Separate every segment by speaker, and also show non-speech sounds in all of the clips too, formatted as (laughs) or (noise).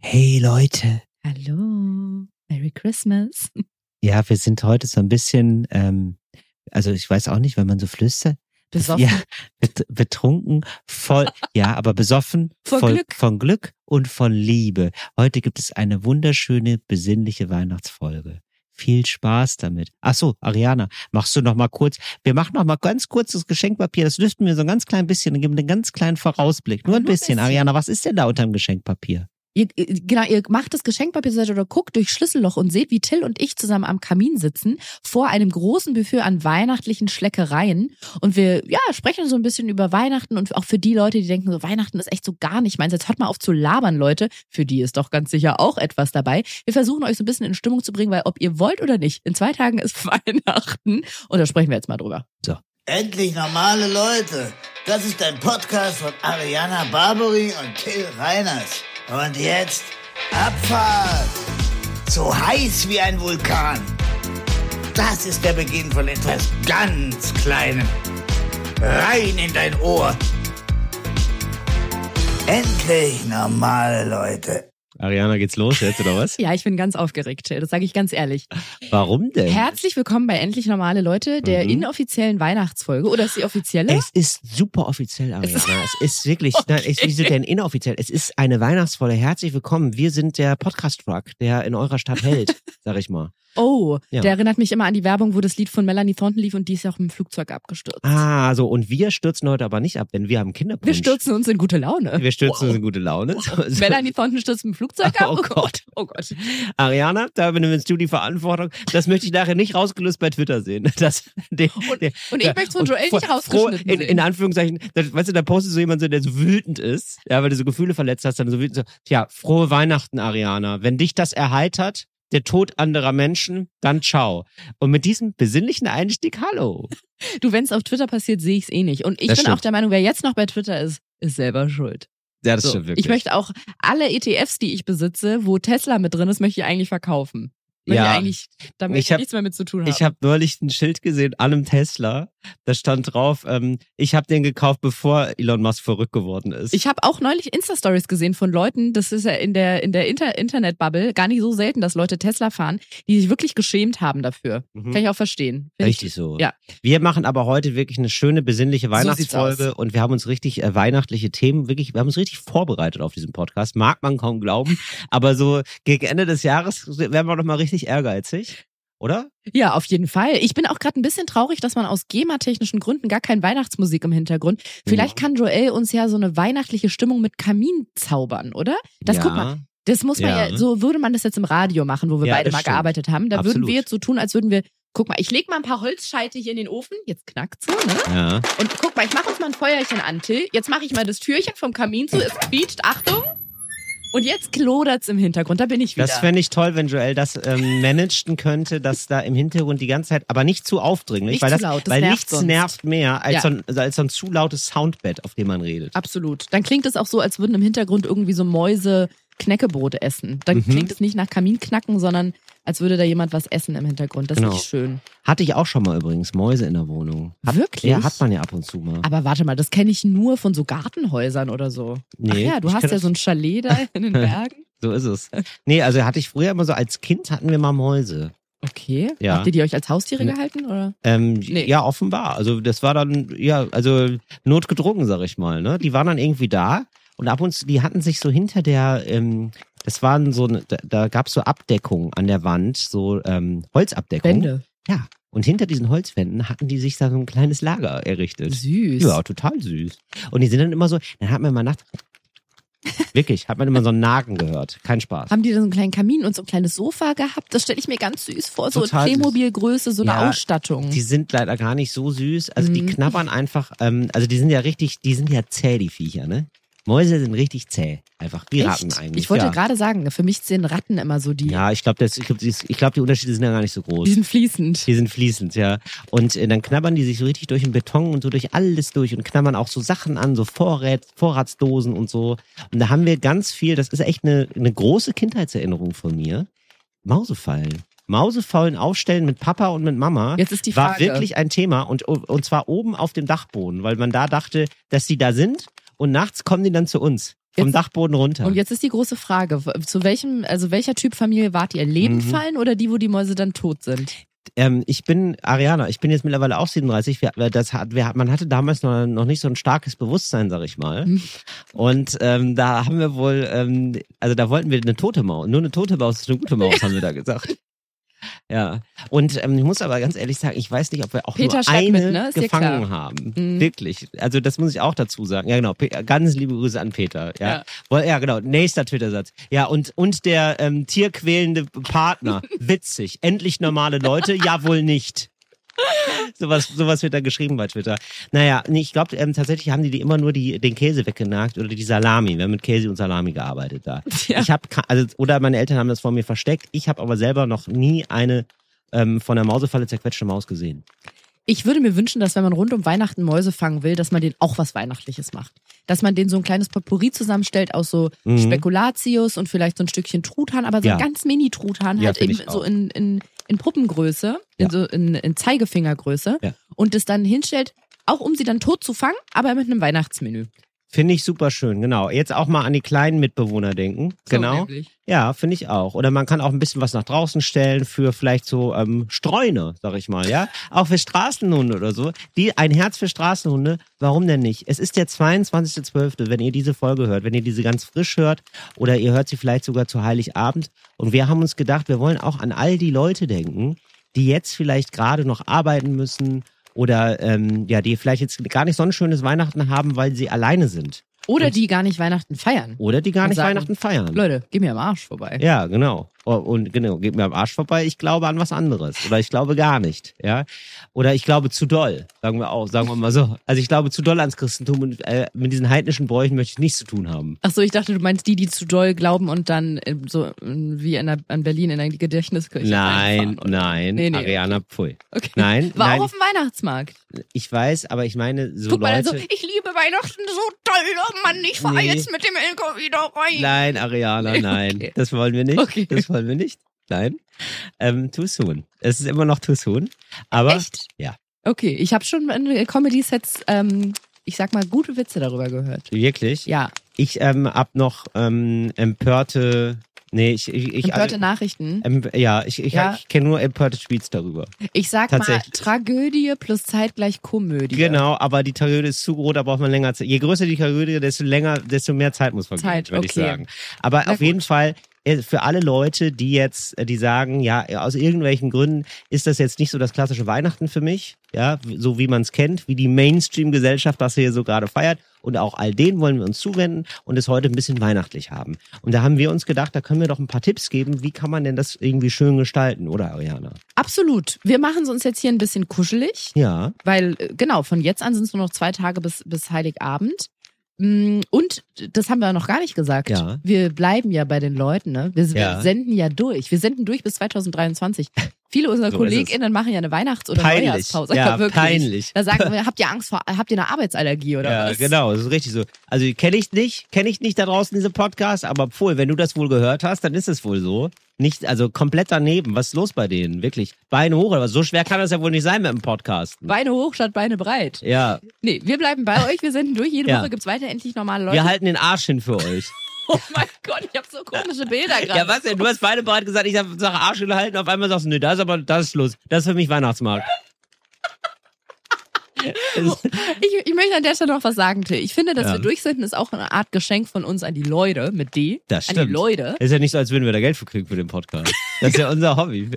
Speaker 1: Hey Leute.
Speaker 2: Hallo. Merry (laughs) Christmas.
Speaker 1: Ja, wir sind heute so ein bisschen, ähm, also ich weiß auch nicht, wenn man so flüstert.
Speaker 2: Besoffen.
Speaker 1: Ja, bet betrunken,
Speaker 2: (laughs)
Speaker 1: voll, ja, aber besoffen.
Speaker 2: Vor
Speaker 1: voll,
Speaker 2: Glück.
Speaker 1: Von Glück und von Liebe. Heute gibt es eine wunderschöne, besinnliche Weihnachtsfolge. Viel Spaß damit. Ach so, Ariana, machst du noch mal kurz, wir machen noch mal ganz kurz das Geschenkpapier, das lüften wir so ein ganz klein bisschen und geben einen ganz kleinen Vorausblick. Nur ein
Speaker 2: Nur ein
Speaker 1: bisschen,
Speaker 2: bisschen.
Speaker 1: Ariana, was ist denn da unterm Geschenkpapier?
Speaker 2: Ihr, ihr- genau, ihr macht das Geschenkpapier zur Seite oder guckt durch Schlüsselloch und seht, wie Till und ich zusammen am Kamin sitzen, vor einem großen Buffet an weihnachtlichen Schleckereien. Und wir, ja, sprechen so ein bisschen über Weihnachten und auch für die Leute, die denken, so Weihnachten ist echt so gar nicht meins. Jetzt hört mal auf zu labern, Leute. Für die ist doch ganz sicher auch etwas dabei. Wir versuchen euch so ein bisschen in Stimmung zu bringen, weil ob ihr wollt oder nicht, in zwei Tagen ist (laughs) Weihnachten. Und da sprechen wir jetzt mal drüber.
Speaker 3: Endlich normale Leute. Das ist ein Podcast von Ariana Barbary und Till Reiners. Und jetzt Abfahrt. So heiß wie ein Vulkan. Das ist der Beginn von etwas ganz Kleinem. Rein in dein Ohr. Endlich normale Leute.
Speaker 1: Ariana, geht's los jetzt oder was?
Speaker 2: Ja, ich bin ganz aufgeregt, Till. Das sage ich ganz ehrlich.
Speaker 1: Warum denn?
Speaker 2: Herzlich willkommen bei Endlich Normale Leute, der
Speaker 1: Äh. Mhm.
Speaker 2: inoffiziellen Weihnachtsfolge. Oder ist die offizielle?
Speaker 1: Es ist super offiziell, Ariana. Es ist
Speaker 2: (laughs)
Speaker 1: wirklich,
Speaker 2: Okay.
Speaker 1: nein, ich, wieso denn inoffiziell? Es ist eine Weihnachtsvolle. Herzlich willkommen. Wir sind der Podcast-Truck, der in eurer Stadt
Speaker 2: (laughs)
Speaker 1: hält, sag ich mal.
Speaker 2: Oh,
Speaker 1: Ja.
Speaker 2: der erinnert mich immer an die Werbung, wo das Lied von Melanie Thornton lief und die ist ja auch im Flugzeug abgestürzt.
Speaker 1: Ah, so, und wir stürzen heute aber nicht ab, denn wir haben Kinderpunsch.
Speaker 2: Wir stürzen uns in gute Laune. (laughs)
Speaker 1: Wir stürzen uns in gute Laune. (laughs) So, so.
Speaker 2: Melanie Thornton stürzt im Flugzeug ab.
Speaker 1: (laughs) Oh
Speaker 2: Oh
Speaker 1: Gott.
Speaker 2: Gott, oh Gott.
Speaker 1: Ariana, da übernimmst du die Verantwortung. Das möchte ich nachher nicht rausgelöst bei Twitter sehen. (laughs) Das, der, der,
Speaker 2: Und ich möchte von Joel
Speaker 1: vor-
Speaker 2: nicht
Speaker 1: froh-
Speaker 2: rausgeschnitten
Speaker 1: in, in
Speaker 2: sehen.
Speaker 1: Anführungszeichen, das, weißt du, da postet so jemand, so, der so wütend ist, ja, weil du so Gefühle verletzt hast, dann so wütend so, tja, frohe Weihnachten, Ariana. Wenn dich das erheitert, der Tod anderer Menschen, dann ciao. Und mit diesem besinnlichen Einstieg, hallo.
Speaker 2: Du, wenn es auf Twitter passiert, sehe ich es eh nicht. Und ich
Speaker 1: Das
Speaker 2: bin
Speaker 1: stimmt.
Speaker 2: auch der Meinung, wer jetzt noch bei Twitter ist, ist selber schuld.
Speaker 1: Ja, das
Speaker 2: So. Ich möchte auch alle ETFs, die ich besitze, wo Tesla mit drin ist, möchte ich eigentlich verkaufen. Möchte
Speaker 1: Ja.
Speaker 2: ich eigentlich, da möchte
Speaker 1: Ich
Speaker 2: ich
Speaker 1: hab-
Speaker 2: nichts mehr mit zu tun haben.
Speaker 1: ich habe neulich ein Schild gesehen an einem Tesla. Da stand drauf, ähm, ich habe den gekauft, bevor Elon Musk verrückt geworden ist.
Speaker 2: Ich habe auch neulich Insta-Stories gesehen von Leuten, das ist ja in der, in der Inter Internet-Bubble gar nicht so selten, dass Leute Tesla fahren, die sich wirklich geschämt haben dafür.
Speaker 1: Mhm.
Speaker 2: Kann ich auch verstehen. Find ich-
Speaker 1: Richtig so.
Speaker 2: Ja.
Speaker 1: Wir machen aber heute wirklich eine schöne besinnliche
Speaker 2: sieht's
Speaker 1: Weihnachtsfolge und wir haben uns richtig äh, weihnachtliche Themen wirklich, wir haben uns richtig vorbereitet auf diesen Podcast. Mag man kaum
Speaker 2: (laughs)
Speaker 1: glauben, aber so gegen Ende des Jahres werden wir noch mal richtig ehrgeizig, oder?
Speaker 2: Ja, auf jeden Fall. Ich bin auch gerade ein bisschen traurig, dass man aus GEMA-technischen Gründen gar keine Weihnachtsmusik im Hintergrund. Vielleicht kann Joel uns ja so eine weihnachtliche Stimmung mit Kamin zaubern, oder? Das
Speaker 1: ja.
Speaker 2: guck mal. Das muss man
Speaker 1: Ja.
Speaker 2: ja. so würde man das jetzt im Radio machen, wo wir
Speaker 1: Ja,
Speaker 2: beide
Speaker 1: das
Speaker 2: mal
Speaker 1: stimmt.
Speaker 2: gearbeitet haben. Da
Speaker 1: Absolut.
Speaker 2: würden wir jetzt so tun, als würden wir, guck mal, ich leg mal ein paar Holzscheite hier in den Ofen. Jetzt knackt's so, ne?
Speaker 1: Ja.
Speaker 2: Und guck mal, ich mache uns mal ein Feuerchen an, Till. Jetzt mache ich mal das Türchen vom Kamin zu. Es quietscht, Achtung. Und jetzt klodert's im Hintergrund. Da bin ich wieder.
Speaker 1: Das fände ich toll, wenn Joel das ähm, managen könnte, dass da im Hintergrund die ganze Zeit, aber nicht zu aufdringlich,
Speaker 2: Nicht
Speaker 1: weil,
Speaker 2: zu
Speaker 1: das,
Speaker 2: laut, das
Speaker 1: weil
Speaker 2: nervt
Speaker 1: nichts
Speaker 2: sonst.
Speaker 1: nervt mehr als,
Speaker 2: Ja.
Speaker 1: so ein, als so ein zu lautes Soundbett, auf dem man redet.
Speaker 2: Absolut. Dann klingt es auch so, als würden im Hintergrund irgendwie so Mäuse Knäckebrote essen. Dann
Speaker 1: Mhm.
Speaker 2: klingt es nicht nach Kaminknacken, sondern als würde da jemand was essen im Hintergrund. Das
Speaker 1: Genau.
Speaker 2: ist nicht schön.
Speaker 1: Hatte ich auch schon mal übrigens Mäuse in der Wohnung. Hat,
Speaker 2: Wirklich?
Speaker 1: Ja, hat man ja ab und zu mal.
Speaker 2: Aber warte mal, das kenne ich nur von so Gartenhäusern oder so. Ach
Speaker 1: Nee,
Speaker 2: ja, du
Speaker 1: ich kenn
Speaker 2: hast ja
Speaker 1: das-
Speaker 2: so ein Chalet da in den
Speaker 1: (laughs)
Speaker 2: Bergen.
Speaker 1: So ist es. Nee, also hatte ich früher immer so, als Kind hatten wir mal Mäuse.
Speaker 2: Okay.
Speaker 1: Ja.
Speaker 2: Habt ihr die euch als Haustiere
Speaker 1: Nee.
Speaker 2: gehalten? Oder?
Speaker 1: Ähm,
Speaker 2: Nee.
Speaker 1: Ja, offenbar. Also das war dann, ja, also notgedrungen, sag ich mal. Ne? Die waren dann irgendwie da und ab und zu, die hatten sich so hinter der, ähm, das waren so, ne- da, da gab es so Abdeckungen an der Wand, so ähm, Holzabdeckungen.
Speaker 2: Wände.
Speaker 1: Ja. Und hinter diesen Holzwänden hatten die sich da so ein kleines Lager errichtet.
Speaker 2: Süß.
Speaker 1: Ja, total süß. Und die sind dann immer so, dann hat man immer nachts, wirklich, hat man immer so einen Nagen gehört. Kein Spaß.
Speaker 2: Haben die da so einen kleinen Kamin und so ein kleines Sofa gehabt? Das stelle ich mir ganz süß vor. So
Speaker 1: Total süß.
Speaker 2: in Playmobil-Größe, so eine
Speaker 1: Ja,
Speaker 2: Ausstattung.
Speaker 1: Die sind leider gar nicht so süß. Also die
Speaker 2: Mhm.
Speaker 1: knabbern einfach, ähm, also die sind ja richtig, die sind ja zäh, die Viecher, ne? Mäuse sind richtig zäh. Einfach wie Ratten
Speaker 2: Echt?
Speaker 1: eigentlich.
Speaker 2: Ich wollte
Speaker 1: ja.
Speaker 2: gerade sagen, für mich sind Ratten immer so die.
Speaker 1: Ja, ich glaube, ich glaub, die- ich glaub, die Unterschiede sind ja gar nicht so groß.
Speaker 2: Die sind fließend.
Speaker 1: Die sind fließend, ja. Und äh, dann knabbern die sich so richtig durch den Beton und so durch alles durch und knabbern auch so Sachen an, so Vorrät, Vorratsdosen und so. Und da haben wir ganz viel, das ist echt eine, eine große Kindheitserinnerung von mir. Mausefallen. Mausefallen aufstellen mit Papa und mit Mama
Speaker 2: Jetzt ist die
Speaker 1: war
Speaker 2: Frage.
Speaker 1: wirklich ein Thema und, und zwar oben auf dem Dachboden, weil man da dachte, dass die da sind und nachts kommen die dann zu uns. Vom
Speaker 2: Jetzt-
Speaker 1: Dachboden runter.
Speaker 2: Und jetzt ist die große Frage, w- zu welchem, also welcher Typ Familie wart ihr? Lebend
Speaker 1: Mhm.
Speaker 2: fallen oder die, wo die Mäuse dann tot sind?
Speaker 1: Ähm, ich bin Ariana, ich bin jetzt mittlerweile auch 37. Wir, wir- das hat, wir, man hatte damals noch, noch nicht so ein starkes Bewusstsein, sag ich mal.
Speaker 2: Mhm.
Speaker 1: Und ähm, da haben wir wohl, ähm, also da wollten wir eine tote Maus. Nur eine tote Maus ist eine gute Maus, haben wir da
Speaker 2: (laughs)
Speaker 1: gesagt. Ja, und ähm, ich muss aber ganz ehrlich sagen, ich weiß nicht, ob wir auch
Speaker 2: Peter
Speaker 1: nur
Speaker 2: schreibt
Speaker 1: eine
Speaker 2: mit, ne? Ist dir
Speaker 1: gefangen
Speaker 2: klar.
Speaker 1: haben.
Speaker 2: Mhm.
Speaker 1: Wirklich. Also das muss ich auch dazu sagen. Ja, genau. Pe ganz liebe Grüße an Peter. Ja,
Speaker 2: Ja.
Speaker 1: ja. Woll, ja genau. Nächster Twitter-Satz. Ja, und, und der ähm, tierquälende Partner.
Speaker 2: (laughs)
Speaker 1: Witzig. Endlich normale Leute? Ja, wohl nicht. Sowas, sowas wird da geschrieben bei Twitter. Naja, nee, ich glaube, ähm, tatsächlich haben die, die immer nur die, den Käse weggenagt oder die Salami. Wir haben mit Käse und Salami gearbeitet da.
Speaker 2: Ja.
Speaker 1: Ich hab, ka- also, oder meine Eltern haben das vor mir versteckt. Ich habe aber selber noch nie eine ähm, von der Mausefalle zerquetschte Maus gesehen.
Speaker 2: Ich würde mir wünschen, dass wenn man rund um Weihnachten Mäuse fangen will, dass man denen auch was Weihnachtliches macht. Dass man denen so ein kleines Potpourri zusammenstellt aus so
Speaker 1: Mhm.
Speaker 2: Spekulatius und vielleicht so ein Stückchen Truthahn, aber so
Speaker 1: Ja.
Speaker 2: ein ganz Mini-Truthahn
Speaker 1: Ja,
Speaker 2: halt
Speaker 1: find
Speaker 2: eben
Speaker 1: ich auch.
Speaker 2: so in, in, in Puppengröße, in,
Speaker 1: Ja.
Speaker 2: so in, in Zeigefingergröße
Speaker 1: Ja.
Speaker 2: und das dann hinstellt, auch um sie dann tot zu fangen, aber mit einem Weihnachtsmenü.
Speaker 1: Finde ich super schön, genau. Jetzt auch mal an die kleinen Mitbewohner denken. genau. Ja, finde ich auch. Oder man kann auch ein bisschen was nach draußen stellen für vielleicht so ähm, Streune, sag ich mal, ja. Auch für Straßenhunde oder so. Die, ein Herz für Straßenhunde, warum denn nicht? Es ist der 22.12., wenn ihr diese Folge hört, wenn ihr diese ganz frisch hört oder ihr hört sie vielleicht sogar zu Heiligabend. Und wir haben uns gedacht, wir wollen auch an all die Leute denken, die jetzt vielleicht gerade noch arbeiten müssen oder ähm, ja, die vielleicht jetzt gar nicht so ein schönes Weihnachten haben, weil sie alleine sind.
Speaker 2: Oder die gar nicht Weihnachten feiern.
Speaker 1: Oder die gar
Speaker 2: Und
Speaker 1: nicht
Speaker 2: sagen,
Speaker 1: Weihnachten feiern.
Speaker 2: Leute, geh mir am Arsch vorbei.
Speaker 1: Ja, genau. O- Und genau, geht mir am Arsch vorbei, ich glaube an was anderes. Oder ich glaube gar nicht. Ja. Oder ich glaube zu doll, sagen wir auch, sagen wir mal so. Also ich glaube zu doll ans Christentum und äh, mit diesen heidnischen Bräuchen möchte ich nichts zu tun haben.
Speaker 2: Ach so, ich dachte, du meinst die, die zu doll glauben und dann äh, so äh, wie in, der, in Berlin in der Gedächtniskirche.
Speaker 1: nein,
Speaker 2: reinfahren, oder?
Speaker 1: nein,
Speaker 2: Nee, nee.
Speaker 1: Ariana Pfui.
Speaker 2: Okay.
Speaker 1: Nein,
Speaker 2: War
Speaker 1: nein,
Speaker 2: auch auf dem Weihnachtsmarkt.
Speaker 1: ich weiß, aber ich meine, so
Speaker 2: Guck mal,
Speaker 1: Leute.
Speaker 2: also, ich liebe Weihnachten so toll. Oh Mann, ich fahre
Speaker 1: Nee.
Speaker 2: jetzt mit dem Ilko wieder rein.
Speaker 1: Nein, Ariana,
Speaker 2: (laughs) Nee,
Speaker 1: nein.
Speaker 2: okay.
Speaker 1: Das wollen wir nicht.
Speaker 2: Okay.
Speaker 1: Das wollen wir nicht. Nein. Ähm, too soon. Es ist immer noch too soon. Aber
Speaker 2: Echt?
Speaker 1: Ja.
Speaker 2: Okay, ich habe schon in Comedy-Sets, ähm, ich sag mal, gute Witze darüber gehört.
Speaker 1: wirklich.
Speaker 2: Ja,
Speaker 1: Ich ähm, hab noch ähm, empörte. Nee, ich. ich, ich
Speaker 2: empörte Nachrichten.
Speaker 1: Ähm, ja, ich, ich,
Speaker 2: Ja.
Speaker 1: ich kenne nur empörte Tweets darüber.
Speaker 2: Ich sag mal,
Speaker 1: Ähm, tatsächlich.
Speaker 2: Tragödie plus zeitgleich Komödie.
Speaker 1: Genau, aber die Tragödie ist zu groß, da braucht man länger Zeit. Je größer die Tragödie, desto länger, desto mehr Zeit muss man
Speaker 2: Zeit,
Speaker 1: würde ich
Speaker 2: okay.
Speaker 1: sagen. Aber
Speaker 2: Na
Speaker 1: auf jeden Fall äh, für alle Leute, die jetzt, äh, die sagen, ja, aus irgendwelchen Gründen ist das jetzt nicht so das klassische Weihnachten für mich, ja, w- so wie man es kennt, wie die Mainstream-Gesellschaft das hier so gerade feiert. Und auch all denen wollen wir uns zuwenden und es heute ein bisschen weihnachtlich haben. Und da haben wir uns gedacht, da können wir doch ein paar Tipps geben, wie kann man denn das irgendwie schön gestalten, oder Ariana?
Speaker 2: Absolut. Wir machen es uns jetzt hier ein bisschen kuschelig.
Speaker 1: Ja.
Speaker 2: Weil, äh, genau, von jetzt an sind es nur noch zwei Tage bis, bis Heiligabend. Mm, Und das haben wir noch gar nicht gesagt.
Speaker 1: Ja.
Speaker 2: Wir bleiben ja bei den Leuten, ne? Wir s-
Speaker 1: Ja.
Speaker 2: senden ja durch. Wir senden durch bis 2023. Viele unserer
Speaker 1: So ist es.
Speaker 2: KollegInnen machen ja eine Weihnachts- oder
Speaker 1: Peinlich.
Speaker 2: Neujahrspause. (laughs)
Speaker 1: Ja, peinlich.
Speaker 2: Da sagen wir, habt ihr Angst vor, habt ihr eine Arbeitsallergie oder
Speaker 1: Ja,
Speaker 2: was?
Speaker 1: genau, das ist richtig so. Also kenne ich nicht, kenne ich nicht da draußen diese Podcast, aber Pfohl, wenn du das wohl gehört hast, dann ist es wohl so. Nicht, also komplett daneben. Was ist los bei denen? Wirklich. Beine hoch, aber so schwer kann das ja wohl nicht sein mit dem Podcast.
Speaker 2: Beine hoch statt Beine breit.
Speaker 1: Ja,
Speaker 2: Nee, wir bleiben bei euch, wir senden durch. Jede
Speaker 1: Ja.
Speaker 2: Woche gibt's weiter endlich normale Leute.
Speaker 1: wir halten den Arsch hin für euch.
Speaker 2: (laughs) Oh mein Gott, ich habe so komische Bilder gerade.
Speaker 1: Ja, was denn? Du hast Beine breit gesagt, ich sag- sag Arsch hinhalten, auf einmal sagst du, nö, das ist aber, das ist los. Das ist für mich Weihnachtsmarkt. Das-
Speaker 2: Ich, ich möchte an der Stelle noch was sagen, Till. Ich finde, dass
Speaker 1: Ja.
Speaker 2: wir durchsenden, ist auch eine Art Geschenk von uns an die Leute mit D.
Speaker 1: Das
Speaker 2: An
Speaker 1: stimmt.
Speaker 2: die Leute.
Speaker 1: Ist ja nicht so, als würden wir da Geld für kriegen für den Podcast. Das ist ja unser Hobby.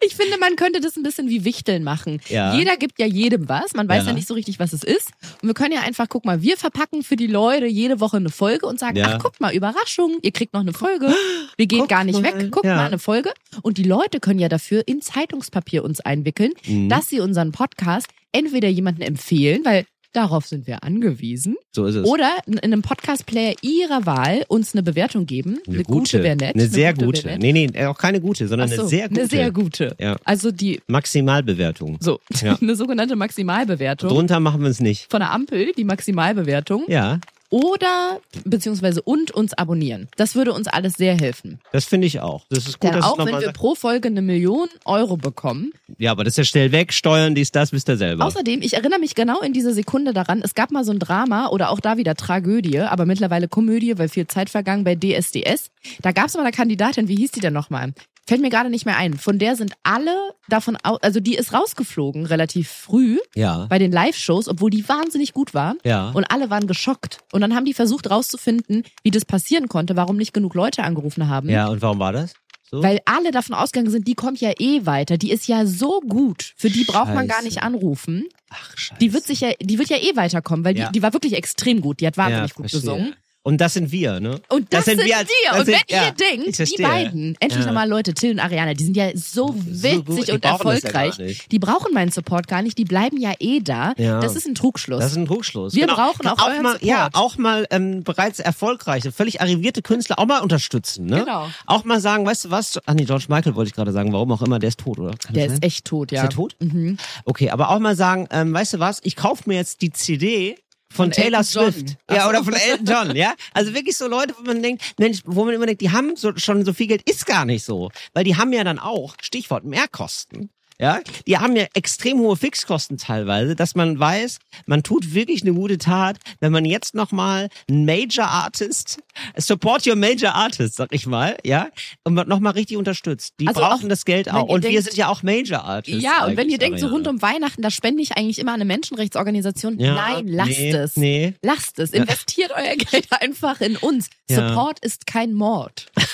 Speaker 2: Ich finde, man könnte das ein bisschen wie Wichteln machen.
Speaker 1: Ja.
Speaker 2: Jeder gibt ja jedem was. Man weiß ja.
Speaker 1: Ja.
Speaker 2: nicht so richtig, was es ist. Und wir können ja einfach, guck mal, wir verpacken für die Leute jede Woche eine Folge und sagen,
Speaker 1: Ja.
Speaker 2: ach, guck mal, Überraschung, ihr kriegt noch
Speaker 1: (gasps)
Speaker 2: eine Folge. Wir gehen
Speaker 1: Guck
Speaker 2: gar nicht
Speaker 1: mal.
Speaker 2: weg. Guckt
Speaker 1: Ja.
Speaker 2: mal eine Folge. Und die Leute können ja dafür in Zeitungspapier uns einwickeln,
Speaker 1: Mhm.
Speaker 2: dass sie unseren Podcast entweder jemandem empfehlen, weil darauf sind wir angewiesen.
Speaker 1: So ist es.
Speaker 2: Oder in einem Podcast-Player ihrer Wahl uns eine Bewertung geben. Eine, gute, wäre nett.
Speaker 1: Eine sehr gute.
Speaker 2: wäre nett.
Speaker 1: Nee, nee, auch keine gute, sondern
Speaker 2: Ach so,
Speaker 1: eine sehr gute.
Speaker 2: Eine sehr gute.
Speaker 1: Ja.
Speaker 2: Also die,
Speaker 1: Maximalbewertung.
Speaker 2: so,
Speaker 1: Ja.
Speaker 2: (laughs) eine sogenannte Maximalbewertung.
Speaker 1: Drunter machen wir es nicht.
Speaker 2: Von der Ampel, die Maximalbewertung.
Speaker 1: Ja,
Speaker 2: oder beziehungsweise und uns abonnieren. Das würde uns alles sehr helfen.
Speaker 1: Das finde ich auch. Das ist gut,
Speaker 2: Denn
Speaker 1: dass es
Speaker 2: auch wenn
Speaker 1: nochmal
Speaker 2: wir
Speaker 1: sagt.
Speaker 2: pro Folge eine Million Euro bekommen.
Speaker 1: Ja, aber das ist ja schnell weg. Steuern, dies, das, wisst ihr selber.
Speaker 2: Außerdem, ich erinnere mich genau in dieser Sekunde daran, es gab mal so ein Drama oder auch da wieder Tragödie, aber mittlerweile Komödie, weil viel Zeit vergangen bei DSDS. Da gab es mal eine Kandidatin, wie hieß die denn nochmal? Fällt mir gerade nicht mehr ein. Von der sind alle davon aus, also die ist rausgeflogen relativ früh
Speaker 1: ja.
Speaker 2: bei den Live-Shows, obwohl die wahnsinnig gut war.
Speaker 1: Ja.
Speaker 2: Und alle waren geschockt. Und dann haben die versucht rauszufinden, wie das passieren konnte, warum nicht genug Leute angerufen haben.
Speaker 1: Ja, und warum war das? So?
Speaker 2: Weil alle davon ausgegangen sind, die kommt ja eh weiter. Die ist ja so gut. Für die braucht man gar
Speaker 1: Scheiße.
Speaker 2: nicht anrufen.
Speaker 1: Ach, scheiße.
Speaker 2: Die wird sich ja, die wird ja eh weiterkommen, weil
Speaker 1: Ja.
Speaker 2: die, die war wirklich extrem gut. Die hat wahnsinnig
Speaker 1: Ja,
Speaker 2: gut
Speaker 1: verstehe.
Speaker 2: gesungen.
Speaker 1: Und das sind wir, ne?
Speaker 2: Und das, sind,
Speaker 1: als-
Speaker 2: wir.
Speaker 1: das
Speaker 2: Und
Speaker 1: sind-
Speaker 2: wenn
Speaker 1: ja,
Speaker 2: ihr
Speaker 1: ich
Speaker 2: denkt, die
Speaker 1: verstehe.
Speaker 2: beiden, endlich
Speaker 1: Ja.
Speaker 2: nochmal Leute, Till und Ariana, die sind ja so witzig
Speaker 1: gut, die
Speaker 2: und
Speaker 1: brauchen das ja gar
Speaker 2: erfolgreich.
Speaker 1: nicht.
Speaker 2: die brauchen meinen Support gar nicht, die bleiben ja eh da.
Speaker 1: Ja.
Speaker 2: Das ist ein Trugschluss.
Speaker 1: Das ist ein Trugschluss.
Speaker 2: Wir brauchen auch euren
Speaker 1: mal, Ja,
Speaker 2: Support.
Speaker 1: auch mal ähm, bereits erfolgreiche, völlig arrivierte Künstler auch mal unterstützen. Ne?
Speaker 2: Genau.
Speaker 1: Auch mal sagen, weißt du was? Ah nee, George Michael wollte ich gerade sagen, warum auch immer, der ist tot, oder? Kann
Speaker 2: der
Speaker 1: das
Speaker 2: ist
Speaker 1: sein?
Speaker 2: echt tot, ja. Mhm.
Speaker 1: Ist der ne? tot? Okay, aber auch mal sagen, ähm, weißt du was? Ich kaufe mir jetzt die CD von,
Speaker 2: Von
Speaker 1: Taylor
Speaker 2: Elton John.
Speaker 1: Swift.
Speaker 2: Ach so.
Speaker 1: Ja, oder von Elton John, ja? Also wirklich so Leute, wo man denkt, Mensch, wo man immer denkt, die haben so, schon so viel Geld, ist gar nicht so. Weil die haben ja dann auch, Stichwort Mehrkosten. Ja, die haben ja extrem hohe Fixkosten teilweise, dass man weiß, man tut wirklich eine gute Tat, wenn man jetzt nochmal einen Major Artist, support your Major Artist, sag ich mal, ja, und nochmal richtig unterstützt. Die
Speaker 2: Also
Speaker 1: brauchen
Speaker 2: auch,
Speaker 1: das Geld
Speaker 2: wenn
Speaker 1: auch.
Speaker 2: ihr
Speaker 1: Und wir
Speaker 2: denkt-
Speaker 1: sind ja auch Major Artists.
Speaker 2: Ja, und wenn
Speaker 1: eigentlich,
Speaker 2: ihr denkt, so
Speaker 1: Ariane.
Speaker 2: rund um Weihnachten, da spende ich eigentlich immer an eine Menschenrechtsorganisation.
Speaker 1: Ja,
Speaker 2: Nein, lasst
Speaker 1: nee,
Speaker 2: es.
Speaker 1: nee.
Speaker 2: Lasst es. Investiert euer Geld (laughs) einfach in uns.
Speaker 1: Ja.
Speaker 2: Support ist kein Mord.
Speaker 1: (laughs)
Speaker 2: (laughs)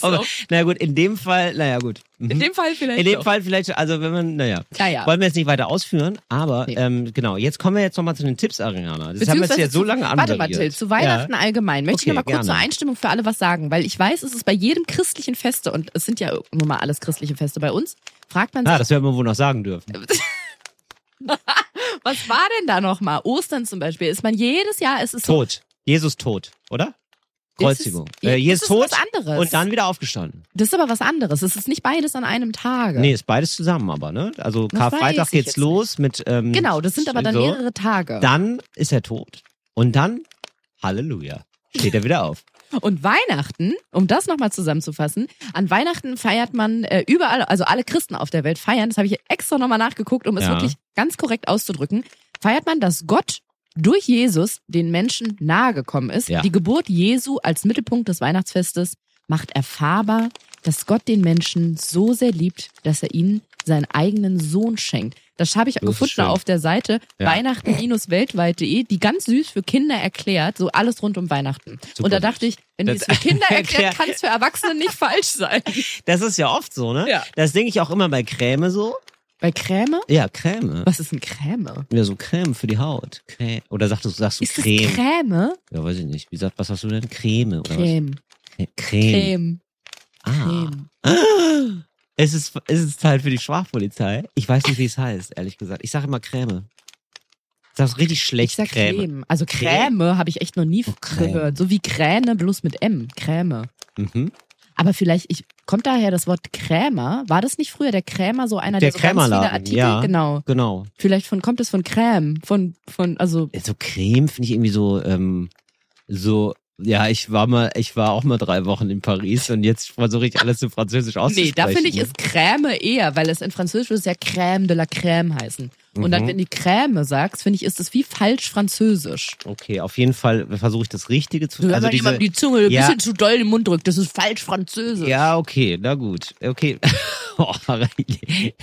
Speaker 1: Aber, na gut, in dem Fall, naja gut. Mhm.
Speaker 2: In dem Fall vielleicht.
Speaker 1: In dem
Speaker 2: doch.
Speaker 1: Fall vielleicht, also wenn man, naja.
Speaker 2: Naja.
Speaker 1: Wollen wir jetzt nicht weiter ausführen, aber
Speaker 2: Nee.
Speaker 1: ähm, genau, jetzt kommen wir jetzt nochmal zu den Tipps, Ariana. Das haben wir jetzt ja
Speaker 2: Beziehungsweise
Speaker 1: so
Speaker 2: zu-
Speaker 1: lange
Speaker 2: Warte mal,
Speaker 1: anmoderiert.
Speaker 2: Till, zu Weihnachten
Speaker 1: Ja.
Speaker 2: allgemein. Möchte ich
Speaker 1: Okay,
Speaker 2: noch mal kurz
Speaker 1: gerne.
Speaker 2: zur Einstimmung für alle was sagen, weil ich weiß, es ist bei jedem christlichen Feste, und es sind ja nun mal alles christliche Feste bei uns, fragt man sich,
Speaker 1: Ah, das werden wir wohl noch sagen dürfen.
Speaker 2: Äh, was war denn da nochmal? Ostern zum Beispiel, ist man jedes Jahr, es ist so,
Speaker 1: Tot. Jesus tot, oder? Kreuzigung.
Speaker 2: Es ist-
Speaker 1: äh,
Speaker 2: das
Speaker 1: Jesus
Speaker 2: ist
Speaker 1: tot
Speaker 2: was anderes.
Speaker 1: und dann wieder aufgestanden.
Speaker 2: das ist aber was anderes. Es ist nicht beides an einem Tage.
Speaker 1: Nee, ist beides zusammen aber, ne? Also
Speaker 2: Das weiß
Speaker 1: Karfreitag
Speaker 2: ich
Speaker 1: geht's
Speaker 2: jetzt
Speaker 1: los mit. Ähm,
Speaker 2: Genau, das sind aber dann
Speaker 1: so.
Speaker 2: mehrere Tage.
Speaker 1: Dann ist er tot. Und dann, Halleluja, steht er wieder auf.
Speaker 2: Und Weihnachten, um das nochmal zusammenzufassen, an Weihnachten feiert man äh, überall, also alle Christen auf der Welt feiern, das habe ich extra nochmal nachgeguckt, um es
Speaker 1: Ja.
Speaker 2: wirklich ganz korrekt auszudrücken, feiert man, dass Gott durch Jesus den Menschen nahegekommen ist.
Speaker 1: Ja.
Speaker 2: Die Geburt Jesu als Mittelpunkt des Weihnachtsfestes macht erfahrbar, dass Gott den Menschen so sehr liebt, dass er ihnen seinen eigenen Sohn schenkt. Das habe ich
Speaker 1: ist
Speaker 2: gefunden
Speaker 1: schön.
Speaker 2: auf der Seite
Speaker 1: Ja.
Speaker 2: weihnachten-weltweit.de, die ganz süß für Kinder erklärt, so alles rund um Weihnachten. Und da
Speaker 1: süß.
Speaker 2: dachte ich, wenn die es
Speaker 1: Das- (laughs)
Speaker 2: für Kinder erklärt,
Speaker 1: Erklär-
Speaker 2: kann es für Erwachsene nicht falsch sein.
Speaker 1: Das ist ja oft so, ne?
Speaker 2: Ja.
Speaker 1: Das denke ich auch immer bei Creme so.
Speaker 2: Bei Creme?
Speaker 1: Ja, Creme.
Speaker 2: Was ist ein Creme?
Speaker 1: Ja, so Creme für die Haut. Creme. Oder sagst du, sagst du
Speaker 2: Ist es
Speaker 1: Creme?
Speaker 2: Creme?
Speaker 1: Ja, weiß ich nicht. Wie sagt, was hast du denn? Creme oder
Speaker 2: Creme.
Speaker 1: was? Creme.
Speaker 2: Creme.
Speaker 1: Ah.
Speaker 2: Creme.
Speaker 1: Es ist, es ist halt für die Schwachpolizei. Ich weiß nicht, wie es heißt, ehrlich gesagt. Ich sage immer Creme. Sag's richtig schlecht.
Speaker 2: Ich sag Creme.
Speaker 1: Creme. Oh,
Speaker 2: Also Creme habe ich echt noch nie
Speaker 1: Creme.
Speaker 2: gehört. So wie Kräne, bloß mit M. Creme.
Speaker 1: Mhm.
Speaker 2: Aber vielleicht, ich, kommt daher das Wort Krämer? War das nicht früher der Krämer so einer, der,
Speaker 1: Der
Speaker 2: so ganz viele
Speaker 1: Krämerladen,
Speaker 2: Artikel?
Speaker 1: ja.
Speaker 2: Genau.
Speaker 1: Genau.
Speaker 2: Vielleicht von, kommt es von Crème, von, von, also
Speaker 1: So Creme finde ich irgendwie so, ähm, so, ja, ich war mal, ich war auch mal drei Wochen in Paris und jetzt versuche ich alles in Französisch auszusprechen.
Speaker 2: Nee, da finde ich
Speaker 1: ne?
Speaker 2: ist Crème eher, weil es in Französisch würde es ja Crème de la Crème heißen. Und dann,
Speaker 1: Mhm.
Speaker 2: wenn die Crème sagst, finde ich, ist es wie falsch französisch.
Speaker 1: Okay, auf jeden Fall versuche ich das Richtige zu
Speaker 2: Also wenn man
Speaker 1: diese-
Speaker 2: jemandem die Zunge ein
Speaker 1: Ja.
Speaker 2: bisschen zu doll in den Mund drückt, das ist falsch französisch.
Speaker 1: Ja, okay, na gut. Okay. (laughs) Oh,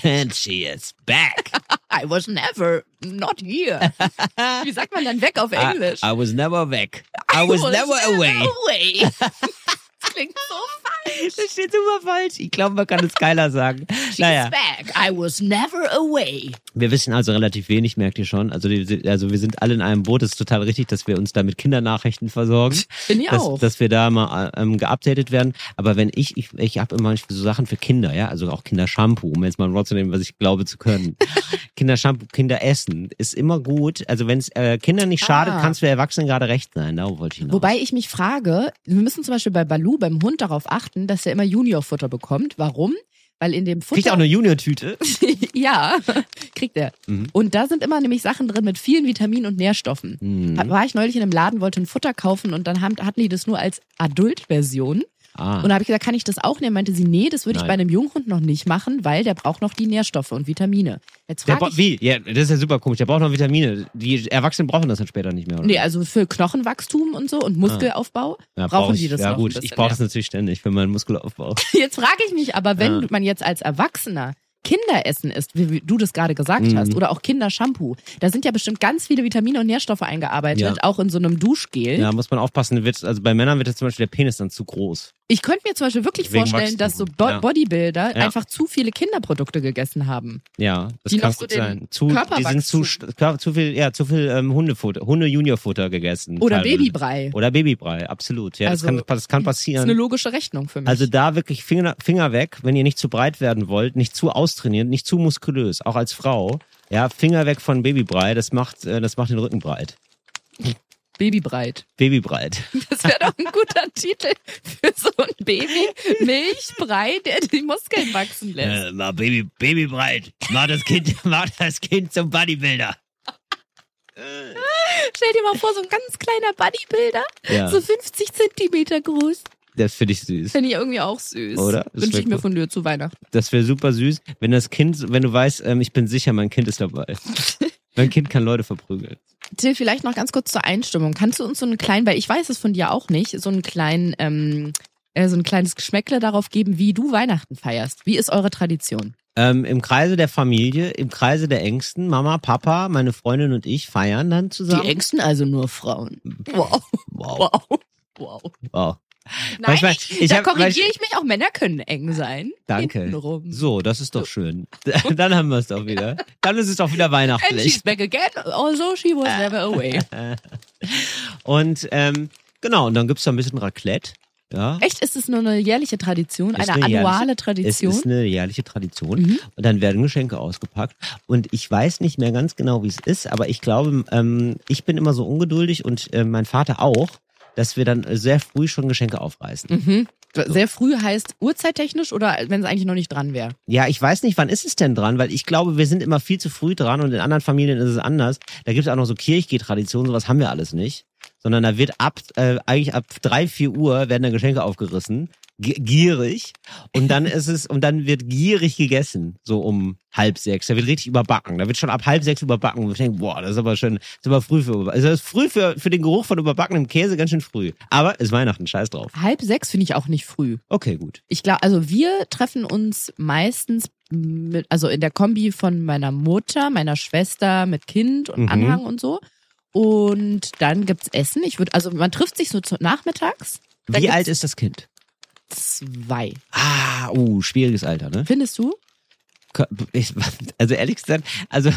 Speaker 1: And she is (laughs) back.
Speaker 2: (laughs) I was never not here. (laughs) wie sagt man dann weg auf Englisch?
Speaker 1: I, I was never back. I
Speaker 2: (laughs)
Speaker 1: was, never away. (laughs)
Speaker 2: away. das klingt so falsch.
Speaker 1: Das steht super falsch. Ich glaube, man kann es geiler sagen.
Speaker 2: She's
Speaker 1: Naja,
Speaker 2: back. I was never away.
Speaker 1: wir wissen also relativ wenig, merkt ihr schon. Also, die, also wir sind alle in einem Boot. Es ist total richtig, dass wir uns da mit Kindernachrichten
Speaker 2: (laughs)
Speaker 1: versorgen.
Speaker 2: Bin ich
Speaker 1: dass,
Speaker 2: auch.
Speaker 1: dass wir da mal ähm, geupdatet werden. Aber wenn ich, ich, ich habe immer so Sachen für Kinder, ja, also auch Kindershampoo, um jetzt mal ein Wort zu nehmen, was ich glaube zu
Speaker 2: (laughs)
Speaker 1: können. Kindershampoo, Kinderessen ist immer gut. Also wenn es äh, Kindern nicht schadet,
Speaker 2: Ah.
Speaker 1: kann es für Erwachsene gerade recht sein. Darauf wollte ich hinaus.
Speaker 2: Wobei ich mich frage, wir müssen zum Beispiel bei Balu, beim Hund, darauf achten, dass er immer Juniorfutter bekommt. Warum? Weil in dem
Speaker 1: Kriegt
Speaker 2: Futter.
Speaker 1: auch eine Junior-Tüte.
Speaker 2: ja, (laughs) kriegt er.
Speaker 1: Mhm.
Speaker 2: Und da sind immer nämlich Sachen drin mit vielen Vitaminen und Nährstoffen.
Speaker 1: Mhm.
Speaker 2: Hat- War ich neulich in einem Laden, wollte ein Futter kaufen und dann haben, hatten die das nur als Adult-Version.
Speaker 1: Ah.
Speaker 2: Und da habe ich gesagt, kann ich das auch nehmen? Meinte sie, nee, das würde ich
Speaker 1: Nein.
Speaker 2: bei einem Junghund noch nicht machen, weil der braucht noch die Nährstoffe und Vitamine. Jetzt
Speaker 1: Der
Speaker 2: frage
Speaker 1: bra-
Speaker 2: ich
Speaker 1: wie? Ja, das ist ja super komisch. Der braucht noch Vitamine. Die Erwachsenen brauchen das dann später nicht mehr, oder?
Speaker 2: Nee, also für Knochenwachstum und so und Muskelaufbau
Speaker 1: Ah. Ja, brauch
Speaker 2: brauchen
Speaker 1: ich-
Speaker 2: die das
Speaker 1: Ja,
Speaker 2: noch
Speaker 1: gut.
Speaker 2: ein
Speaker 1: ich
Speaker 2: bisschen
Speaker 1: brauche
Speaker 2: mehr.
Speaker 1: das natürlich ständig für meinen
Speaker 2: (laughs)
Speaker 1: Muskelaufbau.
Speaker 2: Jetzt frage ich mich aber, wenn
Speaker 1: Ja.
Speaker 2: man jetzt als Erwachsener Kinderessen isst, wie, wie du das gerade gesagt
Speaker 1: Mhm.
Speaker 2: hast, oder auch Kindershampoo, da sind ja bestimmt ganz viele Vitamine und Nährstoffe eingearbeitet,
Speaker 1: Ja.
Speaker 2: auch in so einem Duschgel.
Speaker 1: Ja, muss man aufpassen. Wird, also bei Männern wird jetzt zum Beispiel der Penis dann zu groß.
Speaker 2: Ich könnte mir zum Beispiel wirklich
Speaker 1: Wegen Wachstum.
Speaker 2: vorstellen, dass so Bo
Speaker 1: Ja.
Speaker 2: Bodybuilder
Speaker 1: Ja.
Speaker 2: einfach zu viele Kinderprodukte gegessen haben.
Speaker 1: Ja, das
Speaker 2: Die
Speaker 1: kann
Speaker 2: noch so
Speaker 1: gut
Speaker 2: den
Speaker 1: sein. Zu, die
Speaker 2: Körperwachstum-
Speaker 1: sind zu, st- Kör- zu viel, ja, zu viel ähm, Hundefutter, Hunde-Junior-Futter gegessen.
Speaker 2: Oder
Speaker 1: teilweise.
Speaker 2: Babybrei.
Speaker 1: Oder Babybrei, absolut. Ja,
Speaker 2: Also,
Speaker 1: das, kann, das kann
Speaker 2: Das ist eine
Speaker 1: passieren.
Speaker 2: logische Rechnung für mich.
Speaker 1: Also da wirklich Finger, Finger weg, wenn ihr nicht zu breit werden wollt, nicht zu austrainiert, nicht zu muskulös, auch als Frau. Ja, Finger weg von Babybrei, das macht, äh, das macht den Rücken breit.
Speaker 2: Babybreit. (laughs)
Speaker 1: Babybreit.
Speaker 2: Das wäre doch ein guter Titel für so ein Baby. Milchbrei, der die Muskeln wachsen lässt.
Speaker 1: Äh, mach Baby, Babybreit. Mach das Kind, (laughs) mach das Kind zum Bodybuilder.
Speaker 2: Stell dir mal vor, so ein ganz kleiner Bodybuilder,
Speaker 1: Ja,
Speaker 2: so 50 Zentimeter groß.
Speaker 1: das finde ich süß.
Speaker 2: Fände ich irgendwie auch süß.
Speaker 1: Oder? Das
Speaker 2: Wünsche
Speaker 1: wär
Speaker 2: ich mir
Speaker 1: cool.
Speaker 2: von dir zu Weihnachten.
Speaker 1: Das wäre super süß, wenn das Kind, wenn du weißt, ähm, ich bin sicher, mein Kind ist
Speaker 2: (laughs)
Speaker 1: dabei. Mein Kind kann Leute verprügeln.
Speaker 2: Till, vielleicht noch ganz kurz zur Einstimmung. Kannst du uns so einen kleinen, weil ich weiß es von dir auch nicht, so einen kleinen, ähm, äh, so ein kleines Geschmäckle darauf geben, wie du Weihnachten feierst. Wie ist eure Tradition?
Speaker 1: Ähm, Im Kreise der Familie, im Kreise der Ängsten, Mama, Papa, meine Freundin und ich feiern dann zusammen.
Speaker 2: Ängsten also nur Frauen. (laughs) Wow,
Speaker 1: Wow.
Speaker 2: wow, wow.
Speaker 1: wow.
Speaker 2: Nein,
Speaker 1: Manchmal-
Speaker 2: ich,
Speaker 1: ich
Speaker 2: da
Speaker 1: hab-
Speaker 2: korrigiere ich mich, auch Männer können eng sein.
Speaker 1: Danke.
Speaker 2: Hintenrum.
Speaker 1: So, das ist doch schön. (laughs) Dann haben wir es doch wieder. Dann ist es doch wieder
Speaker 2: And
Speaker 1: weihnachtlich.
Speaker 2: she's back again, although she was
Speaker 1: (laughs)
Speaker 2: never away.
Speaker 1: Und ähm, genau, und dann gibt's da ein bisschen Raclette. Ja,
Speaker 2: Echt, ist es nur eine jährliche Tradition,
Speaker 1: Ist eine
Speaker 2: eine,
Speaker 1: jährliche-
Speaker 2: annuale
Speaker 1: Es
Speaker 2: Tradition?
Speaker 1: ist eine jährliche Tradition.
Speaker 2: Mhm.
Speaker 1: Und dann werden Geschenke ausgepackt. Und ich weiß nicht mehr ganz genau, wie es ist, aber ich glaube, ähm, ich bin immer so ungeduldig und äh, mein Vater auch, dass wir dann äh, sehr früh schon Geschenke aufreißen.
Speaker 2: Mhm. Sehr früh heißt uhrzeittechnisch oder wenn es eigentlich noch nicht dran wäre.
Speaker 1: Ja, ich weiß nicht, wann ist es denn dran, weil ich glaube, wir sind immer viel zu früh dran und in anderen Familien ist es anders. Da gibt es auch noch so Kirchgeh-Traditionen, sowas haben wir alles nicht. Sondern da wird ab, äh, eigentlich ab drei, vier Uhr werden da Geschenke aufgerissen. Gi- Gierig. Und dann ist es, und dann wird gierig gegessen, so um halb sechs. Da wird richtig überbacken. Da wird schon ab halb sechs überbacken. Und ich denke, boah, das ist aber schön, das ist aber früh für überbacken. Also das ist früh für, für den Geruch von überbackenem Käse ganz schön früh. Aber ist Weihnachten, scheiß drauf.
Speaker 2: Halb sechs finde ich auch nicht früh.
Speaker 1: Okay, gut.
Speaker 2: Ich glaube, also wir treffen uns meistens mit, also in der Kombi von meiner Mutter, meiner Schwester mit Kind und
Speaker 1: Mhm.
Speaker 2: Anhang und so. Und dann gibt's Essen. Ich würde, also man trifft sich so zu, nachmittags. Da
Speaker 1: Wie
Speaker 2: gibt's
Speaker 1: alt ist das Kind?
Speaker 2: Zwei.
Speaker 1: Ah, uh, schwieriges Alter, ne?
Speaker 2: Findest du?
Speaker 1: Ko- Ich, also ehrlich gesagt, also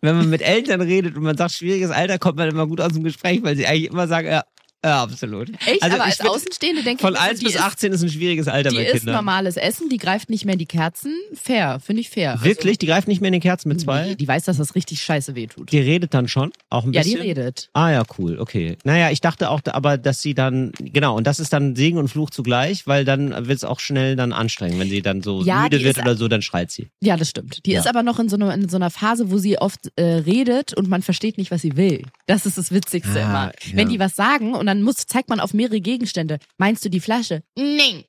Speaker 1: wenn man mit Eltern redet und man sagt schwieriges Alter, kommt man immer gut aus dem Gespräch, weil sie eigentlich immer sagen, ja, ja absolut.
Speaker 2: Echt?
Speaker 1: Also
Speaker 2: Aber
Speaker 1: ich
Speaker 2: als
Speaker 1: bin-
Speaker 2: Außenstehende denke ich,
Speaker 1: Von
Speaker 2: mir so,
Speaker 1: 1
Speaker 2: die
Speaker 1: bis
Speaker 2: ist-
Speaker 1: 18 ist ein schwieriges Alter
Speaker 2: Die
Speaker 1: bei
Speaker 2: isst
Speaker 1: Kindern.
Speaker 2: normales Essen, die greift nicht mehr in die Kerzen. Fair, finde ich fair.
Speaker 1: Wirklich? Die greift nicht mehr in den Kerzen mit
Speaker 2: Also,
Speaker 1: zwei?
Speaker 2: die, die weiß, dass das richtig scheiße wehtut.
Speaker 1: Die redet dann schon, auch ein
Speaker 2: Ja, die
Speaker 1: bisschen.
Speaker 2: redet.
Speaker 1: Ah ja, cool, okay. Naja, ich dachte auch, da- aber dass sie dann, genau, und das ist dann Segen und Fluch zugleich, weil dann wird es auch schnell dann anstrengend, wenn sie dann so
Speaker 2: Ja,
Speaker 1: müde
Speaker 2: die
Speaker 1: wird
Speaker 2: ist-
Speaker 1: oder so, dann schreit sie.
Speaker 2: Ja, das stimmt. Die
Speaker 1: Ja.
Speaker 2: ist aber noch in so, einer- in so einer Phase, wo sie oft äh, redet und man versteht nicht, was sie will. Das ist das Witzigste
Speaker 1: Ah,
Speaker 2: immer.
Speaker 1: ja.
Speaker 2: Wenn die was sagen und dann muss, zeigt man auf mehrere Gegenstände. Meinst du die Flasche? Nein.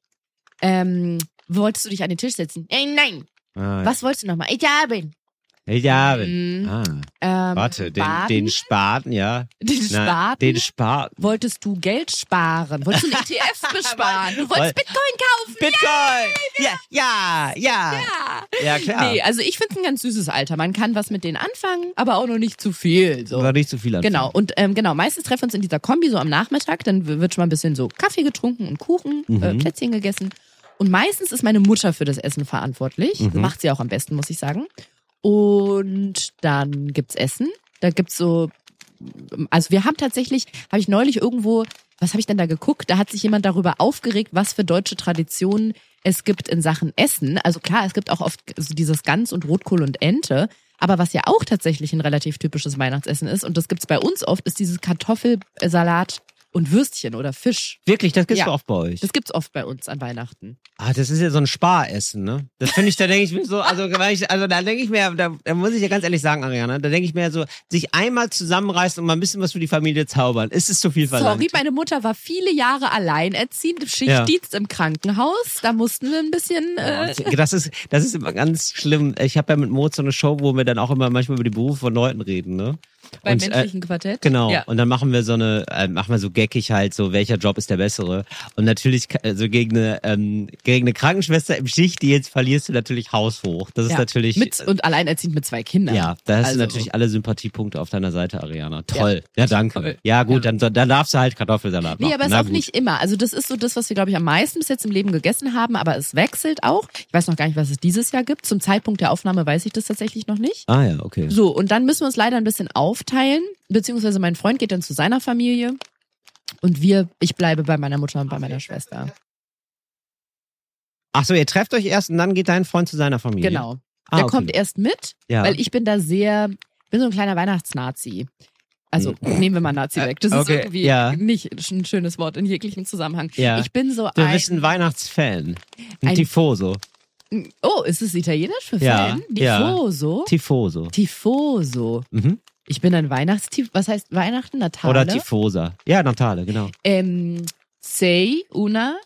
Speaker 2: Ähm, wolltest du dich an den Tisch setzen? Äh, nein.
Speaker 1: Ah,
Speaker 2: Was wolltest du nochmal? Ich habe.
Speaker 1: Ja, wenn-
Speaker 2: Mhm.
Speaker 1: ah,
Speaker 2: Ähm,
Speaker 1: warte, den,
Speaker 2: Baden?
Speaker 1: den Spaten, ja.
Speaker 2: (laughs) den
Speaker 1: Nein,
Speaker 2: Spaten.
Speaker 1: Den Spaten.
Speaker 2: Wolltest du Geld sparen? Wolltest du einen ETF
Speaker 1: (laughs)
Speaker 2: (laughs) besparen? Du wolltest
Speaker 1: Weil-
Speaker 2: Bitcoin kaufen?
Speaker 1: Bitcoin! Ja, ja, ja.
Speaker 2: Ja.
Speaker 1: Ja, klar.
Speaker 2: Nee, also ich finde es ein ganz süßes Alter. Man kann was mit denen anfangen, aber auch noch nicht zu viel. So.
Speaker 1: War nicht so viel anfangen.
Speaker 2: Genau, und ähm, genau, meistens treffen wir uns in dieser Kombi so am Nachmittag, dann w- wird schon mal ein bisschen so Kaffee getrunken und Kuchen, äh, Plätzchen gegessen. Und meistens ist meine Mutter für das Essen verantwortlich. Macht sie auch am besten, muss ich sagen. Und dann gibt's Essen. Da gibt's so, also wir haben tatsächlich, habe ich neulich irgendwo, was habe ich denn da geguckt? Da hat sich jemand darüber aufgeregt, was für deutsche Traditionen es gibt in Sachen Essen. Also klar, es gibt auch oft so dieses Gans und Rotkohl und Ente. Aber was ja auch tatsächlich ein relativ typisches Weihnachtsessen ist, und das gibt's bei uns oft, ist dieses Kartoffelsalat und Würstchen oder Fisch.
Speaker 1: Wirklich, das gibt's
Speaker 2: Ja.
Speaker 1: ja. oft bei euch.
Speaker 2: Das gibt's oft bei uns an Weihnachten.
Speaker 1: Ah, das ist ja so ein Sparessen, ne? Das finde ich, da denke ich mir so, also, weil ich, also da denke ich mir, da, da muss ich ja ganz ehrlich sagen, Ariana, da denke ich mir so, sich einmal zusammenreißen und mal ein bisschen was für die Familie zaubern. Ist es zu viel verlangt?
Speaker 2: Sorry, meine Mutter war viele Jahre alleinerziehend, im Schichtdienst im Krankenhaus. Da mussten wir ein bisschen. Äh,
Speaker 1: Sorry. Das ist, das ist immer ganz schlimm. Ich habe ja mit Moritz so eine Show, wo wir dann auch immer manchmal über die Berufe von Leuten reden, ne?
Speaker 2: beim
Speaker 1: Und, äh,
Speaker 2: menschlichen Quartett.
Speaker 1: Genau.
Speaker 2: Ja.
Speaker 1: Und dann machen wir so eine, äh, machen wir so geckig halt, so welcher Job ist der bessere. Und natürlich, ka- also gegen eine, ähm, gegen eine Krankenschwester im Schicht, die jetzt verlierst du natürlich haushoch. Das ist
Speaker 2: Ja.
Speaker 1: natürlich. äh,
Speaker 2: Mit, und alleinerziehend mit zwei Kindern.
Speaker 1: ja, da hast
Speaker 2: Also-
Speaker 1: du natürlich alle Sympathiepunkte auf deiner Seite, Ariana. Toll. Ja, danke.
Speaker 2: Toll.
Speaker 1: Ja, gut, dann, dann darfst du halt Kartoffelsalat machen.
Speaker 2: Nee, aber es ist
Speaker 1: Na
Speaker 2: auch
Speaker 1: gut.
Speaker 2: nicht immer. Also das ist so das, was wir, glaube ich, am meisten bis jetzt im Leben gegessen haben, aber es wechselt auch. Ich weiß noch gar nicht, was es dieses Jahr gibt. Zum Zeitpunkt der Aufnahme weiß ich das tatsächlich noch nicht.
Speaker 1: Ah ja, okay.
Speaker 2: So, und dann müssen wir uns leider ein bisschen aufteilen, beziehungsweise mein Freund geht dann zu seiner Familie und wir, ich bleibe bei meiner Mutter und bei meiner Schwester.
Speaker 1: Ach so, ihr trefft euch erst und dann geht dein Freund zu seiner Familie.
Speaker 2: Genau.
Speaker 1: Ah,
Speaker 2: der
Speaker 1: okay.
Speaker 2: kommt erst mit,
Speaker 1: ja.
Speaker 2: weil ich bin da sehr, bin so ein kleiner Weihnachtsnazi. Also nehmen wir mal Nazi
Speaker 1: Äh,
Speaker 2: weg. Das
Speaker 1: okay,
Speaker 2: ist irgendwie
Speaker 1: ja.
Speaker 2: nicht ein schönes Wort in jeglichem Zusammenhang.
Speaker 1: Ja.
Speaker 2: Ich bin so
Speaker 1: Du
Speaker 2: ein.
Speaker 1: bist ein Weihnachtsfan. Ein,
Speaker 2: Ein-
Speaker 1: Tifoso.
Speaker 2: Oh, ist es italienisch für
Speaker 1: Ja,
Speaker 2: Fan?
Speaker 1: ja.
Speaker 2: Tifoso.
Speaker 1: Tifoso.
Speaker 2: Tifoso.
Speaker 1: Mhm.
Speaker 2: Ich bin ein Weihnachtstif. Was heißt Weihnachten? Natale?
Speaker 1: Oder Tifosa. Ja, Natale, genau.
Speaker 2: Ähm, sei una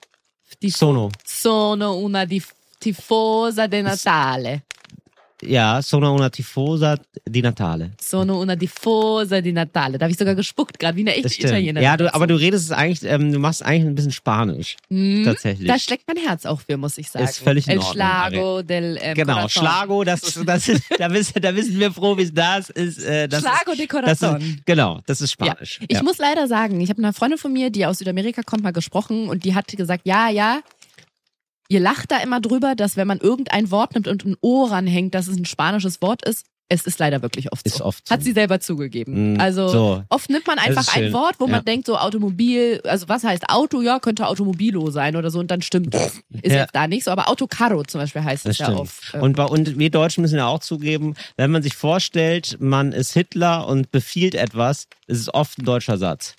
Speaker 2: di
Speaker 1: Sono.
Speaker 2: sono una di tifosa de Natale.
Speaker 1: Ja, sono una tifosa di Natale.
Speaker 2: Sono una tifosa di Natale. Da habe ich sogar gespuckt, gerade wie eine echte
Speaker 1: Das stimmt.
Speaker 2: Italienerin.
Speaker 1: Ja, du, aber du redest es eigentlich, ähm, du machst eigentlich ein bisschen Spanisch.
Speaker 2: Hm,
Speaker 1: Tatsächlich.
Speaker 2: Da schlägt mein Herz auch für, muss ich sagen.
Speaker 1: Ist völlig in
Speaker 2: El
Speaker 1: Ordnung,
Speaker 2: Schlago del ähm,
Speaker 1: genau,
Speaker 2: Corazon.
Speaker 1: Schlago, das ist, das ist, da wissen, da wissen wir Profis, das ist, äh, das
Speaker 2: Schlago
Speaker 1: ist,
Speaker 2: de
Speaker 1: das
Speaker 2: Corazon.
Speaker 1: ist, genau, das ist
Speaker 2: Ja.
Speaker 1: Spanisch.
Speaker 2: Ich muss leider sagen, ich habe eine Freundin von mir, die aus Südamerika kommt, mal gesprochen und die hat gesagt, ja, ja, ihr lacht da immer drüber, dass wenn man irgendein Wort nimmt und ein O ranhängt, dass es ein spanisches Wort ist. Es ist leider wirklich oft
Speaker 1: Ist
Speaker 2: so.
Speaker 1: oft so.
Speaker 2: Hat sie selber zugegeben.
Speaker 1: Mm,
Speaker 2: also
Speaker 1: so.
Speaker 2: oft nimmt man einfach
Speaker 1: ist
Speaker 2: ein
Speaker 1: schön.
Speaker 2: Wort, wo
Speaker 1: Ja.
Speaker 2: man denkt, so Automobil, also was heißt Auto? Ja, könnte Automobilo sein oder so und dann stimmt das. Ist
Speaker 1: Ja.
Speaker 2: jetzt da nicht so, aber Autocarro zum Beispiel heißt
Speaker 1: Das
Speaker 2: es ja
Speaker 1: stimmt.
Speaker 2: oft. Äh,
Speaker 1: Und, bei, und wir Deutschen müssen ja auch zugeben, wenn man sich vorstellt, man ist Hitler und befiehlt etwas, ist es oft ein deutscher Satz.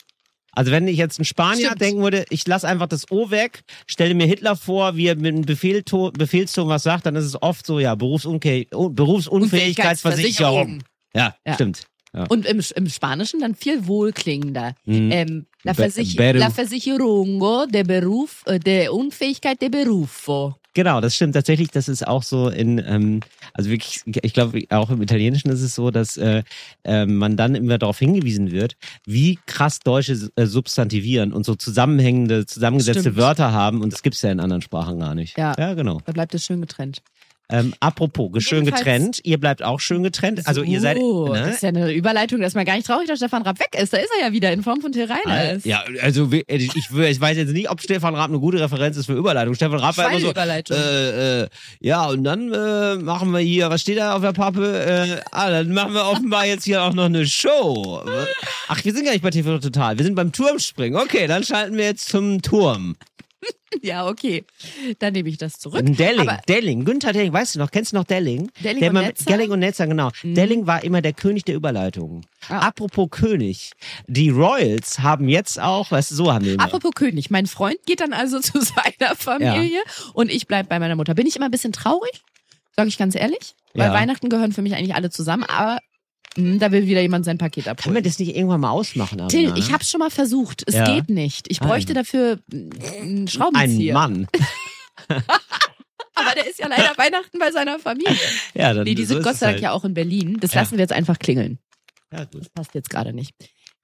Speaker 1: Also wenn ich jetzt ein Spanier
Speaker 2: Stimmt.
Speaker 1: denken würde, ich lasse einfach das O weg, stelle mir Hitler vor, wie er mit einem Befehlto- Befehlston was sagt, dann ist es oft so, ja, Berufsunke Un- Berufsunfähigkeitsversicherung.
Speaker 2: Unfähigkeitsversicherung.
Speaker 1: Ja,
Speaker 2: Ja.
Speaker 1: stimmt. Ja.
Speaker 2: Und im, im Spanischen dann viel wohlklingender.
Speaker 1: Mhm.
Speaker 2: Ähm, la,
Speaker 1: Be-
Speaker 2: Versich
Speaker 1: Beruf.
Speaker 2: la Versicherung der Beruf, äh, der Unfähigkeit der Berufo.
Speaker 1: Genau, das stimmt tatsächlich. Das ist auch so in, ähm, also wirklich, ich glaube, auch im Italienischen ist es so, dass äh, äh, man dann immer darauf hingewiesen wird, wie krass Deutsche äh, substantivieren und so zusammenhängende, zusammengesetzte
Speaker 2: Stimmt.
Speaker 1: Wörter haben. Und das gibt's ja in anderen Sprachen gar nicht.
Speaker 2: Ja.
Speaker 1: ja genau.
Speaker 2: Da bleibt es schön getrennt.
Speaker 1: Ähm, apropos, ge- schön
Speaker 2: Jedenfalls-
Speaker 1: getrennt. Ihr bleibt auch schön getrennt. Also ihr seid.
Speaker 2: Oh,
Speaker 1: ne?
Speaker 2: Das ist ja eine Überleitung, dass man gar nicht traurig, dass Stefan Rapp weg ist. Da ist er ja wieder in Form von Till Reiners.
Speaker 1: Ja, also wir- ich, ich weiß jetzt nicht, ob Stefan Raab eine gute Referenz ist für Überleitung. Stefan Raab war immer so,
Speaker 2: Schweineüberleitung.
Speaker 1: äh, äh, ja und dann äh, machen wir hier, was steht da auf der Pappe? Äh, ah, dann machen wir offenbar jetzt hier auch noch eine Show. Ach, wir sind gar nicht bei TV Total, wir sind beim Turmspringen. Okay, dann schalten wir jetzt zum Turm.
Speaker 2: Ja, okay. Dann nehme ich das zurück.
Speaker 1: Delling,
Speaker 2: Aber-
Speaker 1: Delling, Günther Delling, weißt du noch, kennst du noch Delling?
Speaker 2: Delling
Speaker 1: der
Speaker 2: und
Speaker 1: immer mit-
Speaker 2: Netzer? Mhm.
Speaker 1: Delling und Netzer, genau. Delling war immer der König der Überleitungen.
Speaker 2: Ah.
Speaker 1: Apropos König, die Royals haben jetzt auch, weißt du, so haben die immer.
Speaker 2: Apropos König, mein Freund geht dann also (laughs) zu seiner Familie und ich bleib bei meiner Mutter. Bin ich immer ein bisschen traurig, sage ich ganz ehrlich, weil
Speaker 1: Ja.
Speaker 2: Weihnachten gehören für mich eigentlich alle zusammen, aber mh, da will wieder jemand sein Paket
Speaker 1: Kann
Speaker 2: abholen.
Speaker 1: man das nicht irgendwann mal ausmachen? Ariana?
Speaker 2: Till, ich hab's schon mal versucht. Es
Speaker 1: Ja.
Speaker 2: geht nicht. Ich bräuchte dafür mh, einen
Speaker 1: einen
Speaker 2: Schraubenzieher. (laughs)
Speaker 1: Mann.
Speaker 2: Aber der ist ja leider Weihnachten bei
Speaker 1: (laughs)
Speaker 2: seiner Familie.
Speaker 1: Ja, dann,
Speaker 2: Nee, die sind
Speaker 1: so ist
Speaker 2: Gott
Speaker 1: es
Speaker 2: sei Dank
Speaker 1: halt.
Speaker 2: ja auch in Berlin. Das
Speaker 1: Ja.
Speaker 2: lassen wir jetzt einfach klingeln.
Speaker 1: Ja, gut.
Speaker 2: Passt jetzt gerade nicht.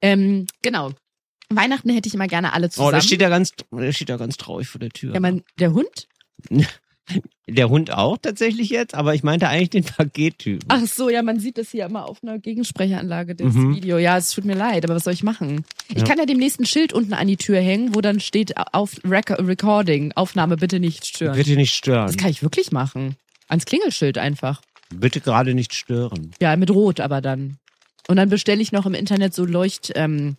Speaker 2: Ähm, genau. Weihnachten hätte ich immer gerne alle
Speaker 1: Oh,
Speaker 2: zusammen.
Speaker 1: der steht ja ganz, der steht ja ganz traurig vor der Tür.
Speaker 2: ja, mein, der Hund?
Speaker 1: der Hund auch tatsächlich jetzt, aber ich meinte eigentlich den (laughs) Pakettypen.
Speaker 2: Ach so, ja, man sieht das hier immer auf einer Gegensprecheranlage, das
Speaker 1: Mhm.
Speaker 2: Video. Ja, es tut mir leid, aber was soll ich machen? Ich
Speaker 1: Ja.
Speaker 2: kann ja demnächst ein Schild unten an die Tür hängen, wo dann steht äh, auf Rec Recording, Aufnahme bitte nicht stören.
Speaker 1: Bitte nicht stören.
Speaker 2: Das kann ich wirklich machen. Ans Klingelschild einfach.
Speaker 1: Bitte gerade nicht stören.
Speaker 2: Ja, mit Rot aber dann. Und dann bestelle ich noch im Internet so Leucht, ähm,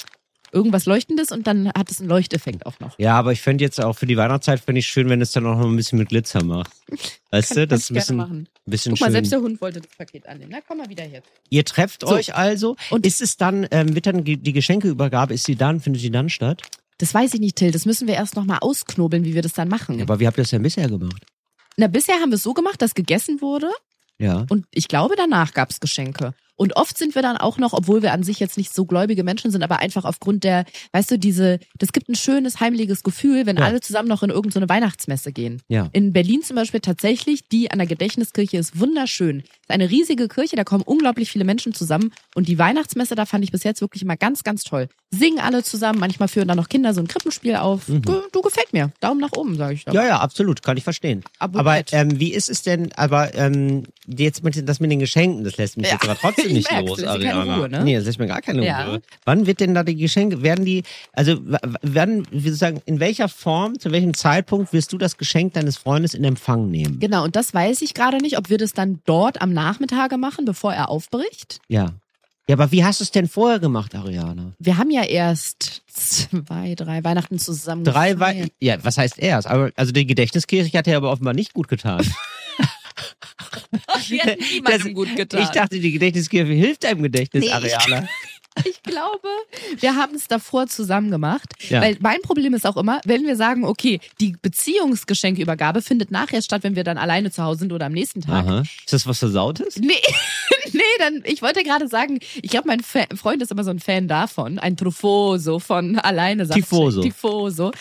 Speaker 2: irgendwas Leuchtendes und dann hat es einen Leuchteffekt auch noch.
Speaker 1: Ja, aber ich fände jetzt auch für die Weihnachtszeit finde ich schön, wenn es dann auch noch ein bisschen mit Glitzer macht. Weißt du, das ist ein
Speaker 2: Kann ich
Speaker 1: bisschen,
Speaker 2: gerne machen.
Speaker 1: bisschen
Speaker 2: Guck mal,
Speaker 1: schön.
Speaker 2: selbst der Hund wollte das Paket annehmen. Na, komm mal wieder her.
Speaker 1: Ihr trefft
Speaker 2: So.
Speaker 1: euch also. Und
Speaker 2: Und-
Speaker 1: ist es dann, ähm, wird dann ge- die Geschenkeübergabe, ist die dann, findet die dann statt?
Speaker 2: Das weiß ich nicht, Till. Das müssen wir erst nochmal ausknobeln, wie wir das dann machen.
Speaker 1: Ja, aber wie habt ihr das denn bisher gemacht?
Speaker 2: Na, bisher haben wir es so gemacht, dass gegessen wurde
Speaker 1: Ja.
Speaker 2: und ich glaube, danach gab's Geschenke. Und oft sind wir dann auch noch, obwohl wir an sich jetzt nicht so gläubige Menschen sind, aber einfach aufgrund der, weißt du, diese, das gibt ein schönes heimliches Gefühl, wenn
Speaker 1: Ja.
Speaker 2: alle zusammen noch in irgendeine Weihnachtsmesse gehen.
Speaker 1: Ja.
Speaker 2: In Berlin zum Beispiel tatsächlich, die an der Gedächtniskirche ist wunderschön. Ist eine riesige Kirche, da kommen unglaublich viele Menschen zusammen. Und die Weihnachtsmesse, da fand ich bis jetzt wirklich immer ganz, ganz toll. Singen alle zusammen, manchmal führen dann noch Kinder so ein Krippenspiel auf. Du, du gefällt mir. Daumen nach oben, sage ich da.
Speaker 1: Mhm. Ja, ja, absolut, kann ich verstehen.
Speaker 2: Aber
Speaker 1: aber
Speaker 2: nett.
Speaker 1: ähm, wie ist es denn, aber ähm, jetzt mit, den- das mit den Geschenken, das lässt mich
Speaker 2: Ja,
Speaker 1: jetzt aber trotzdem
Speaker 2: (laughs) ich
Speaker 1: nicht
Speaker 2: merk's,
Speaker 1: los,
Speaker 2: das ist keine
Speaker 1: Ariana.
Speaker 2: Ruhe, ne?
Speaker 1: Nee, das lässt mir gar keine
Speaker 2: Ja.
Speaker 1: Ruhe. Wann wird denn da die Geschenke, werden die, also w- w- werden, wie sozusagen, in welcher Form, zu welchem Zeitpunkt wirst du das Geschenk deines Freundes in Empfang nehmen?
Speaker 2: Genau, und das weiß ich gerade nicht, ob wir das dann dort am Nachmittage machen, bevor er aufbricht.
Speaker 1: Ja. Ja, aber wie hast du es denn vorher gemacht, Ariana?
Speaker 2: Wir haben ja erst zwei, drei Weihnachten zusammen.
Speaker 1: Drei (laughs)
Speaker 2: gefeiert.
Speaker 1: Wei Ja, was heißt erst? Aber, also die Gedächtniskirche hat ja aber offenbar nicht gut
Speaker 2: (laughs)
Speaker 1: getan.
Speaker 2: Die hat niemandem
Speaker 1: Das-
Speaker 2: gut getan.
Speaker 1: (laughs) Ich dachte, die Gedächtniskirche hilft deinem Gedächtnis,
Speaker 2: Nee, ich- (laughs)
Speaker 1: Ariana.
Speaker 2: Ich glaube, wir haben es davor zusammen gemacht.
Speaker 1: Ja.
Speaker 2: Weil mein Problem ist auch immer, wenn wir sagen, okay, die Beziehungsgeschenkübergabe findet nachher statt, wenn wir dann alleine zu Hause sind oder am nächsten Tag.
Speaker 1: Aha. Ist das was Versautes?
Speaker 2: (laughs) Nee, nee, dann, ich wollte gerade sagen, ich glaube, mein Fa Freund ist immer so ein Fan davon, ein Trufoso von alleine Sachen-
Speaker 1: Tifoso.
Speaker 2: Tifoso.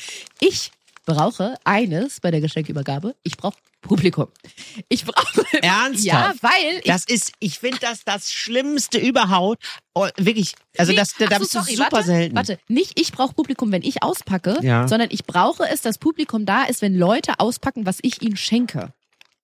Speaker 2: Ich brauche eines bei der Geschenkübergabe. Ich brauche Publikum.
Speaker 1: (laughs)
Speaker 2: Ich brauche.
Speaker 1: Ernsthaft?
Speaker 2: Ja, weil ich.
Speaker 1: Das ist, ich finde das das Schlimmste überhaupt. Oh, wirklich, also
Speaker 2: Nee,
Speaker 1: das, da,
Speaker 2: ach
Speaker 1: da
Speaker 2: so,
Speaker 1: bist
Speaker 2: sorry,
Speaker 1: du super
Speaker 2: warte,
Speaker 1: selten.
Speaker 2: Warte, nicht ich brauche Publikum, wenn ich auspacke,
Speaker 1: Ja.
Speaker 2: sondern ich brauche es, dass Publikum da ist, wenn Leute auspacken, was ich ihnen schenke.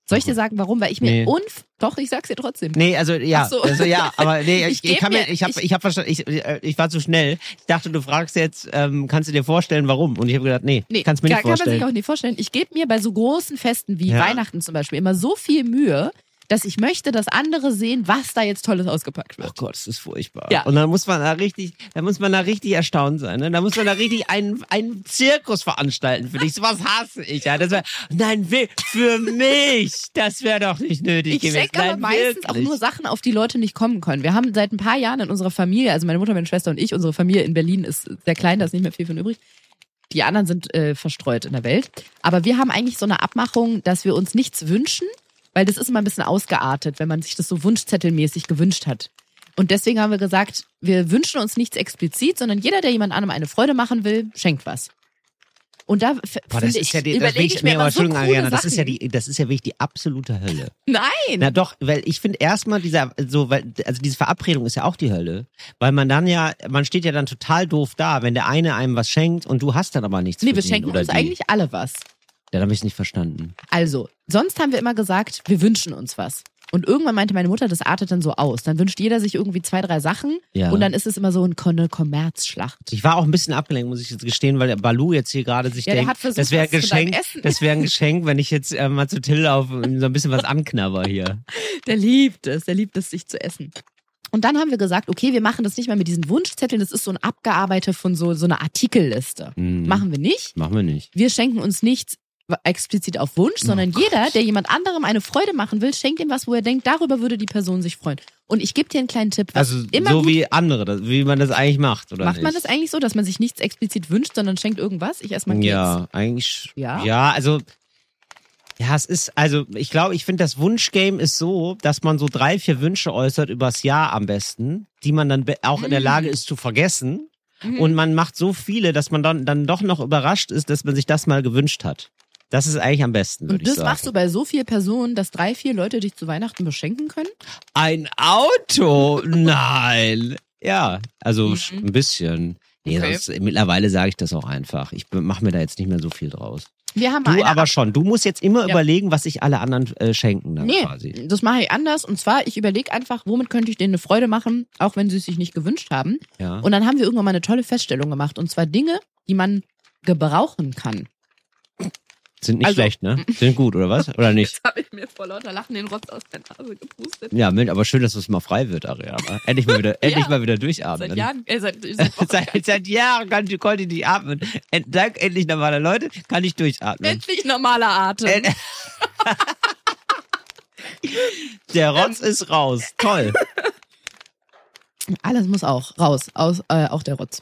Speaker 2: Soll ich dir sagen, warum? Weil ich mir
Speaker 1: Nee.
Speaker 2: unf... Doch, ich sag's dir trotzdem.
Speaker 1: Nee, also ja,
Speaker 2: Ach so.
Speaker 1: also, ja, aber
Speaker 2: (laughs)
Speaker 1: nee,
Speaker 2: Ich
Speaker 1: ich, ich,
Speaker 2: geb
Speaker 1: kann
Speaker 2: mir-
Speaker 1: mir, ich habe
Speaker 2: ich-
Speaker 1: ich hab verstanden, ich, äh, ich war zu schnell. Ich dachte, du fragst jetzt, ähm, kannst du dir vorstellen, warum? Und ich habe gedacht, nee, kannst mir
Speaker 2: kann,
Speaker 1: nicht
Speaker 2: Kann man
Speaker 1: vorstellen.
Speaker 2: sich auch nicht vorstellen. Ich gebe mir bei so großen Festen wie
Speaker 1: Ja.
Speaker 2: Weihnachten zum Beispiel immer so viel Mühe, dass ich möchte, dass andere sehen, was da jetzt Tolles ausgepackt
Speaker 1: Oh
Speaker 2: wird.
Speaker 1: Gott, das ist furchtbar.
Speaker 2: Ja.
Speaker 1: Und dann muss man da richtig, dann muss man da richtig erstaunt sein. Ne? Da muss man da richtig einen, einen Zirkus veranstalten für dich. Sowas hasse ich. Ja? Das wär, nein, wi- für mich. Das wäre doch nicht nötig
Speaker 2: Ich
Speaker 1: gewesen.
Speaker 2: schenke aber
Speaker 1: Nein,
Speaker 2: meistens auch
Speaker 1: wirklich.
Speaker 2: nur Sachen, auf die Leute nicht kommen können. Wir haben seit ein paar Jahren in unserer Familie, also meine Mutter, meine Schwester und ich, unsere Familie in Berlin ist sehr klein, da ist nicht mehr viel von übrig. Die anderen sind äh, verstreut in der Welt. Aber wir haben eigentlich so eine Abmachung, dass wir uns nichts wünschen, weil das ist immer ein bisschen ausgeartet, wenn man sich das so wunschzettelmäßig gewünscht hat. Und deswegen haben wir gesagt, wir wünschen uns nichts explizit, sondern jeder, der jemand anderem eine Freude machen will, schenkt was. Und da f-
Speaker 1: Boah, das
Speaker 2: finde
Speaker 1: ist
Speaker 2: ich,
Speaker 1: ja die, das
Speaker 2: überlege
Speaker 1: will ich,
Speaker 2: ich
Speaker 1: nee,
Speaker 2: mir
Speaker 1: aber
Speaker 2: immer so
Speaker 1: Entschuldigung,
Speaker 2: coole
Speaker 1: Ariana, das
Speaker 2: Sachen.
Speaker 1: ist ja die, das ist ja wirklich die absolute Hölle.
Speaker 2: Nein!
Speaker 1: Na doch, weil ich finde erstmal dieser, so, weil, also diese Verabredung ist ja auch die Hölle, weil man dann ja, man steht ja dann total doof da, wenn der eine einem was schenkt und du hast dann aber nichts.
Speaker 2: Nee,
Speaker 1: für
Speaker 2: wir
Speaker 1: den
Speaker 2: schenken
Speaker 1: oder
Speaker 2: uns
Speaker 1: die.
Speaker 2: eigentlich alle was.
Speaker 1: Ja, dann habe ich es nicht verstanden.
Speaker 2: Also, sonst haben wir immer gesagt, wir wünschen uns was. Und irgendwann meinte meine Mutter, das artet dann so aus. Dann wünscht jeder sich irgendwie zwei, drei Sachen.
Speaker 1: Ja.
Speaker 2: Und dann ist es immer so ein- eine Kommerzschlacht.
Speaker 1: Ich war auch ein bisschen abgelenkt, muss ich jetzt gestehen, weil der Balu jetzt hier gerade sich
Speaker 2: Ja, der
Speaker 1: denkt,
Speaker 2: hat versucht,
Speaker 1: das wäre
Speaker 2: was zu
Speaker 1: Geschenk,
Speaker 2: deinem Essen.
Speaker 1: das wäre ein Geschenk, wenn ich jetzt äh, mal zu Till auf ihm so ein bisschen was anknabber hier.
Speaker 2: Der liebt es, der liebt es, sich zu essen. Und dann haben wir gesagt, okay, wir machen das nicht mehr mit diesen Wunschzetteln. Das ist so ein Abgearbeitet von so, so einer Artikelliste.
Speaker 1: Mhm.
Speaker 2: Machen wir nicht.
Speaker 1: Machen wir nicht.
Speaker 2: Wir schenken uns nichts explizit auf Wunsch,
Speaker 1: Oh
Speaker 2: sondern jeder, der jemand anderem eine Freude machen will, schenkt ihm was, wo er denkt, darüber würde die Person sich freuen. Und ich gebe dir einen kleinen Tipp. was
Speaker 1: Also
Speaker 2: immer
Speaker 1: so
Speaker 2: gut
Speaker 1: wie andere, das- wie man das eigentlich macht, oder
Speaker 2: Macht
Speaker 1: nicht?
Speaker 2: man das eigentlich so, dass man sich nichts explizit wünscht, sondern schenkt irgendwas? Ich erstmal Keks.
Speaker 1: Ja, eigentlich. sch-
Speaker 2: Ja?
Speaker 1: Ja, also. Ja, es ist, also ich glaube, ich finde, das Wunschgame ist so, dass man so drei, vier Wünsche äußert übers Jahr am besten, die man dann be- auch
Speaker 2: Mhm.
Speaker 1: in der Lage ist zu vergessen. Und man macht so viele, dass man dann, dann doch noch überrascht ist, dass man sich das mal gewünscht hat. Das ist eigentlich am besten, würde
Speaker 2: Und
Speaker 1: ich
Speaker 2: das
Speaker 1: sagen.
Speaker 2: machst du bei so vielen Personen, dass drei, vier Leute dich zu Weihnachten beschenken können?
Speaker 1: Ein Auto? Nein. Ja, also sch- ein bisschen. Nee,
Speaker 2: Mhm. Okay.
Speaker 1: sonst, mittlerweile sage ich das auch einfach. Ich mache mir da jetzt nicht mehr so viel draus.
Speaker 2: Wir haben mal
Speaker 1: Du
Speaker 2: eine
Speaker 1: aber schon. Du musst jetzt immer
Speaker 2: Ja.
Speaker 1: überlegen, was sich alle anderen äh, schenken dann
Speaker 2: Nee,
Speaker 1: quasi.
Speaker 2: das mache ich anders. Und zwar, ich überlege einfach, womit könnte ich denen eine Freude machen, auch wenn sie es sich nicht gewünscht haben.
Speaker 1: Ja.
Speaker 2: Und dann haben wir irgendwann (laughs) mal eine tolle Feststellung gemacht. Und zwar Dinge, die man gebrauchen kann.
Speaker 1: Sind nicht
Speaker 2: Also-
Speaker 1: schlecht, ne? Sind gut, oder was? Oder nicht?
Speaker 2: (laughs) Jetzt habe ich mir vor lauter Lachen den Rotz aus der Nase gepustet.
Speaker 1: Ja, Mensch, aber schön, dass es mal frei wird, Ariana. Endlich mal
Speaker 2: (laughs)
Speaker 1: wieder, endlich mal wieder durchatmen.
Speaker 2: Seit Jahren, äh, seit, seit Wochen.
Speaker 1: (laughs) seit, seit Jahren kann, konnte ich nicht atmen. End, dank endlich normaler Leute kann ich durchatmen.
Speaker 2: Endlich normaler Atem.
Speaker 1: End- (laughs) Der Rotz ist raus.
Speaker 2: (laughs)
Speaker 1: Toll.
Speaker 2: Alles muss auch raus, aus, äh, auch der Rotz.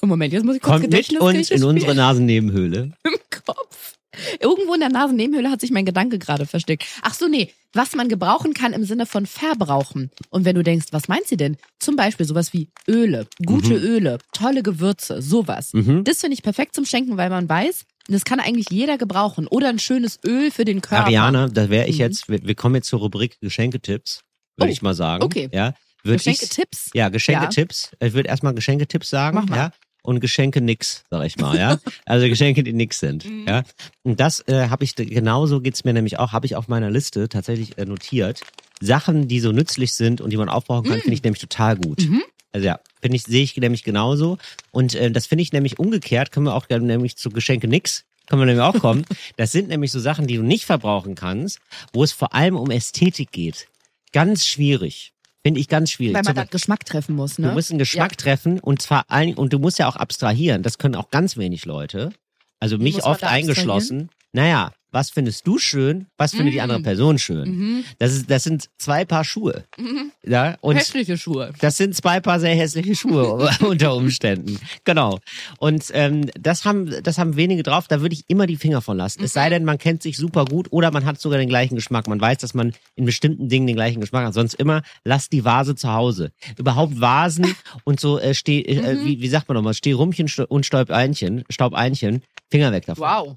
Speaker 2: So, Moment, jetzt muss ich kurz
Speaker 1: Kommt mit uns in
Speaker 2: unseren
Speaker 1: unsere Nasennebenhöhle.
Speaker 2: im Kopf. Irgendwo in der Nasennebenhöhle hat sich mein Gedanke gerade versteckt. Ach so, nee, was man gebrauchen kann im Sinne von verbrauchen. Und wenn du denkst, was meint sie denn? Zum Beispiel sowas wie Öle, gute Öle, tolle Gewürze, sowas.
Speaker 1: Mhm.
Speaker 2: Das finde ich perfekt zum Schenken, weil man weiß, das kann eigentlich jeder gebrauchen. Oder ein schönes Öl für den Körper.
Speaker 1: Ariana, da wäre ich
Speaker 2: Mhm.
Speaker 1: jetzt, wir, wir kommen jetzt zur Rubrik Geschenketipps, würde
Speaker 2: Oh,
Speaker 1: ich mal sagen.
Speaker 2: okay.
Speaker 1: Ja, würd ich,
Speaker 2: Geschenketipps?
Speaker 1: Ja, Geschenketipps. Ich würde erstmal Geschenketipps sagen.
Speaker 2: Mach mal.
Speaker 1: Ja. Und Geschenke nix, sag ich mal,
Speaker 2: (laughs)
Speaker 1: ja. Also Geschenke, die nix sind,
Speaker 2: Mhm.
Speaker 1: ja. Und das äh, habe ich, d- genauso geht's mir nämlich auch, habe ich auf meiner Liste tatsächlich äh, notiert. Sachen, die so nützlich sind und die man aufbrauchen
Speaker 2: Mhm.
Speaker 1: kann, finde ich nämlich total gut. Also ja, finde ich, sehe ich nämlich genauso. Und äh, das finde ich nämlich umgekehrt, können wir auch gerne nämlich zu Geschenke nix, können wir nämlich auch
Speaker 2: (laughs)
Speaker 1: kommen. das sind nämlich so Sachen, die du nicht verbrauchen kannst, wo es vor allem um Ästhetik geht. Ganz schwierig. Finde ich ganz schwierig.
Speaker 2: Weil
Speaker 1: Zum
Speaker 2: man da Geschmack treffen muss,
Speaker 1: Du
Speaker 2: ne?
Speaker 1: musst einen Geschmack treffen und zwar allen, und du musst ja auch abstrahieren. Das können auch ganz wenig Leute. Also mich
Speaker 2: muss man
Speaker 1: oft
Speaker 2: da
Speaker 1: eingeschlossen. Naja, was findest du schön? Was findet die
Speaker 2: Mm.
Speaker 1: andere Person schön?
Speaker 2: Mhm.
Speaker 1: Das ist, das sind zwei Paar Schuhe.
Speaker 2: Mhm.
Speaker 1: Ja, und
Speaker 2: Hässliche Schuhe.
Speaker 1: das sind zwei Paar sehr hässliche Schuhe (laughs) unter Umständen. Genau. Und ähm, das haben, das haben wenige drauf. Da würde ich immer die Finger von lassen. Es
Speaker 2: Mhm.
Speaker 1: sei denn, man kennt sich super gut oder man hat sogar den gleichen Geschmack. Man weiß, dass man in bestimmten Dingen den gleichen Geschmack hat. Sonst immer lass die Vase zu Hause. Überhaupt
Speaker 2: (laughs)
Speaker 1: Vasen und so äh, steh, äh,
Speaker 2: Mhm.
Speaker 1: wie, wie sagt man nochmal, steh Rumpchen st- und Staubeinchen, Staubeinchen, Finger weg davon.
Speaker 2: Wow.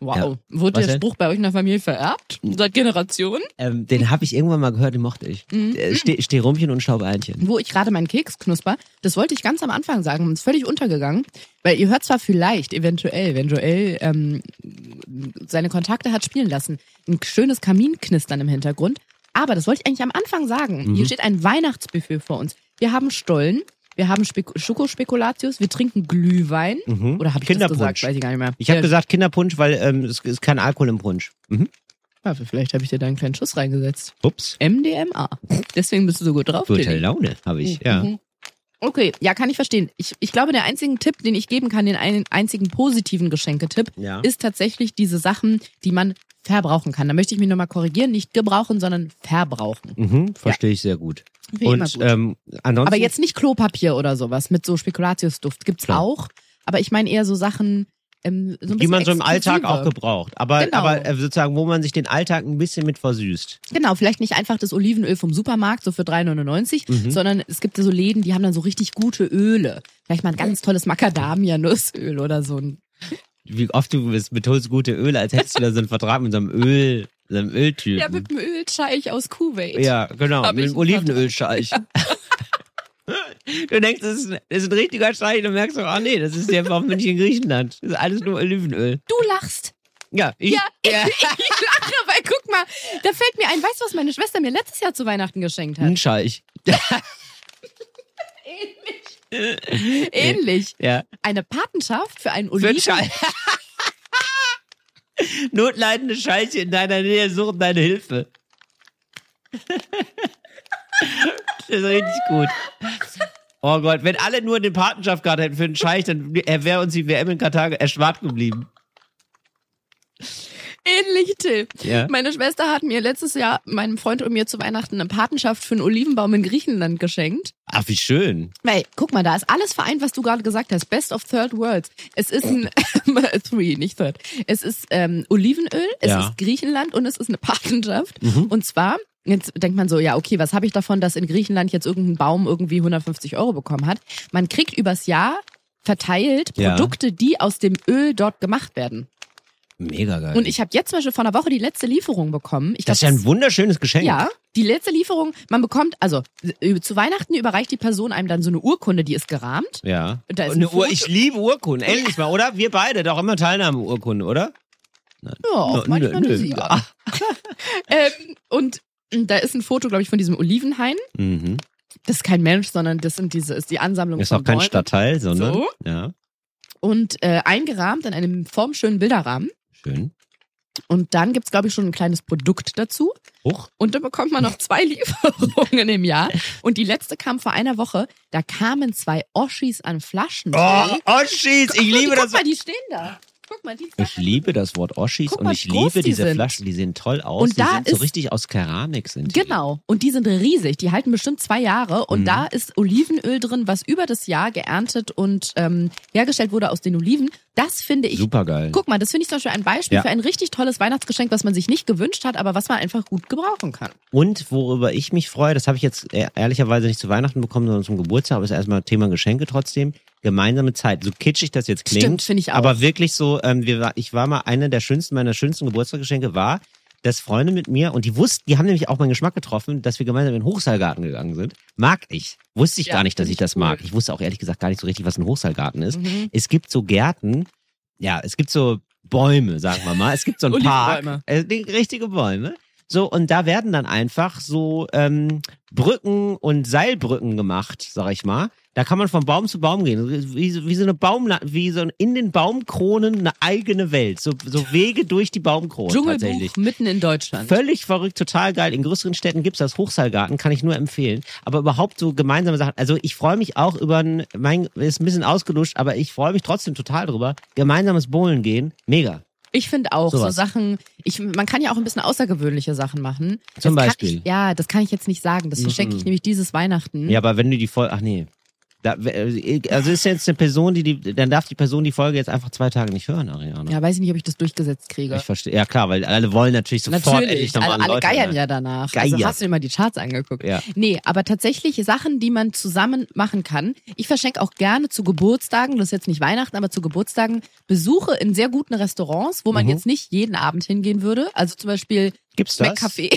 Speaker 2: Wow.
Speaker 1: Ja.
Speaker 2: Wurde
Speaker 1: Was
Speaker 2: der
Speaker 1: denn?
Speaker 2: Spruch bei euch in der Familie vererbt? Seit Generationen?
Speaker 1: Ähm, den habe ich irgendwann mal gehört, den mochte ich.
Speaker 2: Mhm.
Speaker 1: Äh, steh, steh Rumpchen und Staubeinchen.
Speaker 2: Wo ich gerade meinen Keks knusper, das wollte ich ganz am Anfang sagen, und ist völlig untergegangen. Weil ihr hört zwar vielleicht, eventuell, wenn Joel ähm, seine Kontakte hat spielen lassen, ein schönes Kaminknistern im Hintergrund. Aber das wollte ich eigentlich am Anfang sagen. Hier steht ein Weihnachtsbuffet vor uns. Wir haben Stollen, wir haben Spek Schokospekulatius, wir trinken Glühwein.
Speaker 1: Mhm.
Speaker 2: Oder habe ich das
Speaker 1: Kinderpunsch.
Speaker 2: gesagt? Weiß ich gar nicht mehr.
Speaker 1: Ich habe
Speaker 2: Ja,
Speaker 1: gesagt Kinderpunsch, weil ähm, es ist kein Alkohol im Punsch. Mhm.
Speaker 2: vielleicht habe ich dir da einen kleinen Schuss reingesetzt.
Speaker 1: Ups.
Speaker 2: MDMA. Deswegen bist du so gut drauf.
Speaker 1: Gute
Speaker 2: Tilly.
Speaker 1: Laune habe ich, ja.
Speaker 2: Mhm. Okay, ja, kann ich verstehen. Ich, ich glaube, der einzige Tipp, den ich geben kann, den einen einzigen positiven Geschenketipp,
Speaker 1: Ja.
Speaker 2: ist tatsächlich diese Sachen, die man verbrauchen kann. Da möchte ich mich nochmal korrigieren. Nicht gebrauchen, sondern verbrauchen.
Speaker 1: Mhm, verstehe ich sehr gut.
Speaker 2: Finde ich immer
Speaker 1: Und
Speaker 2: gut.
Speaker 1: ähm, ansonsten.
Speaker 2: aber jetzt nicht Klopapier oder sowas mit so Spekulatiusduft. Gibt's
Speaker 1: Klar.
Speaker 2: auch. Aber ich meine eher so Sachen, ähm, so ein
Speaker 1: die man so
Speaker 2: bisschen
Speaker 1: im Alltag auch
Speaker 2: exklusiver.
Speaker 1: gebraucht. Aber,
Speaker 2: Genau.
Speaker 1: aber äh, sozusagen, wo man sich den Alltag ein bisschen mit versüßt.
Speaker 2: Genau, vielleicht nicht einfach das Olivenöl vom Supermarkt, so für 3,99, sondern es gibt ja so Läden, die haben dann so richtig gute Öle. Vielleicht mal ein ganz tolles Macadamia-Nussöl oder so ein
Speaker 1: Wie oft du es betonst gute Öle, als hättest du da so einen Vertrag mit so einem Öl, so einem Öltypen.
Speaker 2: Ja, mit dem Ölscheich aus Kuwait.
Speaker 1: Ja, genau,
Speaker 2: Hab
Speaker 1: mit
Speaker 2: ich
Speaker 1: dem
Speaker 2: einen Vertrag. (laughs)
Speaker 1: Olivenölscheich. Du denkst, das ist, ein, das ist ein richtiger Scheich, du merkst auch, ah nee, das ist ja einfach nicht in Griechenland. Das ist alles nur Olivenöl.
Speaker 2: Du lachst.
Speaker 1: Ja, ich,
Speaker 2: (laughs) Ja, ich, ich lache, weil guck mal, da fällt mir ein, weißt du, was meine Schwester mir letztes Jahr zu Weihnachten geschenkt
Speaker 1: ein
Speaker 2: hat?
Speaker 1: Scheich. (laughs)
Speaker 2: Ähnlich.
Speaker 1: Ja.
Speaker 2: Eine Patenschaft für einen
Speaker 1: Für einen
Speaker 2: Oliven.
Speaker 1: Schall. (laughs) Notleidende Scheiße in deiner Nähe suchen deine Hilfe. (laughs) das ist richtig gut. Oh Gott, wenn alle nur den Patenschaft gerade hätten für den Scheich, dann wäre uns die WM in Katar erspart geblieben.
Speaker 2: Ähnlich, Till.
Speaker 1: Ja.
Speaker 2: Meine Schwester hat mir letztes Jahr, meinem Freund und mir zu Weihnachten, eine Patenschaft für einen Olivenbaum in Griechenland geschenkt.
Speaker 1: Ach, wie schön.
Speaker 2: Weil, guck mal, da ist alles vereint, was du gerade gesagt hast. Best of Third Worlds. Es ist ein (laughs) Three, nicht Third. Es ist ähm, Olivenöl, es
Speaker 1: Ja. Mhm.
Speaker 2: ist Griechenland und es ist eine Patenschaft. Und zwar, jetzt denkt man so, ja, okay, was habe ich davon, dass in Griechenland jetzt irgendein Baum irgendwie 150 Euro bekommen hat? Man kriegt übers Jahr verteilt
Speaker 1: Ja.
Speaker 2: Produkte, die aus dem Öl dort gemacht werden.
Speaker 1: Mega geil.
Speaker 2: Und ich habe jetzt zum Beispiel vor einer Woche die letzte Lieferung bekommen. Ich
Speaker 1: das ist ja ein wunderschönes Geschenk.
Speaker 2: ja, die letzte Lieferung, man bekommt, also äh, zu Weihnachten überreicht die Person einem dann so eine Urkunde, die ist gerahmt.
Speaker 1: Ja.
Speaker 2: Und da
Speaker 1: Und
Speaker 2: ist
Speaker 1: eine
Speaker 2: ein
Speaker 1: Uhr,
Speaker 2: Foto.
Speaker 1: ich liebe Urkunden. Endlich mal, oder? Wir beide, doch immer Teilnahmeurkunde, oder?
Speaker 2: Ja, auch
Speaker 1: Nö,
Speaker 2: manchmal
Speaker 1: nö.
Speaker 2: eine Sieger.
Speaker 1: Ach,
Speaker 2: Ähm, und da ist ein Foto, glaube ich, von diesem Olivenhain.
Speaker 1: mhm.
Speaker 2: Das ist kein Mensch, sondern das sind diese, ist die Ansammlung
Speaker 1: Ist
Speaker 2: von
Speaker 1: auch kein
Speaker 2: Bäumen.
Speaker 1: Stadtteil, sondern.
Speaker 2: So.
Speaker 1: Ja.
Speaker 2: und äh, eingerahmt in einem formschönen Bilderrahmen.
Speaker 1: Schön.
Speaker 2: Und dann gibt's glaube ich, schon ein kleines Produkt dazu.
Speaker 1: Hoch.
Speaker 2: Und dann bekommt man noch zwei (laughs) Lieferungen im Jahr. Und die letzte kam vor einer Woche. Da kamen zwei Oschis an Flaschen.
Speaker 1: Oh, Oschis, ich liebe
Speaker 2: guck
Speaker 1: das.
Speaker 2: mal, die stehen da. Guck mal, die
Speaker 1: Ich liebe das Wort Oschis
Speaker 2: Guck
Speaker 1: und
Speaker 2: mal,
Speaker 1: ich
Speaker 2: wie groß
Speaker 1: liebe
Speaker 2: die
Speaker 1: diese
Speaker 2: sind.
Speaker 1: Flaschen, die sehen toll aus.
Speaker 2: Und
Speaker 1: die
Speaker 2: da
Speaker 1: sind so
Speaker 2: ist-
Speaker 1: richtig aus Keramik sind. die.
Speaker 2: Genau. Und die sind riesig. Die halten bestimmt zwei Jahre. Und
Speaker 1: Mhm.
Speaker 2: da ist Olivenöl drin, was über das Jahr geerntet und ähm, hergestellt wurde aus den Oliven. Das finde ich.
Speaker 1: Supergeil.
Speaker 2: Guck mal, das finde ich zum Beispiel ein Beispiel
Speaker 1: Ja.
Speaker 2: für ein richtig tolles Weihnachtsgeschenk, was man sich nicht gewünscht hat, aber was man einfach gut gebrauchen kann.
Speaker 1: Und worüber ich mich freue, das habe ich jetzt äh, ehrlicherweise nicht zu Weihnachten bekommen, sondern zum Geburtstag, aber ist erstmal Thema Geschenke trotzdem. Gemeinsame Zeit. So kitschig das jetzt klingt.
Speaker 2: Stimmt, finde ich auch.
Speaker 1: Aber wirklich so, ähm, wir, war- ich war mal eine der schönsten, meiner schönsten Geburtstagsgeschenke war, dass Freunde mit mir, und die wussten, die haben nämlich auch meinen Geschmack getroffen, dass wir gemeinsam in den Hochseilgarten gegangen sind. Mag ich. Wusste ich
Speaker 2: Ja,
Speaker 1: gar nicht, dass
Speaker 2: finde
Speaker 1: ich
Speaker 2: ich
Speaker 1: das
Speaker 2: cool. Mhm.
Speaker 1: mag. Ich wusste auch ehrlich gesagt gar nicht so richtig, was ein Hochseilgarten ist. Es gibt so Gärten, ja, es gibt so Bäume, sagen wir mal. Es gibt so einen Park.
Speaker 2: Olivenbäume.
Speaker 1: Äh, die- richtige Bäume. So, und da werden dann einfach so ähm, Brücken und Seilbrücken gemacht, sag ich mal. Da kann man von Baum zu Baum gehen. Wie, so- wie so eine Baum, wie so ein- in den Baumkronen eine eigene Welt. So, so Wege durch die Baumkronen tatsächlich.
Speaker 2: Dschungelbuch mitten in Deutschland.
Speaker 1: Völlig verrückt, total geil. In größeren Städten gibt's das Hochseilgarten, kann ich nur empfehlen. Aber überhaupt so gemeinsame Sachen. Also ich freue mich auch über ein, mein, ist ein bisschen ausgelutscht, aber ich freue mich trotzdem total drüber. Gemeinsames Bowlen gehen, mega.
Speaker 2: Ich finde auch so
Speaker 1: Sowas.
Speaker 2: Sachen, ich, man kann ja auch ein bisschen außergewöhnliche Sachen machen.
Speaker 1: Zum
Speaker 2: das
Speaker 1: Beispiel? Mhm.
Speaker 2: Kann ich, ja, das kann ich jetzt nicht sagen. Das verschenke ich nämlich dieses Weihnachten.
Speaker 1: Ja, aber wenn du die Folge, ach nee. Da, also ist jetzt eine Person, die, die, dann darf die Person die Folge jetzt einfach zwei Tage nicht hören, Ariane.
Speaker 2: ja, weiß ich nicht, ob ich das durchgesetzt kriege.
Speaker 1: Ich verstehe. Ja klar, weil alle wollen natürlich sofort endlich
Speaker 2: Natürlich, Also
Speaker 1: nochmal
Speaker 2: alle, alle
Speaker 1: Leute
Speaker 2: geiern
Speaker 1: hören.
Speaker 2: ja danach. Also
Speaker 1: Geier.
Speaker 2: hast du dir mal die Charts angeguckt?
Speaker 1: Ja.
Speaker 2: Nee, aber tatsächlich Sachen, die man zusammen machen kann. Ich verschenke auch gerne zu Geburtstagen, das ist jetzt nicht Weihnachten, aber zu Geburtstagen Besuche in sehr guten Restaurants, wo man
Speaker 1: Mhm.
Speaker 2: jetzt nicht jeden Abend hingehen würde. Also zum Beispiel
Speaker 1: Gibt's das?
Speaker 2: McCafé.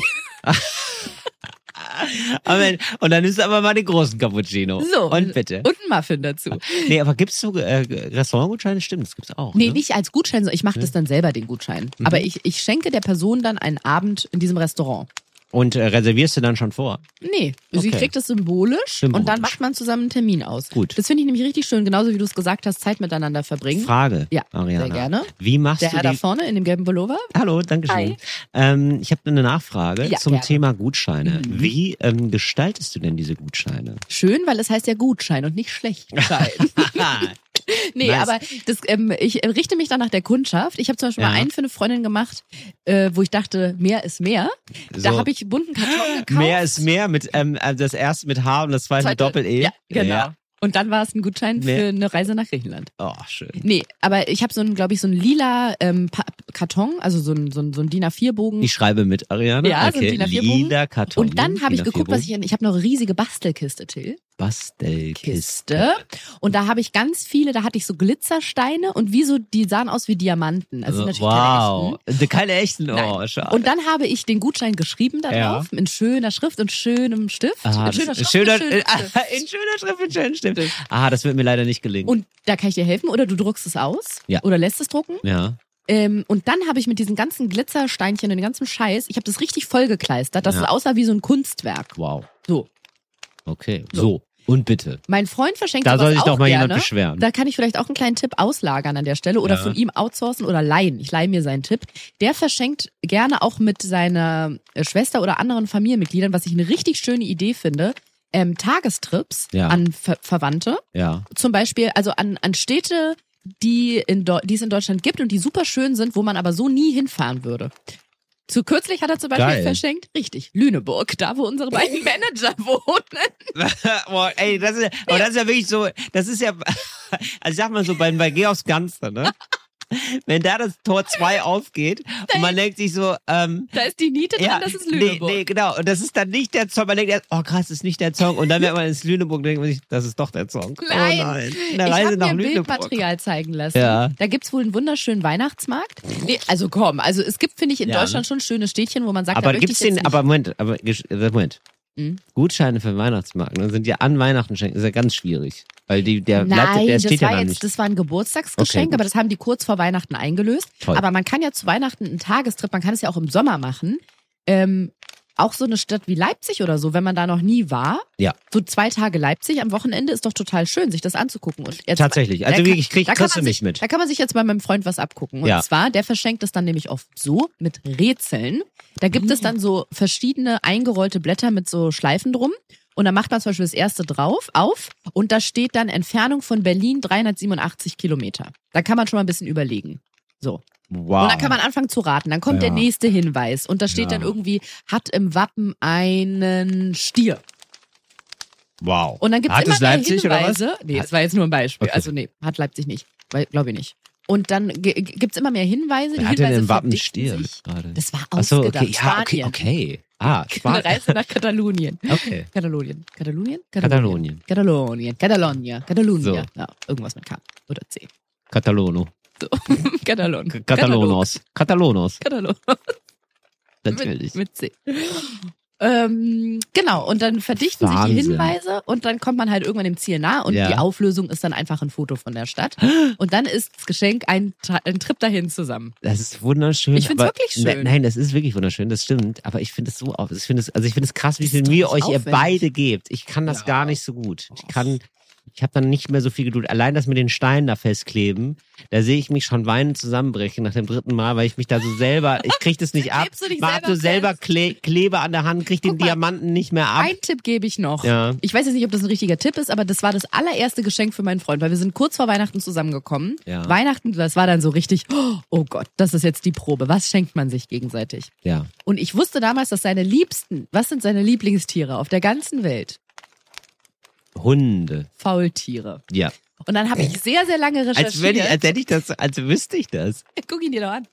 Speaker 1: Amen. Und dann nimmst du aber mal den großen Cappuccino.
Speaker 2: (laughs) So.
Speaker 1: Und bitte.
Speaker 2: Und einen Muffin dazu.
Speaker 1: Nee, aber gibt's so äh, Restaurantgutscheine? Stimmt, das gibt's auch.
Speaker 2: Nee,
Speaker 1: ne?
Speaker 2: nicht als Gutschein, sondern ich mache das dann selber, den Gutschein. Aber
Speaker 1: Mhm.
Speaker 2: ich, ich schenke der Person dann einen Abend in diesem Restaurant.
Speaker 1: Und äh, reservierst du dann schon vor?
Speaker 2: Nee, sie
Speaker 1: Okay.
Speaker 2: kriegt es symbolisch,
Speaker 1: Symbolisch.
Speaker 2: und dann macht man zusammen einen Termin aus.
Speaker 1: Gut.
Speaker 2: Das finde ich nämlich richtig schön, genauso wie du es gesagt hast, Zeit miteinander verbringen.
Speaker 1: Frage,
Speaker 2: Ja,
Speaker 1: Ariana.
Speaker 2: sehr gerne.
Speaker 1: Wie machst
Speaker 2: Der
Speaker 1: du
Speaker 2: Herr da
Speaker 1: die...
Speaker 2: vorne in dem gelben Pullover.
Speaker 1: Hallo, danke schön.
Speaker 2: Hi.
Speaker 1: Ähm, ich habe eine Nachfrage
Speaker 2: Ja,
Speaker 1: zum
Speaker 2: gerne. Mhm.
Speaker 1: Thema Gutscheine. Wie ähm, gestaltest du denn diese Gutscheine?
Speaker 2: Schön, weil es heißt ja Gutschein und nicht Schlechtschein.
Speaker 1: (laughs)
Speaker 2: (laughs) nee,
Speaker 1: Nice.
Speaker 2: aber das, ähm, ich richte mich dann nach der Kundschaft. Ich habe zum Beispiel
Speaker 1: Ja.
Speaker 2: mal einen für eine Freundin gemacht, äh, wo ich dachte, mehr ist mehr. Da
Speaker 1: So.
Speaker 2: habe ich bunten Karton gekauft.
Speaker 1: mehr ist mehr mit ähm, äh, das erste mit H und das zweite, mit
Speaker 2: Zweite-
Speaker 1: Doppel-E.
Speaker 2: Ja, genau.
Speaker 1: Ja.
Speaker 2: Und dann war es ein Gutschein
Speaker 1: Mehr-
Speaker 2: für eine Reise nach Griechenland.
Speaker 1: Oh, schön.
Speaker 2: Nee, aber ich habe so einen, glaube ich, so einen lila ähm, Pa- Karton, also so einen, so einen, so einen DIN A4-Bogen.
Speaker 1: Ich schreibe mit, Ariana.
Speaker 2: Ja, so ein
Speaker 1: okay.
Speaker 2: DIN A4-Bogen.
Speaker 1: Lila Karton.
Speaker 2: Und dann habe ich
Speaker 1: DIN A4
Speaker 2: geguckt, was ich. Ich habe noch eine riesige Bastelkiste, Till.
Speaker 1: Bastelkiste.
Speaker 2: Kiste. Und da habe ich ganz viele, da hatte ich so Glitzersteine und wie so, die sahen aus wie Diamanten. Also natürlich
Speaker 1: wow.
Speaker 2: keine echten.
Speaker 1: Keine echten. Oh,
Speaker 2: Nein.
Speaker 1: schade.
Speaker 2: Und dann habe ich den Gutschein geschrieben darauf, in schöner Schrift und schönem Stift.
Speaker 1: Ah,
Speaker 2: in schöner
Speaker 1: das-
Speaker 2: Schrift.
Speaker 1: schöner, äh, (laughs)
Speaker 2: und schönem Stift.
Speaker 1: in schöner Schrift, in schönen Stift. Ah, das wird mir leider nicht gelingen.
Speaker 2: Und da kann ich dir helfen oder du druckst es aus
Speaker 1: Ja.
Speaker 2: oder lässt es drucken.
Speaker 1: ja.
Speaker 2: Ähm, und dann habe ich mit diesen ganzen Glitzersteinchen und dem ganzen Scheiß, ich habe das richtig vollgekleistert, dass
Speaker 1: Ja.
Speaker 2: es aussah wie so ein Kunstwerk.
Speaker 1: Wow.
Speaker 2: So.
Speaker 1: Okay. So.
Speaker 2: So.
Speaker 1: Und bitte.
Speaker 2: Mein Freund verschenkt
Speaker 1: Da
Speaker 2: sowas
Speaker 1: soll sich
Speaker 2: auch
Speaker 1: doch mal
Speaker 2: gerne.
Speaker 1: jemand beschweren.
Speaker 2: Da kann ich vielleicht auch einen kleinen Tipp auslagern an der Stelle oder
Speaker 1: Ja.
Speaker 2: von ihm outsourcen oder leihen. Ich leihe mir seinen Tipp. Der verschenkt gerne auch mit seiner äh, Schwester oder anderen Familienmitgliedern, was ich eine richtig schöne Idee finde, ähm, Tagestrips
Speaker 1: Ja.
Speaker 2: an Ver Verwandte.
Speaker 1: ja.
Speaker 2: Zum Beispiel, also an, an Städte, die, in Deu- die es in Deutschland gibt und die super schön sind, wo man aber so nie hinfahren würde. Zu kürzlich hat er zum Beispiel
Speaker 1: Geil.
Speaker 2: verschenkt, richtig, Lüneburg, da wo
Speaker 1: (laughs)
Speaker 2: unsere beiden Manager wohnen.
Speaker 1: Boah, ey, das ist, aber das ist ja wirklich so, das ist ja, (laughs) also ich sag mal so, bei, bei Geh aufs Ganze, ne? Wenn da das Tor 2 aufgeht und man denkt sich so, ähm,
Speaker 2: Da ist die Niete drin,
Speaker 1: ja,
Speaker 2: das ist
Speaker 1: nee,
Speaker 2: Lüneburg.
Speaker 1: nee, genau. Und das ist dann nicht der Song. Man denkt erst, oh krass, das ist nicht der Song. Und dann merkt man, es ist Lüneburg, und denkt man sich, das ist doch der Song.
Speaker 2: Nein.
Speaker 1: Oh nein. Eine
Speaker 2: Ich
Speaker 1: Reise
Speaker 2: habe mir
Speaker 1: nach
Speaker 2: ein
Speaker 1: Lüneburg.
Speaker 2: Bildmaterial zeigen lassen.
Speaker 1: Ja.
Speaker 2: Da gibt's wohl einen wunderschönen Weihnachtsmarkt. Nee, also komm, also es gibt, finde ich, in
Speaker 1: Ja,
Speaker 2: Deutschland schon schöne Städtchen, wo man sagt,
Speaker 1: Aber
Speaker 2: da möchte
Speaker 1: gibt's
Speaker 2: ich jetzt
Speaker 1: den,
Speaker 2: nicht.
Speaker 1: aber Moment, aber, gesch- äh, Moment.
Speaker 2: Mhm.
Speaker 1: Gutscheine für den Weihnachtsmarkt, ne, sind ja an Weihnachten schenken, ist ja ganz schwierig. Weil die, der, bleibt,
Speaker 2: Nein,
Speaker 1: der
Speaker 2: das
Speaker 1: steht ja
Speaker 2: war
Speaker 1: dann
Speaker 2: jetzt,
Speaker 1: nicht.
Speaker 2: das war ein Geburtstagsgeschenk,
Speaker 1: Okay, gut.
Speaker 2: aber das haben die kurz vor Weihnachten eingelöst.
Speaker 1: Toll.
Speaker 2: Aber man kann ja zu Weihnachten einen Tagestrip, man kann es ja auch im Sommer machen. Ähm, Auch so eine Stadt wie Leipzig oder so, wenn man da noch nie war.
Speaker 1: Ja.
Speaker 2: So zwei Tage Leipzig am Wochenende ist doch total schön, sich das anzugucken. Und jetzt,
Speaker 1: Tatsächlich. Also
Speaker 2: da kann-
Speaker 1: wirklich, krieg,
Speaker 2: da kann
Speaker 1: kriegst du
Speaker 2: man
Speaker 1: nicht
Speaker 2: sich-
Speaker 1: mit.
Speaker 2: Da kann man sich jetzt bei meinem Freund was abgucken. Und
Speaker 1: Ja.
Speaker 2: zwar, der verschenkt es dann nämlich oft so mit Rätseln. Da gibt
Speaker 1: Mhm.
Speaker 2: es dann so verschiedene eingerollte Blätter mit so Schleifen drum. Und da macht man zum Beispiel das erste drauf, auf. Und da steht dann Entfernung von Berlin 387 Kilometer. Da kann man schon mal ein bisschen überlegen. So.
Speaker 1: Wow.
Speaker 2: Und dann kann man anfangen zu raten. Dann kommt
Speaker 1: Ja.
Speaker 2: der nächste Hinweis. Und da steht
Speaker 1: Ja.
Speaker 2: dann irgendwie, hat im Wappen einen Stier.
Speaker 1: wow.
Speaker 2: Und dann gibt es
Speaker 1: Hat
Speaker 2: immer
Speaker 1: es
Speaker 2: mehr
Speaker 1: Leipzig oder was?
Speaker 2: Hinweise. Nee, das war jetzt nur ein Beispiel.
Speaker 1: Okay.
Speaker 2: Also nee, hat Leipzig nicht. Glaube ich nicht. Und dann ge- ge- gibt's immer mehr Hinweise. Die
Speaker 1: Wer hat denn
Speaker 2: Hinweise
Speaker 1: den Wappen
Speaker 2: verdichten
Speaker 1: Stier
Speaker 2: sich.
Speaker 1: gerade?
Speaker 2: Das war
Speaker 1: Ach so,
Speaker 2: ausgedacht.
Speaker 1: okay. Ja, okay,
Speaker 2: Spanien.
Speaker 1: okay. Ah,
Speaker 2: Eine
Speaker 1: Spanien.
Speaker 2: Reise nach Katalonien.
Speaker 1: Okay.
Speaker 2: Katalonien. Katalonien?
Speaker 1: Katalonien.
Speaker 2: Katalonien. Katalonia. Katalonia.
Speaker 1: So.
Speaker 2: Ja, irgendwas mit K oder C. (laughs)
Speaker 1: Katalono.
Speaker 2: Katalon.
Speaker 1: Katalonos. Katalonos.
Speaker 2: Katalon.
Speaker 1: Natürlich.
Speaker 2: Mit, mit C. Ähm, genau, und dann verdichten sich die
Speaker 1: Wahnsinn.
Speaker 2: Hinweise und dann kommt man halt irgendwann dem Ziel nah und
Speaker 1: Ja.
Speaker 2: die Auflösung ist dann einfach ein Foto von
Speaker 1: (gasps)
Speaker 2: der Stadt. Und dann ist das Geschenk ein, Ta- ein Trip dahin zusammen.
Speaker 1: Das ist wunderschön.
Speaker 2: Ich find's
Speaker 1: aber-
Speaker 2: wirklich schön.
Speaker 1: Ne- Nein, das ist wirklich wunderschön, das stimmt. Aber ich finde es so auf. Ich finde es, also ich finde es krass, wie
Speaker 2: Ist
Speaker 1: viel
Speaker 2: doch
Speaker 1: Mühe
Speaker 2: nicht
Speaker 1: euch ihr
Speaker 2: aufwendig.
Speaker 1: beide gebt. Ich kann das
Speaker 2: Ja.
Speaker 1: gar nicht so gut. Ich kann, ich habe dann nicht mehr so viel Geduld. Allein das mit den Steinen da festkleben, da sehe ich mich schon weinend zusammenbrechen nach dem dritten Mal, weil ich mich da so selber, ich krieg
Speaker 2: (laughs)
Speaker 1: das nicht ab.
Speaker 2: Klebst du dich
Speaker 1: Mal ab,
Speaker 2: selber
Speaker 1: du selber Kle Kleber an der Hand, krieg den
Speaker 2: Guck mal.
Speaker 1: Diamanten nicht mehr ab.
Speaker 2: Einen Tipp gebe ich noch.
Speaker 1: Ja.
Speaker 2: Ich weiß jetzt nicht, ob das ein richtiger Tipp ist, aber das war das allererste Geschenk für meinen Freund, weil wir sind kurz vor Weihnachten zusammengekommen.
Speaker 1: Ja.
Speaker 2: Weihnachten, das war dann so richtig, (gasps) oh Gott, das ist jetzt die Probe. Was schenkt man sich gegenseitig?
Speaker 1: Ja.
Speaker 2: Und ich wusste damals, dass seine Liebsten, was sind seine Lieblingstiere auf der ganzen Welt?
Speaker 1: Hunde.
Speaker 2: Faultiere.
Speaker 1: Ja.
Speaker 2: Und dann habe ich sehr, sehr lange recherchiert.
Speaker 1: Als wenn ich, als hätte ich das, als wüsste ich das.
Speaker 2: (laughs) Guck ihn dir doch an.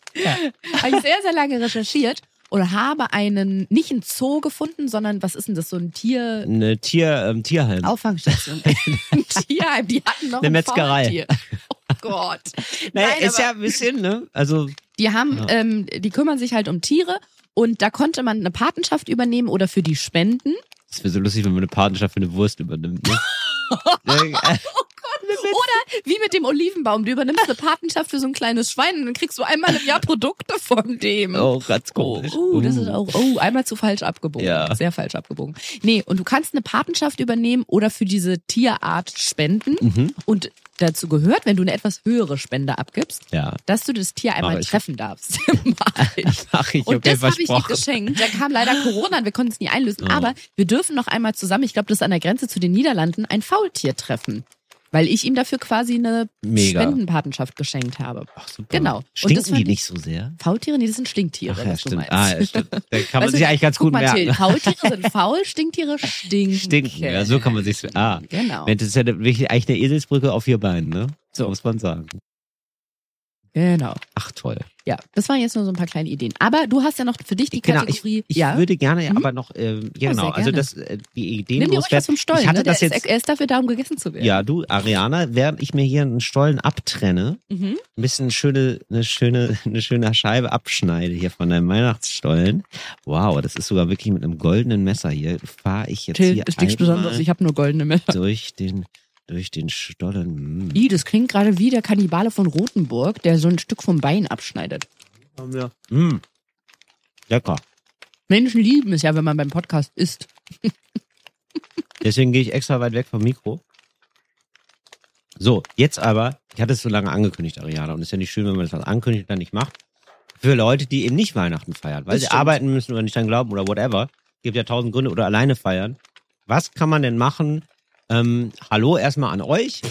Speaker 2: Habe ich sehr, sehr lange recherchiert und habe einen, nicht einen Zoo gefunden, sondern was ist denn das, so ein Tier...
Speaker 1: Eine Tier, ähm, Tierheim. (laughs)
Speaker 2: Auffangstation. Ein Tierheim, (laughs) die hatten noch
Speaker 1: Eine
Speaker 2: ein
Speaker 1: Metzgerei.
Speaker 2: Faultier.
Speaker 1: (laughs)
Speaker 2: Oh Gott.
Speaker 1: Naja,
Speaker 2: Nein,
Speaker 1: ist
Speaker 2: aber
Speaker 1: ja ein bisschen, ne? Also,
Speaker 2: Die haben,
Speaker 1: Ja.
Speaker 2: ähm, die kümmern sich halt um Tiere und da konnte man eine Patenschaft übernehmen oder für die spenden.
Speaker 1: Es wäre so lustig, wenn man eine Patenschaft für eine Wurst übernimmt.
Speaker 2: (laughs)
Speaker 1: Ne?
Speaker 2: Oder wie mit dem Olivenbaum, du übernimmst eine Patenschaft für so ein kleines Schwein und dann kriegst du einmal im Jahr Produkte von dem.
Speaker 1: oh, ganz
Speaker 2: Oh,
Speaker 1: komisch. Uh.
Speaker 2: oh, das ist auch, oh, einmal zu falsch abgebogen.
Speaker 1: Ja.
Speaker 2: Sehr falsch abgebogen. Nee, und du kannst eine Patenschaft übernehmen oder für diese Tierart spenden.
Speaker 1: Mhm.
Speaker 2: Und dazu gehört, wenn du eine etwas höhere Spende abgibst,
Speaker 1: Ja,
Speaker 2: dass du das Tier einmal
Speaker 1: Mach ich.
Speaker 2: treffen darfst. (laughs) Mach ich.
Speaker 1: mach (laughs) ich,
Speaker 2: Und
Speaker 1: okay,
Speaker 2: das habe ich nicht
Speaker 1: versprochen.
Speaker 2: geschenkt. Da kam leider Corona und wir konnten es nie einlösen.
Speaker 1: Oh.
Speaker 2: Aber wir dürfen noch einmal zusammen, ich glaube, das ist an der Grenze zu den Niederlanden, ein Faultier treffen. Weil ich ihm dafür quasi eine
Speaker 1: Mega.
Speaker 2: Spendenpatenschaft geschenkt habe.
Speaker 1: Ach, super.
Speaker 2: Genau. Und
Speaker 1: Stinken
Speaker 2: das fand
Speaker 1: die
Speaker 2: ich-
Speaker 1: nicht so sehr?
Speaker 2: Faultiere, nee, das sind Stinktiere,
Speaker 1: Ach ja,
Speaker 2: was du
Speaker 1: stimmt.
Speaker 2: meinst.
Speaker 1: Ah, ja, stimmt. Da kann man
Speaker 2: Weißt du,
Speaker 1: sich eigentlich ganz
Speaker 2: guck
Speaker 1: gut
Speaker 2: mal,
Speaker 1: merken.
Speaker 2: Till,
Speaker 1: (laughs)
Speaker 2: Faultiere sind faul, Stinktiere stinken.
Speaker 1: Stinken, ja, so kann man sich. Ah,
Speaker 2: Genau.
Speaker 1: das ist ja eine- wirklich eigentlich eine Eselsbrücke auf vier Beinen, ne? So muss man sagen.
Speaker 2: Genau.
Speaker 1: Ach, toll.
Speaker 2: Ja, das waren jetzt nur so ein paar kleine Ideen. Aber du hast ja noch für dich die
Speaker 1: Genau,
Speaker 2: Kategorie.
Speaker 1: Ich
Speaker 2: ja.
Speaker 1: würde gerne
Speaker 2: Mhm.
Speaker 1: aber noch, ähm, ja,
Speaker 2: Oh,
Speaker 1: genau,
Speaker 2: sehr
Speaker 1: also
Speaker 2: gerne.
Speaker 1: das, äh, die Ideen
Speaker 2: Nimm dir ruhig was
Speaker 1: loswerden.
Speaker 2: vom Stollen.
Speaker 1: Ich hatte
Speaker 2: ne? Der
Speaker 1: das
Speaker 2: Ist,
Speaker 1: jetzt,
Speaker 2: er ist dafür da, um gegessen zu werden.
Speaker 1: ja, du, Ariana, während ich mir hier einen Stollen abtrenne,
Speaker 2: Mhm.
Speaker 1: ein bisschen schöne, eine schöne, (laughs) eine schöne Scheibe abschneide hier von deinem Weihnachtsstollen. Wow, das ist sogar wirklich mit einem goldenen Messer hier. Fahre ich jetzt
Speaker 2: Till,
Speaker 1: hier
Speaker 2: das ist nichts
Speaker 1: einmal
Speaker 2: Besonderes. Ich habe nur goldene Messer.
Speaker 1: durch den, durch den Stollen. Mm.
Speaker 2: Ih, das klingt gerade wie der Kannibale von Rothenburg, der so ein Stück vom Bein abschneidet.
Speaker 1: Mm. Lecker.
Speaker 2: Menschen lieben es ja, wenn man beim Podcast isst.
Speaker 1: Deswegen gehe ich extra weit weg vom Mikro. So, jetzt aber, ich hatte es so lange angekündigt, Ariana, und es ist ja nicht schön, wenn man das was ankündigt und dann nicht macht. Für Leute, die eben nicht Weihnachten feiern, weil
Speaker 2: Das
Speaker 1: sie
Speaker 2: stimmt.
Speaker 1: arbeiten müssen oder nicht dann glauben oder whatever. Gibt ja tausend Gründe oder alleine feiern. Was kann man denn machen? Ähm, hallo erstmal an euch.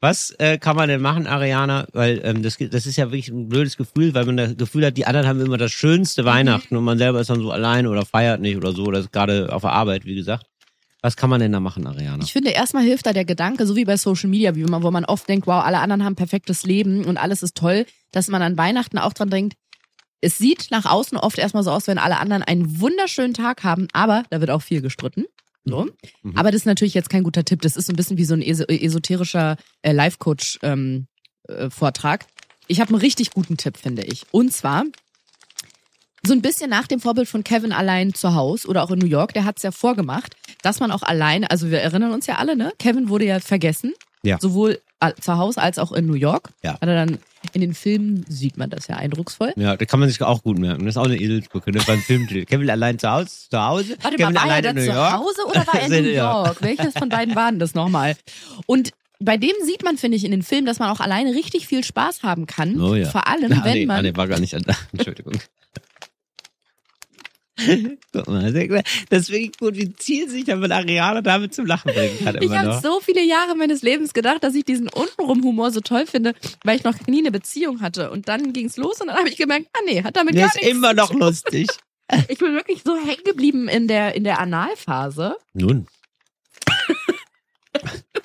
Speaker 1: Was äh, kann man denn machen, Ariana? Weil ähm, das, ge- das ist ja wirklich ein blödes Gefühl, weil man das Gefühl hat, die anderen haben immer das schönste Weihnachten und man selber ist dann so allein oder feiert nicht oder so oder ist gerade auf der Arbeit, wie gesagt. Was kann man denn da machen, Ariana?
Speaker 2: Ich finde, erstmal hilft da der Gedanke, so wie bei Social Media, wie man, wo man oft denkt, wow, alle anderen haben perfektes Leben und alles ist toll, dass man an Weihnachten auch dran denkt, es sieht nach außen oft erstmal so aus, wenn alle anderen einen wunderschönen Tag haben, aber da wird auch viel gestritten. So.
Speaker 1: Mhm.
Speaker 2: Aber das ist natürlich jetzt kein guter Tipp. Das ist so ein bisschen wie so ein es esoterischer äh, ähm, Life-Coach-Vortrag. äh, ich habe einen richtig guten Tipp, finde ich. Und zwar so ein bisschen nach dem Vorbild von Kevin allein zu Hause oder auch in New York, der hat es ja vorgemacht, dass man auch allein, also wir erinnern uns ja alle, ne? Kevin wurde ja vergessen,
Speaker 1: Ja.
Speaker 2: sowohl a- zu Hause als auch in New York.
Speaker 1: Ja.
Speaker 2: Hat er dann In den Filmen sieht man das ja eindrucksvoll.
Speaker 1: Ja, da kann man sich auch gut merken. Das ist auch eine Eselsbrücke, ne? Beim Filmtitel. Kevin allein zu Hause, zu Hause.
Speaker 2: Warte
Speaker 1: Kevin
Speaker 2: mal, war er
Speaker 1: allein
Speaker 2: da
Speaker 1: in New
Speaker 2: zu
Speaker 1: York.
Speaker 2: Hause
Speaker 1: (laughs)
Speaker 2: oder war er in New
Speaker 1: Ja.
Speaker 2: York? Welches von beiden waren das nochmal? Und bei dem sieht man, finde ich, in den Filmen, dass man auch alleine richtig viel Spaß haben kann.
Speaker 1: Oh (laughs) ja.
Speaker 2: Vor allem,
Speaker 1: Ah,
Speaker 2: wenn
Speaker 1: nee,
Speaker 2: man.
Speaker 1: ah, nee, war gar nicht an. (laughs)
Speaker 2: (laughs)
Speaker 1: Entschuldigung. Guck mal, sehr gut. das ist wirklich gut, wie zielsicher man Ariana damit zum Lachen bringen kann.
Speaker 2: Ich
Speaker 1: Immer
Speaker 2: habe
Speaker 1: noch.
Speaker 2: so viele Jahre meines Lebens gedacht, dass ich diesen untenrum Humor so toll finde, weil ich noch nie eine Beziehung hatte. Und dann ging's los und dann habe ich gemerkt, ah nee, hat damit
Speaker 1: Der
Speaker 2: gar
Speaker 1: ist
Speaker 2: nichts.
Speaker 1: immer noch
Speaker 2: (laughs)
Speaker 1: lustig.
Speaker 2: Ich bin wirklich so hängen geblieben in der, in der Analphase.
Speaker 1: Nun.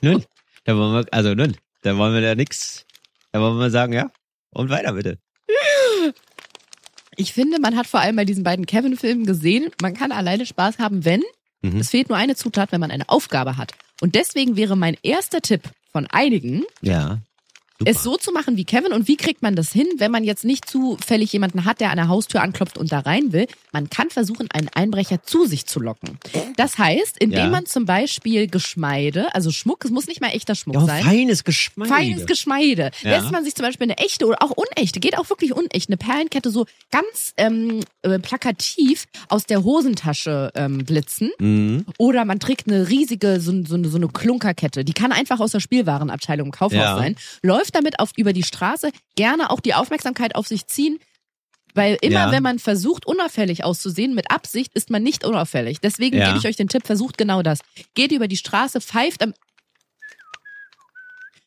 Speaker 1: nun. Da wollen wir, also nun, da wollen wir da nix. Da wollen wir sagen, ja. Und weiter bitte.
Speaker 2: Ich finde, man hat vor allem bei diesen beiden Kevin-Filmen gesehen, man kann alleine Spaß haben, wenn
Speaker 1: Mhm.
Speaker 2: es fehlt nur eine Zutat, wenn man eine Aufgabe hat. Und deswegen wäre mein erster Tipp von einigen,
Speaker 1: Ja. Super.
Speaker 2: es so zu machen wie Kevin. Und wie kriegt man das hin, wenn man jetzt nicht zufällig jemanden hat, der an der Haustür anklopft und da rein will? Man kann versuchen, einen Einbrecher zu sich zu locken. Das heißt, indem
Speaker 1: Ja.
Speaker 2: man zum Beispiel Geschmeide, also Schmuck, es muss nicht mal echter Schmuck
Speaker 1: ja,
Speaker 2: sein.
Speaker 1: feines Geschmack.
Speaker 2: Feines Geschmeide.
Speaker 1: Ja.
Speaker 2: Lässt man sich zum Beispiel eine echte oder auch unechte, geht auch wirklich unecht, eine Perlenkette so ganz ähm, äh, plakativ aus der Hosentasche ähm, blitzen.
Speaker 1: Mhm.
Speaker 2: Oder man trägt eine riesige, so, so, so eine Klunkerkette. Die kann einfach aus der Spielwarenabteilung im Kaufhaus
Speaker 1: Ja.
Speaker 2: sein. Läuft damit auf, über die Straße, gerne auch die Aufmerksamkeit auf sich ziehen. Weil immer,
Speaker 1: Ja.
Speaker 2: wenn man versucht, unauffällig auszusehen, mit Absicht, ist man nicht unauffällig. Deswegen
Speaker 1: Ja.
Speaker 2: gebe ich euch den Tipp, versucht genau das. Geht über die Straße, pfeift am...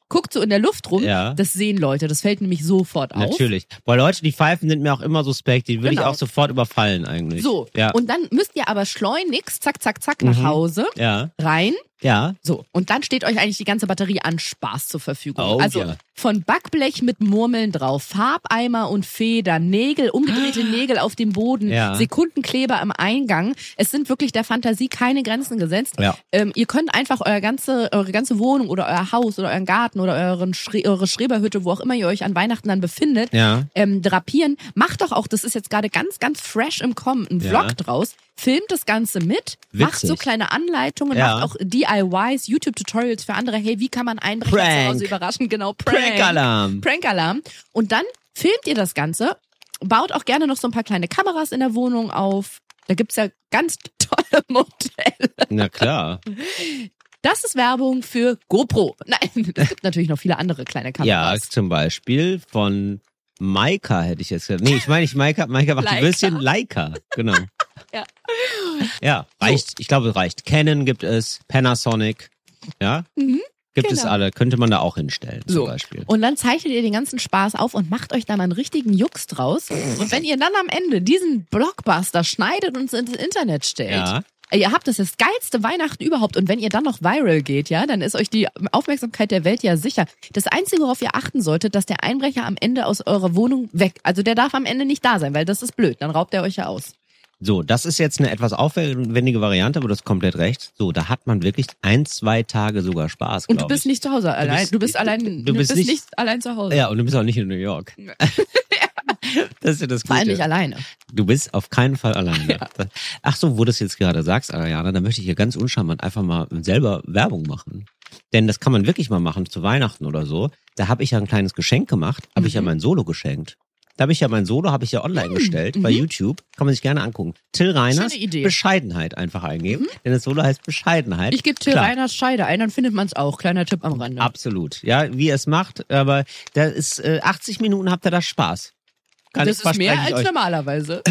Speaker 2: Guckt so in der Luft rum.
Speaker 1: Ja.
Speaker 2: Das sehen Leute. Das fällt nämlich sofort auf.
Speaker 1: Natürlich. Weil Leute, die pfeifen, sind mir auch immer suspekt. Die würde ich
Speaker 2: Genau.
Speaker 1: auch sofort überfallen eigentlich.
Speaker 2: So.
Speaker 1: Ja.
Speaker 2: Und dann müsst ihr aber schleunigst, zack, zack, zack, nach
Speaker 1: Mhm.
Speaker 2: Hause.
Speaker 1: ja.
Speaker 2: Rein.
Speaker 1: Ja.
Speaker 2: So, und dann steht euch eigentlich die ganze Batterie an Spaß zur Verfügung.
Speaker 1: Oh,
Speaker 2: also
Speaker 1: ja.
Speaker 2: von Backblech mit Murmeln drauf, Farbeimer und Federn, Nägel, umgedrehte Nägel auf dem Boden,
Speaker 1: Ah. Ja.
Speaker 2: Sekundenkleber am Eingang. Es sind wirklich der Fantasie keine Grenzen gesetzt.
Speaker 1: Ja.
Speaker 2: Ähm, ihr könnt einfach euer ganze, eure ganze Wohnung oder euer Haus oder euren Garten oder euren Schre eure Schreberhütte, wo auch immer ihr euch an Weihnachten dann befindet,
Speaker 1: Ja.
Speaker 2: ähm, drapieren. Macht doch auch, das ist jetzt gerade ganz, ganz fresh im Kommen, ein
Speaker 1: Ja.
Speaker 2: Vlog draus. Filmt das Ganze mit, macht so
Speaker 1: Witzig.
Speaker 2: kleine Anleitungen,
Speaker 1: Ja.
Speaker 2: macht auch DIYs, YouTube-Tutorials für andere. Hey, wie kann man einbrechen zu
Speaker 1: Prank.
Speaker 2: Hause überraschen? Genau, Prank.
Speaker 1: Prank-Alarm.
Speaker 2: Prank-Alarm. Und dann filmt ihr das Ganze, baut auch gerne noch so ein paar kleine Kameras in der Wohnung auf. Da gibt's ja ganz (laughs) tolle Modelle.
Speaker 1: Na klar.
Speaker 2: Das ist Werbung für GoPro. Nein, (laughs) es gibt natürlich noch viele andere kleine
Speaker 1: Ja,
Speaker 2: Kameras.
Speaker 1: zum Beispiel von Maika hätte ich jetzt gesagt. Nee, ich meine nicht Maika. Maika macht ein
Speaker 2: Leica.
Speaker 1: bisschen Leica. Genau.
Speaker 2: (laughs) Ja.
Speaker 1: Ja, reicht. Ich glaube, reicht. Canon gibt es, Panasonic. Ja.
Speaker 2: Mhm,
Speaker 1: Gibt es
Speaker 2: genau.
Speaker 1: alle. Könnte man da auch hinstellen,
Speaker 2: So.
Speaker 1: zum Beispiel.
Speaker 2: Und dann zeichnet ihr den ganzen Spaß auf und macht euch da mal einen richtigen Jux draus. Und wenn ihr dann am Ende diesen Blockbuster schneidet und es ins Internet stellt,
Speaker 1: Ja.
Speaker 2: ihr habt das, das geilste Weihnachten überhaupt. Und wenn ihr dann noch viral geht, ja, dann ist euch die Aufmerksamkeit der Welt ja sicher. Das Einzige, worauf ihr achten solltet, dass der Einbrecher am Ende aus eurer Wohnung weg, also der darf am Ende nicht da sein, weil das ist blöd, dann raubt er euch ja aus.
Speaker 1: So, das ist jetzt eine etwas aufwendige Variante, aber du hast komplett recht. So, da hat man wirklich ein, zwei Tage sogar Spaß,
Speaker 2: Und du
Speaker 1: glaub ich.
Speaker 2: bist nicht zu Hause allein.
Speaker 1: bist-
Speaker 2: Du bist allein, du bist nicht, allein zu Hause.
Speaker 1: Ja, und du bist auch nicht in New
Speaker 2: (laughs)
Speaker 1: York. (laughs) Das ist ja das
Speaker 2: Vor allem
Speaker 1: Gute.
Speaker 2: nicht alleine.
Speaker 1: Du bist auf keinen Fall alleine. Ach so, wo du das jetzt gerade sagst, Ariana, da möchte ich hier ganz uncharmant einfach mal selber Werbung machen. Denn das kann man wirklich mal machen zu Weihnachten oder so. Da habe ich ja ein kleines Geschenk gemacht, habe
Speaker 2: Mhm.
Speaker 1: ich ja mein Solo geschenkt. Da habe ich ja mein Solo, habe ich ja online gestellt bei YouTube. Kann man sich gerne angucken. Till Reiners
Speaker 2: Hm, mhm. Schöne Idee. Mhm.
Speaker 1: Bescheidenheit einfach eingeben. Denn das Solo heißt Bescheidenheit.
Speaker 2: Ich gebe Till
Speaker 1: Klar.
Speaker 2: Reiners Scheide ein, dann findet man es auch. Kleiner Tipp am Rande.
Speaker 1: Absolut. Ja, wie ihr es macht, aber da ist äh, 80 Minuten habt ihr da Spaß. Kann
Speaker 2: das
Speaker 1: ich
Speaker 2: ist mehr
Speaker 1: verspreche ich
Speaker 2: als
Speaker 1: euch.
Speaker 2: normalerweise.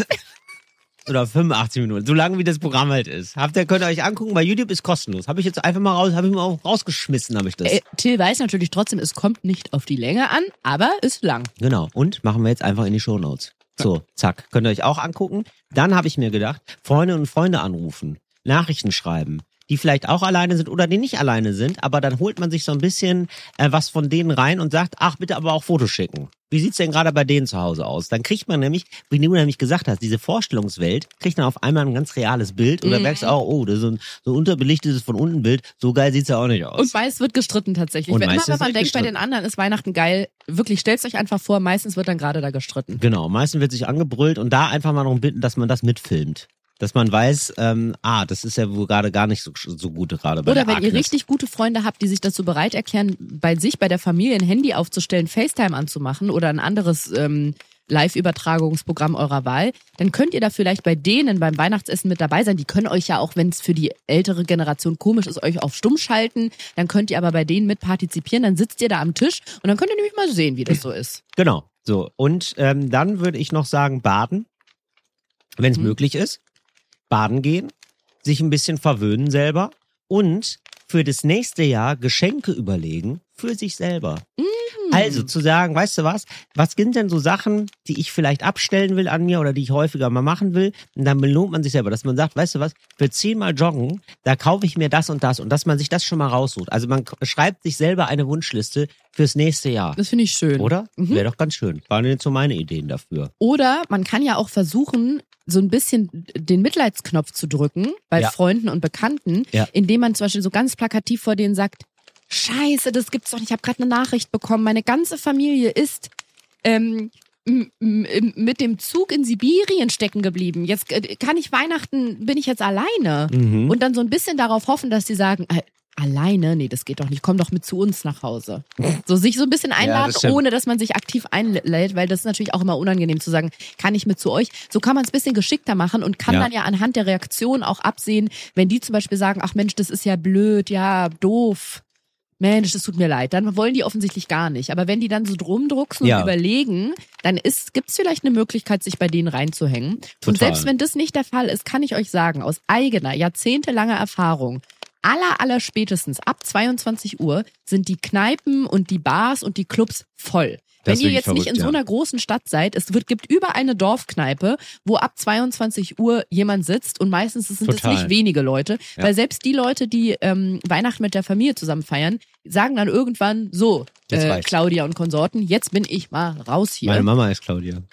Speaker 1: Oder 85 Minuten, so lange wie das Programm halt ist. Habt ihr könnt ihr euch angucken, bei YouTube ist kostenlos. Habe ich jetzt einfach mal raus, habe ich mal auch rausgeschmissen, habe ich das.
Speaker 2: Äh, Till weiß natürlich trotzdem, es kommt nicht auf die Länge an, aber ist lang.
Speaker 1: Genau. Und machen wir jetzt einfach in die Show Notes. So, zack, könnt ihr euch auch angucken. Dann habe ich mir gedacht, Freunde und Freunde anrufen, Nachrichten schreiben, die vielleicht auch alleine sind oder die nicht alleine sind, aber dann holt man sich so ein bisschen äh, was von denen rein und sagt, ach bitte aber auch Fotos schicken. Wie sieht's denn gerade bei denen zu Hause aus? Dann kriegt man nämlich, wie du nämlich gesagt hast, diese Vorstellungswelt, kriegt man auf einmal ein ganz reales Bild und dann merkst du auch, oh, das ist so ein so ein unterbelichtetes von unten Bild, so geil sieht's ja auch nicht aus.
Speaker 2: Und meist wird gestritten tatsächlich.
Speaker 1: Und
Speaker 2: Wenn, immer
Speaker 1: meistens
Speaker 2: wenn man
Speaker 1: wird
Speaker 2: denkt, bei
Speaker 1: gestritten.
Speaker 2: den anderen ist Weihnachten geil, wirklich, stellt euch einfach vor, meistens wird dann gerade da gestritten.
Speaker 1: Genau, meistens wird sich angebrüllt und da einfach mal darum bitten, dass man das mitfilmt. dass man weiß, ähm, ah, das ist ja wohl gerade gar nicht so, so gut gerade bei
Speaker 2: Oder
Speaker 1: der
Speaker 2: wenn ihr
Speaker 1: Agnes.
Speaker 2: richtig gute Freunde habt, die sich dazu bereit erklären, bei sich, bei der Familie ein Handy aufzustellen, FaceTime anzumachen oder ein anderes ähm, Live-Übertragungsprogramm eurer Wahl, dann könnt ihr da vielleicht bei denen beim Weihnachtsessen mit dabei sein. Die können euch ja auch, wenn es für die ältere Generation komisch ist, euch auf stumm schalten. Dann könnt ihr aber bei denen mit partizipieren. Dann sitzt ihr da am Tisch und dann könnt ihr nämlich mal sehen, wie das so ist.
Speaker 1: Genau. So. Und ähm, dann würde ich noch sagen, baden, wenn es möglich ist. Baden gehen, sich ein bisschen verwöhnen selber und für das nächste Jahr Geschenke überlegen für sich selber. Also zu sagen, weißt du was, was sind denn so Sachen, die ich vielleicht abstellen will an mir oder die ich häufiger mal machen will? Und dann belohnt man sich selber, dass man sagt, weißt du was, für zehnmal joggen, da kaufe ich mir das und das und dass man sich das schon mal raussucht. Also man k- schreibt sich selber eine Wunschliste fürs nächste Jahr.
Speaker 2: Das finde ich schön.
Speaker 1: Oder?
Speaker 2: Mhm.
Speaker 1: Wäre doch ganz schön. Waren jetzt so meine Ideen dafür.
Speaker 2: Oder man kann ja auch versuchen, so ein bisschen den Mitleidsknopf zu drücken bei
Speaker 1: Ja.
Speaker 2: Freunden und Bekannten,
Speaker 1: Ja.
Speaker 2: indem man zum Beispiel so ganz plakativ vor denen sagt, Scheiße, das gibt's doch nicht. Ich habe gerade eine Nachricht bekommen. Meine ganze Familie ist ähm, m- m- m- mit dem Zug in Sibirien stecken geblieben. Jetzt äh, kann ich Weihnachten, bin ich jetzt alleine.
Speaker 1: Mhm.
Speaker 2: Und dann so ein bisschen darauf hoffen, dass sie sagen, "Äh, alleine, nee, das geht doch nicht, komm doch mit zu uns nach Hause. So sich so ein bisschen einladen,
Speaker 1: stimmt.
Speaker 2: ohne dass man sich aktiv einlädt, weil das ist natürlich auch immer unangenehm zu sagen, kann ich mit zu euch. So kann man es ein bisschen geschickter machen und kann
Speaker 1: Ja.
Speaker 2: dann ja anhand der Reaktion auch absehen, wenn die zum Beispiel sagen, ach Mensch, das ist ja blöd, ja, doof. Mensch, das tut mir leid. Dann wollen die offensichtlich gar nicht. Aber wenn die dann so drumdrucksen
Speaker 1: Ja.
Speaker 2: und überlegen, dann gibt es vielleicht eine Möglichkeit, sich bei denen reinzuhängen. Und
Speaker 1: Total.
Speaker 2: selbst wenn das nicht der Fall ist, kann ich euch sagen, aus eigener, jahrzehntelanger Erfahrung, aller, aller spätestens ab 22 Uhr sind die Kneipen und die Bars und die Clubs voll.
Speaker 1: Das ist
Speaker 2: wenn
Speaker 1: wirklich
Speaker 2: ihr jetzt nicht
Speaker 1: verrückt,
Speaker 2: in so
Speaker 1: ja.
Speaker 2: einer großen Stadt seid, es wird, gibt überall eine Dorfkneipe, wo ab 22 Uhr jemand sitzt und meistens sind es
Speaker 1: Total.
Speaker 2: nicht wenige Leute,
Speaker 1: Ja.
Speaker 2: weil selbst die Leute, die ähm, Weihnachten mit der Familie zusammen feiern, sagen dann irgendwann so,
Speaker 1: Jetzt
Speaker 2: äh,
Speaker 1: reicht's.
Speaker 2: Claudia und Konsorten, jetzt bin ich mal raus hier.
Speaker 1: Meine Mama ist Claudia.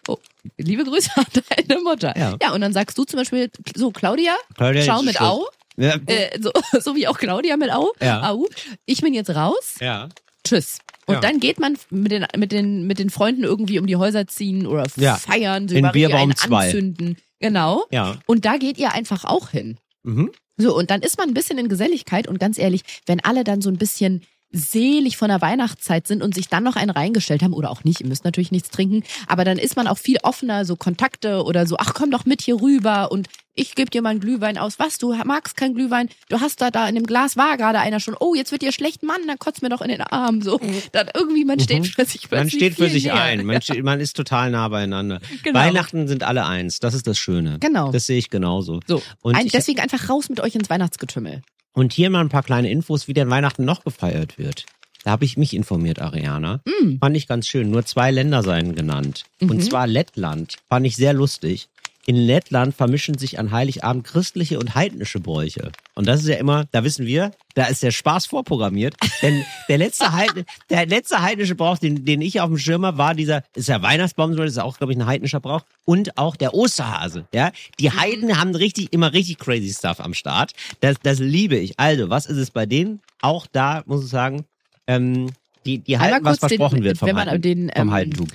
Speaker 2: Liebe Grüße an deine Mutter.
Speaker 1: Ja.
Speaker 2: und dann sagst du zum Beispiel, so Claudia,
Speaker 1: Claudia
Speaker 2: schau
Speaker 1: jetzt
Speaker 2: mit
Speaker 1: Schluss.
Speaker 2: Au,
Speaker 1: Ja.
Speaker 2: äh, so, (laughs) so wie auch Claudia mit Au,
Speaker 1: Ja.
Speaker 2: Au, ich bin jetzt raus,
Speaker 1: ja.
Speaker 2: tschüss. Und
Speaker 1: Ja.
Speaker 2: dann geht man mit den, mit, den, mit den Freunden irgendwie um die Häuser ziehen oder
Speaker 1: Ja.
Speaker 2: feiern,
Speaker 1: In
Speaker 2: Barilla
Speaker 1: Bierbaum
Speaker 2: einen
Speaker 1: zwei.
Speaker 2: anzünden. Genau.
Speaker 1: Ja.
Speaker 2: Und da geht ihr einfach auch hin.
Speaker 1: Mhm.
Speaker 2: So, und dann ist man ein bisschen in Geselligkeit und ganz ehrlich, wenn alle dann so ein bisschen selig von der Weihnachtszeit sind und sich dann noch einen reingestellt haben oder auch nicht, ihr müsst natürlich nichts trinken, aber dann ist man auch viel offener, so Kontakte oder so, ach komm doch mit hier rüber und ich gebe dir mal einen Glühwein aus. Was, du magst keinen Glühwein? Du hast da, da in dem Glas war gerade einer schon, oh, jetzt wird dir schlecht, Mann, dann kotzt mir doch in den Arm, so. Dann irgendwie, man steht für sich
Speaker 1: Mhm. Man
Speaker 2: plötzlich
Speaker 1: steht für
Speaker 2: viel
Speaker 1: sich
Speaker 2: näher.
Speaker 1: ein. Man, steht, man ist total nah beieinander.
Speaker 2: Genau.
Speaker 1: Weihnachten sind alle eins. Das ist das Schöne.
Speaker 2: Genau.
Speaker 1: Das sehe ich genauso.
Speaker 2: So,
Speaker 1: Und
Speaker 2: ein,
Speaker 1: ich-
Speaker 2: deswegen einfach raus mit euch ins Weihnachtsgetümmel.
Speaker 1: Und hier mal ein paar kleine Infos, wie denn Weihnachten noch gefeiert wird. Da habe ich mich informiert, Ariana. Fand ich ganz schön. Nur zwei Länder seien genannt. Und zwar Lettland. Fand ich sehr lustig. In Lettland vermischen sich an Heiligabend christliche und heidnische Bräuche. Und das ist ja immer, da wissen wir, da ist der Spaß vorprogrammiert. Denn der letzte, Heid, der letzte heidnische Brauch, den, den ich auf dem Schirm habe, war dieser, ist ja Weihnachtsbaum, das ist auch, glaube ich, ein heidnischer Brauch. Und auch der Osterhase. Ja? Die
Speaker 2: Mhm.
Speaker 1: Heiden haben richtig, immer richtig crazy stuff am Start. Das, das liebe ich. Also, was ist es bei denen? Auch da muss ich sagen, ähm, die, die halten,
Speaker 2: Einmal
Speaker 1: was
Speaker 2: kurz den-
Speaker 1: versprochen wird vom,
Speaker 2: wenn man
Speaker 1: Heiden,
Speaker 2: den,
Speaker 1: vom
Speaker 2: ähm,
Speaker 1: Heidentum.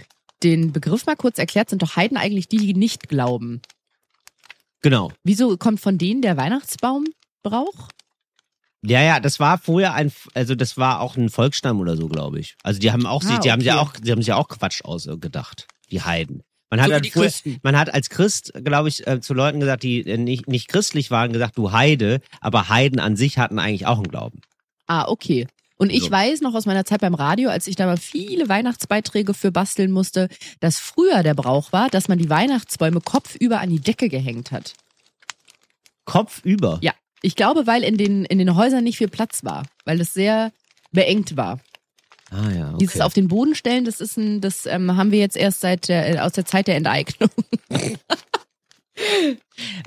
Speaker 2: Den Begriff mal kurz erklärt, sind doch Heiden eigentlich die, die nicht glauben.
Speaker 1: Genau.
Speaker 2: Wieso kommt von denen der Weihnachtsbaumbrauch?
Speaker 1: Ja, ja, das war vorher ein, also das war auch ein Volksstamm oder so, glaube ich. Also die haben auch,
Speaker 2: Ah,
Speaker 1: sich, die haben
Speaker 2: okay.
Speaker 1: ja auch, die haben sich ja auch Quatsch ausgedacht, die Heiden. Man hat,
Speaker 2: So wie
Speaker 1: halt
Speaker 2: die
Speaker 1: früher,
Speaker 2: Christen.
Speaker 1: man hat als Christ, glaube ich, äh, zu Leuten gesagt, die äh, nicht, nicht christlich waren, gesagt, du Heide, aber Heiden an sich hatten eigentlich auch einen Glauben.
Speaker 2: Ah, okay. Und ich
Speaker 1: So.
Speaker 2: weiß noch aus meiner Zeit beim Radio, als ich da mal viele Weihnachtsbeiträge für basteln musste, dass früher der Brauch war, dass man die Weihnachtsbäume kopfüber an die Decke gehängt hat.
Speaker 1: Kopf über.
Speaker 2: Ja, ich glaube, weil in den, in den Häusern nicht viel Platz war, weil es sehr beengt war.
Speaker 1: Ah ja. Okay.
Speaker 2: Dieses auf den Boden stellen, das ist ein, das ähm, haben wir jetzt erst seit der, äh, aus der Zeit der Enteignung,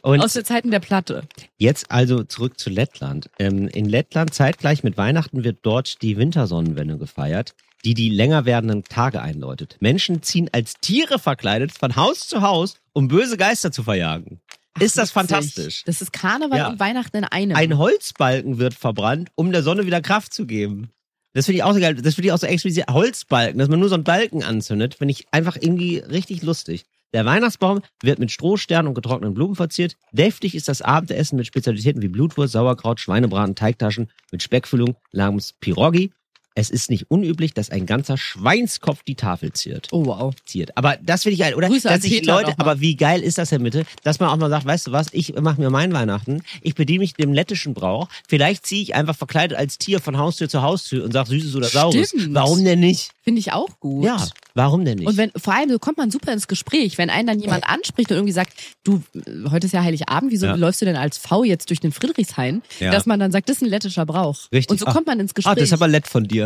Speaker 1: Und
Speaker 2: (laughs) aus der Zeiten der Platte.
Speaker 1: Jetzt also zurück zu Lettland. Ähm, in Lettland zeitgleich mit Weihnachten wird dort die Wintersonnenwende gefeiert, die die länger werdenden Tage einläutet. Menschen ziehen als Tiere verkleidet von Haus zu Haus, um böse Geister zu verjagen. Ist das
Speaker 2: Witzig.
Speaker 1: fantastisch?
Speaker 2: Das ist Karneval
Speaker 1: Ja.
Speaker 2: und Weihnachten in einem.
Speaker 1: Ein Holzbalken wird verbrannt, um der Sonne wieder Kraft zu geben. Das finde ich auch so geil. Das finde ich auch so explizit. Holzbalken, dass man nur so einen Balken anzündet, finde ich einfach irgendwie richtig lustig. Der Weihnachtsbaum wird mit Strohsternen und getrockneten Blumen verziert. Deftig ist das Abendessen mit Spezialitäten wie Blutwurst, Sauerkraut, Schweinebraten, Teigtaschen mit Speckfüllung namens Pirogi. Es ist nicht unüblich, dass ein ganzer Schweinskopf die Tafel ziert.
Speaker 2: Oh wow.
Speaker 1: Ziert. Aber das finde ich geil, oder?
Speaker 2: Grüße an
Speaker 1: dass sich
Speaker 2: Peter
Speaker 1: Leute,
Speaker 2: noch mal.
Speaker 1: aber wie geil ist das denn bitte, dass man auch mal sagt, weißt du was, ich mache mir mein Weihnachten, ich bediene mich dem lettischen Brauch, vielleicht ziehe ich einfach verkleidet als Tier von Haustür zu Haustür und sag Süßes oder Saures.
Speaker 2: Stimmt.
Speaker 1: Warum denn nicht?
Speaker 2: Finde ich auch gut.
Speaker 1: Ja, warum denn nicht? Ah,
Speaker 2: Und wenn, vor allem, so kommt man super ins Gespräch, wenn einen dann jemand anspricht und irgendwie sagt, du, äh, heute ist ja Heiligabend, wieso
Speaker 1: Ja.
Speaker 2: läufst du denn als V jetzt durch den Friedrichshain?
Speaker 1: Ja.
Speaker 2: Dass man dann sagt, das ist ein lettischer Brauch.
Speaker 1: Richtig.
Speaker 2: Und so
Speaker 1: Ah.
Speaker 2: kommt man ins Gespräch.
Speaker 1: ah, das ist aber nett von
Speaker 2: (laughs)
Speaker 1: dir.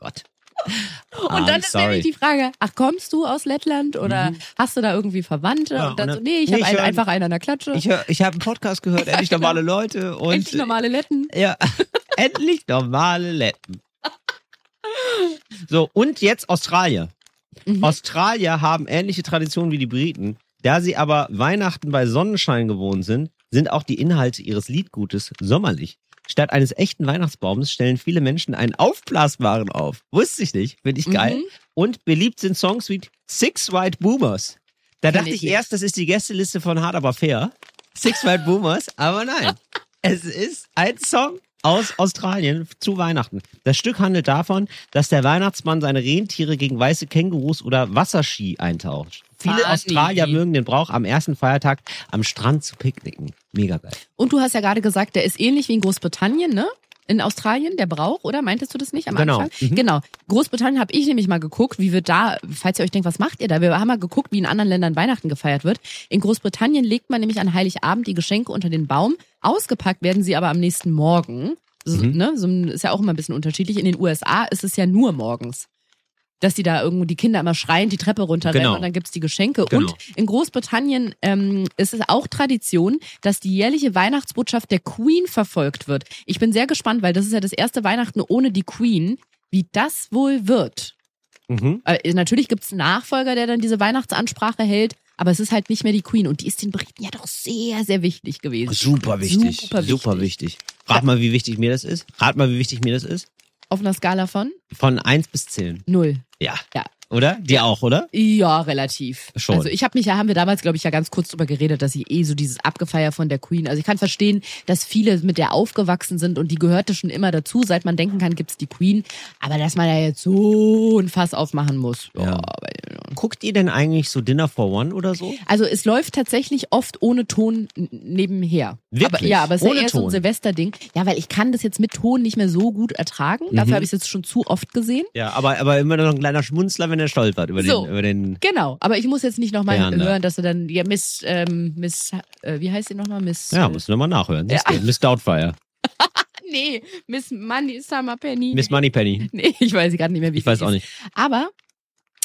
Speaker 1: Gott. Ah,
Speaker 2: und dann ist nämlich die Frage, ach, kommst du aus Lettland oder hast du da irgendwie Verwandte?
Speaker 1: Mhm. Ja,
Speaker 2: und dann
Speaker 1: und
Speaker 2: so,
Speaker 1: dann-
Speaker 2: nee, ich
Speaker 1: nee,
Speaker 2: habe
Speaker 1: ich
Speaker 2: einen,
Speaker 1: hör-
Speaker 2: einfach einen an der Klatsche.
Speaker 1: Ich, hör- ich habe einen Podcast gehört, endlich normale Leute und
Speaker 2: Endlich normale Letten.
Speaker 1: ja, (laughs) endlich normale Letten. So, und jetzt Australier. Australier haben ähnliche Traditionen wie die Briten. Da sie aber Weihnachten bei Sonnenschein gewohnt sind, sind auch die Inhalte ihres Liedgutes sommerlich. Statt eines echten Weihnachtsbaums stellen viele Menschen einen aufblasbaren auf. Wusste ich nicht, finde ich geil.
Speaker 2: Mhm.
Speaker 1: Und beliebt sind Songs wie Six White Boomers. Da
Speaker 2: Kenn
Speaker 1: dachte
Speaker 2: ich
Speaker 1: ich
Speaker 2: nicht.
Speaker 1: erst, das ist die Gästeliste von Hard Aber Fair. Six White Boomers, aber nein.
Speaker 2: (laughs)
Speaker 1: Es ist ein Song aus Australien zu Weihnachten. Das Stück handelt davon, dass der Weihnachtsmann seine Rentiere gegen weiße Kängurus oder Wasserski eintauscht. Viele
Speaker 2: Funny.
Speaker 1: Australier mögen den Brauch, am ersten Feiertag am Strand zu picknicken. Mega geil.
Speaker 2: Und du hast ja gerade gesagt, der ist ähnlich wie in Großbritannien, ne? In Australien, der Brauch, oder? Meintest du das nicht am
Speaker 1: Genau.
Speaker 2: Anfang? Genau. Großbritannien habe ich nämlich mal geguckt, wie wird da, falls ihr euch denkt, was macht ihr da? Wir haben mal geguckt, wie in anderen Ländern Weihnachten gefeiert wird. In Großbritannien legt man nämlich an Heiligabend die Geschenke unter den Baum. Ausgepackt werden sie aber am nächsten Morgen. So,
Speaker 1: Mhm.
Speaker 2: ne? so, ist ja auch immer ein bisschen unterschiedlich. In den USA ist es ja nur morgens. Dass die da irgendwo die Kinder immer schreien, die Treppe runterrennen
Speaker 1: Genau.
Speaker 2: und dann gibt's die Geschenke.
Speaker 1: Genau.
Speaker 2: Und in Großbritannien ähm, ist es auch Tradition, dass die jährliche Weihnachtsbotschaft der Queen verfolgt wird. Ich bin sehr gespannt, weil das ist ja das erste Weihnachten ohne die Queen, wie das wohl wird.
Speaker 1: Mhm.
Speaker 2: Äh, natürlich gibt's einen Nachfolger, der dann diese Weihnachtsansprache hält, aber es ist halt nicht mehr die Queen. Und die ist den Briten ja doch sehr, sehr wichtig gewesen.
Speaker 1: Super wichtig.
Speaker 2: Super
Speaker 1: Super
Speaker 2: wichtig.
Speaker 1: wichtig. Rat mal, wie wichtig mir das ist. Rat mal, wie wichtig mir das ist.
Speaker 2: Auf einer Skala von
Speaker 1: Von 1 bis 10.
Speaker 2: null.
Speaker 1: Ja.
Speaker 2: Ja.
Speaker 1: Oder? Dir auch, oder?
Speaker 2: Ja, relativ.
Speaker 1: Schon.
Speaker 2: Also ich habe mich ja, haben wir damals, glaube ich, ja ganz kurz drüber geredet, dass ich eh so dieses Abgefeier von der Queen. Also ich kann verstehen, dass viele mit der aufgewachsen sind und die gehörte schon immer dazu. Seit man denken kann, gibt's die Queen. Aber dass man da jetzt so ein Fass aufmachen muss. Ja.
Speaker 1: Ja.
Speaker 2: weil-
Speaker 1: Guckt ihr denn eigentlich so Dinner for One oder so?
Speaker 2: Also es läuft tatsächlich oft ohne Ton n- nebenher.
Speaker 1: Wirklich?
Speaker 2: Aber, ja, aber es ist ja
Speaker 1: Ohne
Speaker 2: eher so ein
Speaker 1: Ton?
Speaker 2: Silvesterding. Ja, weil ich kann das jetzt mit Ton nicht mehr so gut ertragen. Dafür
Speaker 1: Mhm.
Speaker 2: habe ich es jetzt schon zu oft gesehen.
Speaker 1: Ja, aber, aber immer noch ein kleiner Schmunzler, wenn er stolpert über
Speaker 2: So.
Speaker 1: den, über den
Speaker 2: Genau, aber ich muss jetzt nicht nochmal
Speaker 1: Gerne.
Speaker 2: hören, dass du dann, ja, Miss, ähm, Miss, äh, wie heißt sie nochmal? Miss.
Speaker 1: Ja,
Speaker 2: äh,
Speaker 1: musst du nochmal nachhören.
Speaker 2: Ja.
Speaker 1: Ja. Miss
Speaker 2: (laughs)
Speaker 1: Doubtfire.
Speaker 2: Nee, Miss Money Summer Penny.
Speaker 1: Miss Moneypenny.
Speaker 2: nee, ich weiß gerade nicht mehr, wie
Speaker 1: Ich
Speaker 2: sie
Speaker 1: weiß auch
Speaker 2: ist.
Speaker 1: nicht.
Speaker 2: Aber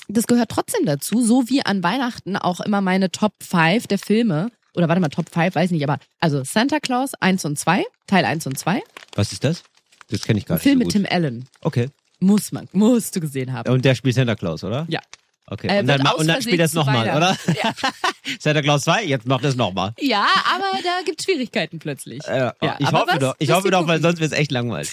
Speaker 2: das gehört trotzdem dazu, so wie an Weihnachten auch immer meine Top 5 der Filme. Oder warte mal, Top 5, weiß nicht, aber also Santa Claus 1 und 2, Teil 1 und 2,
Speaker 1: Was ist das? Das kenne ich gar
Speaker 2: ein
Speaker 1: nicht.
Speaker 2: Film
Speaker 1: so
Speaker 2: mit
Speaker 1: gut.
Speaker 2: Tim Allen.
Speaker 1: Okay.
Speaker 2: Muss man, musst du gesehen haben.
Speaker 1: Und der spielt Santa Claus, oder?
Speaker 2: Ja.
Speaker 1: Okay.
Speaker 2: Äh,
Speaker 1: und,
Speaker 2: wird
Speaker 1: dann, ma-
Speaker 2: aus
Speaker 1: und dann
Speaker 2: Versehen
Speaker 1: spielt er es
Speaker 2: zu
Speaker 1: nochmal, oder?
Speaker 2: Weihnachten.
Speaker 1: (laughs) Santa Claus 2, jetzt macht es nochmal.
Speaker 2: Ja, aber da gibt's Schwierigkeiten plötzlich.
Speaker 1: Äh,
Speaker 2: Ja,
Speaker 1: ich
Speaker 2: aber
Speaker 1: hoffe
Speaker 2: was
Speaker 1: doch, ich
Speaker 2: müsst
Speaker 1: hoffe
Speaker 2: ihr
Speaker 1: doch, weil
Speaker 2: gucken?
Speaker 1: sonst wird es echt
Speaker 2: (laughs)
Speaker 1: langweilig.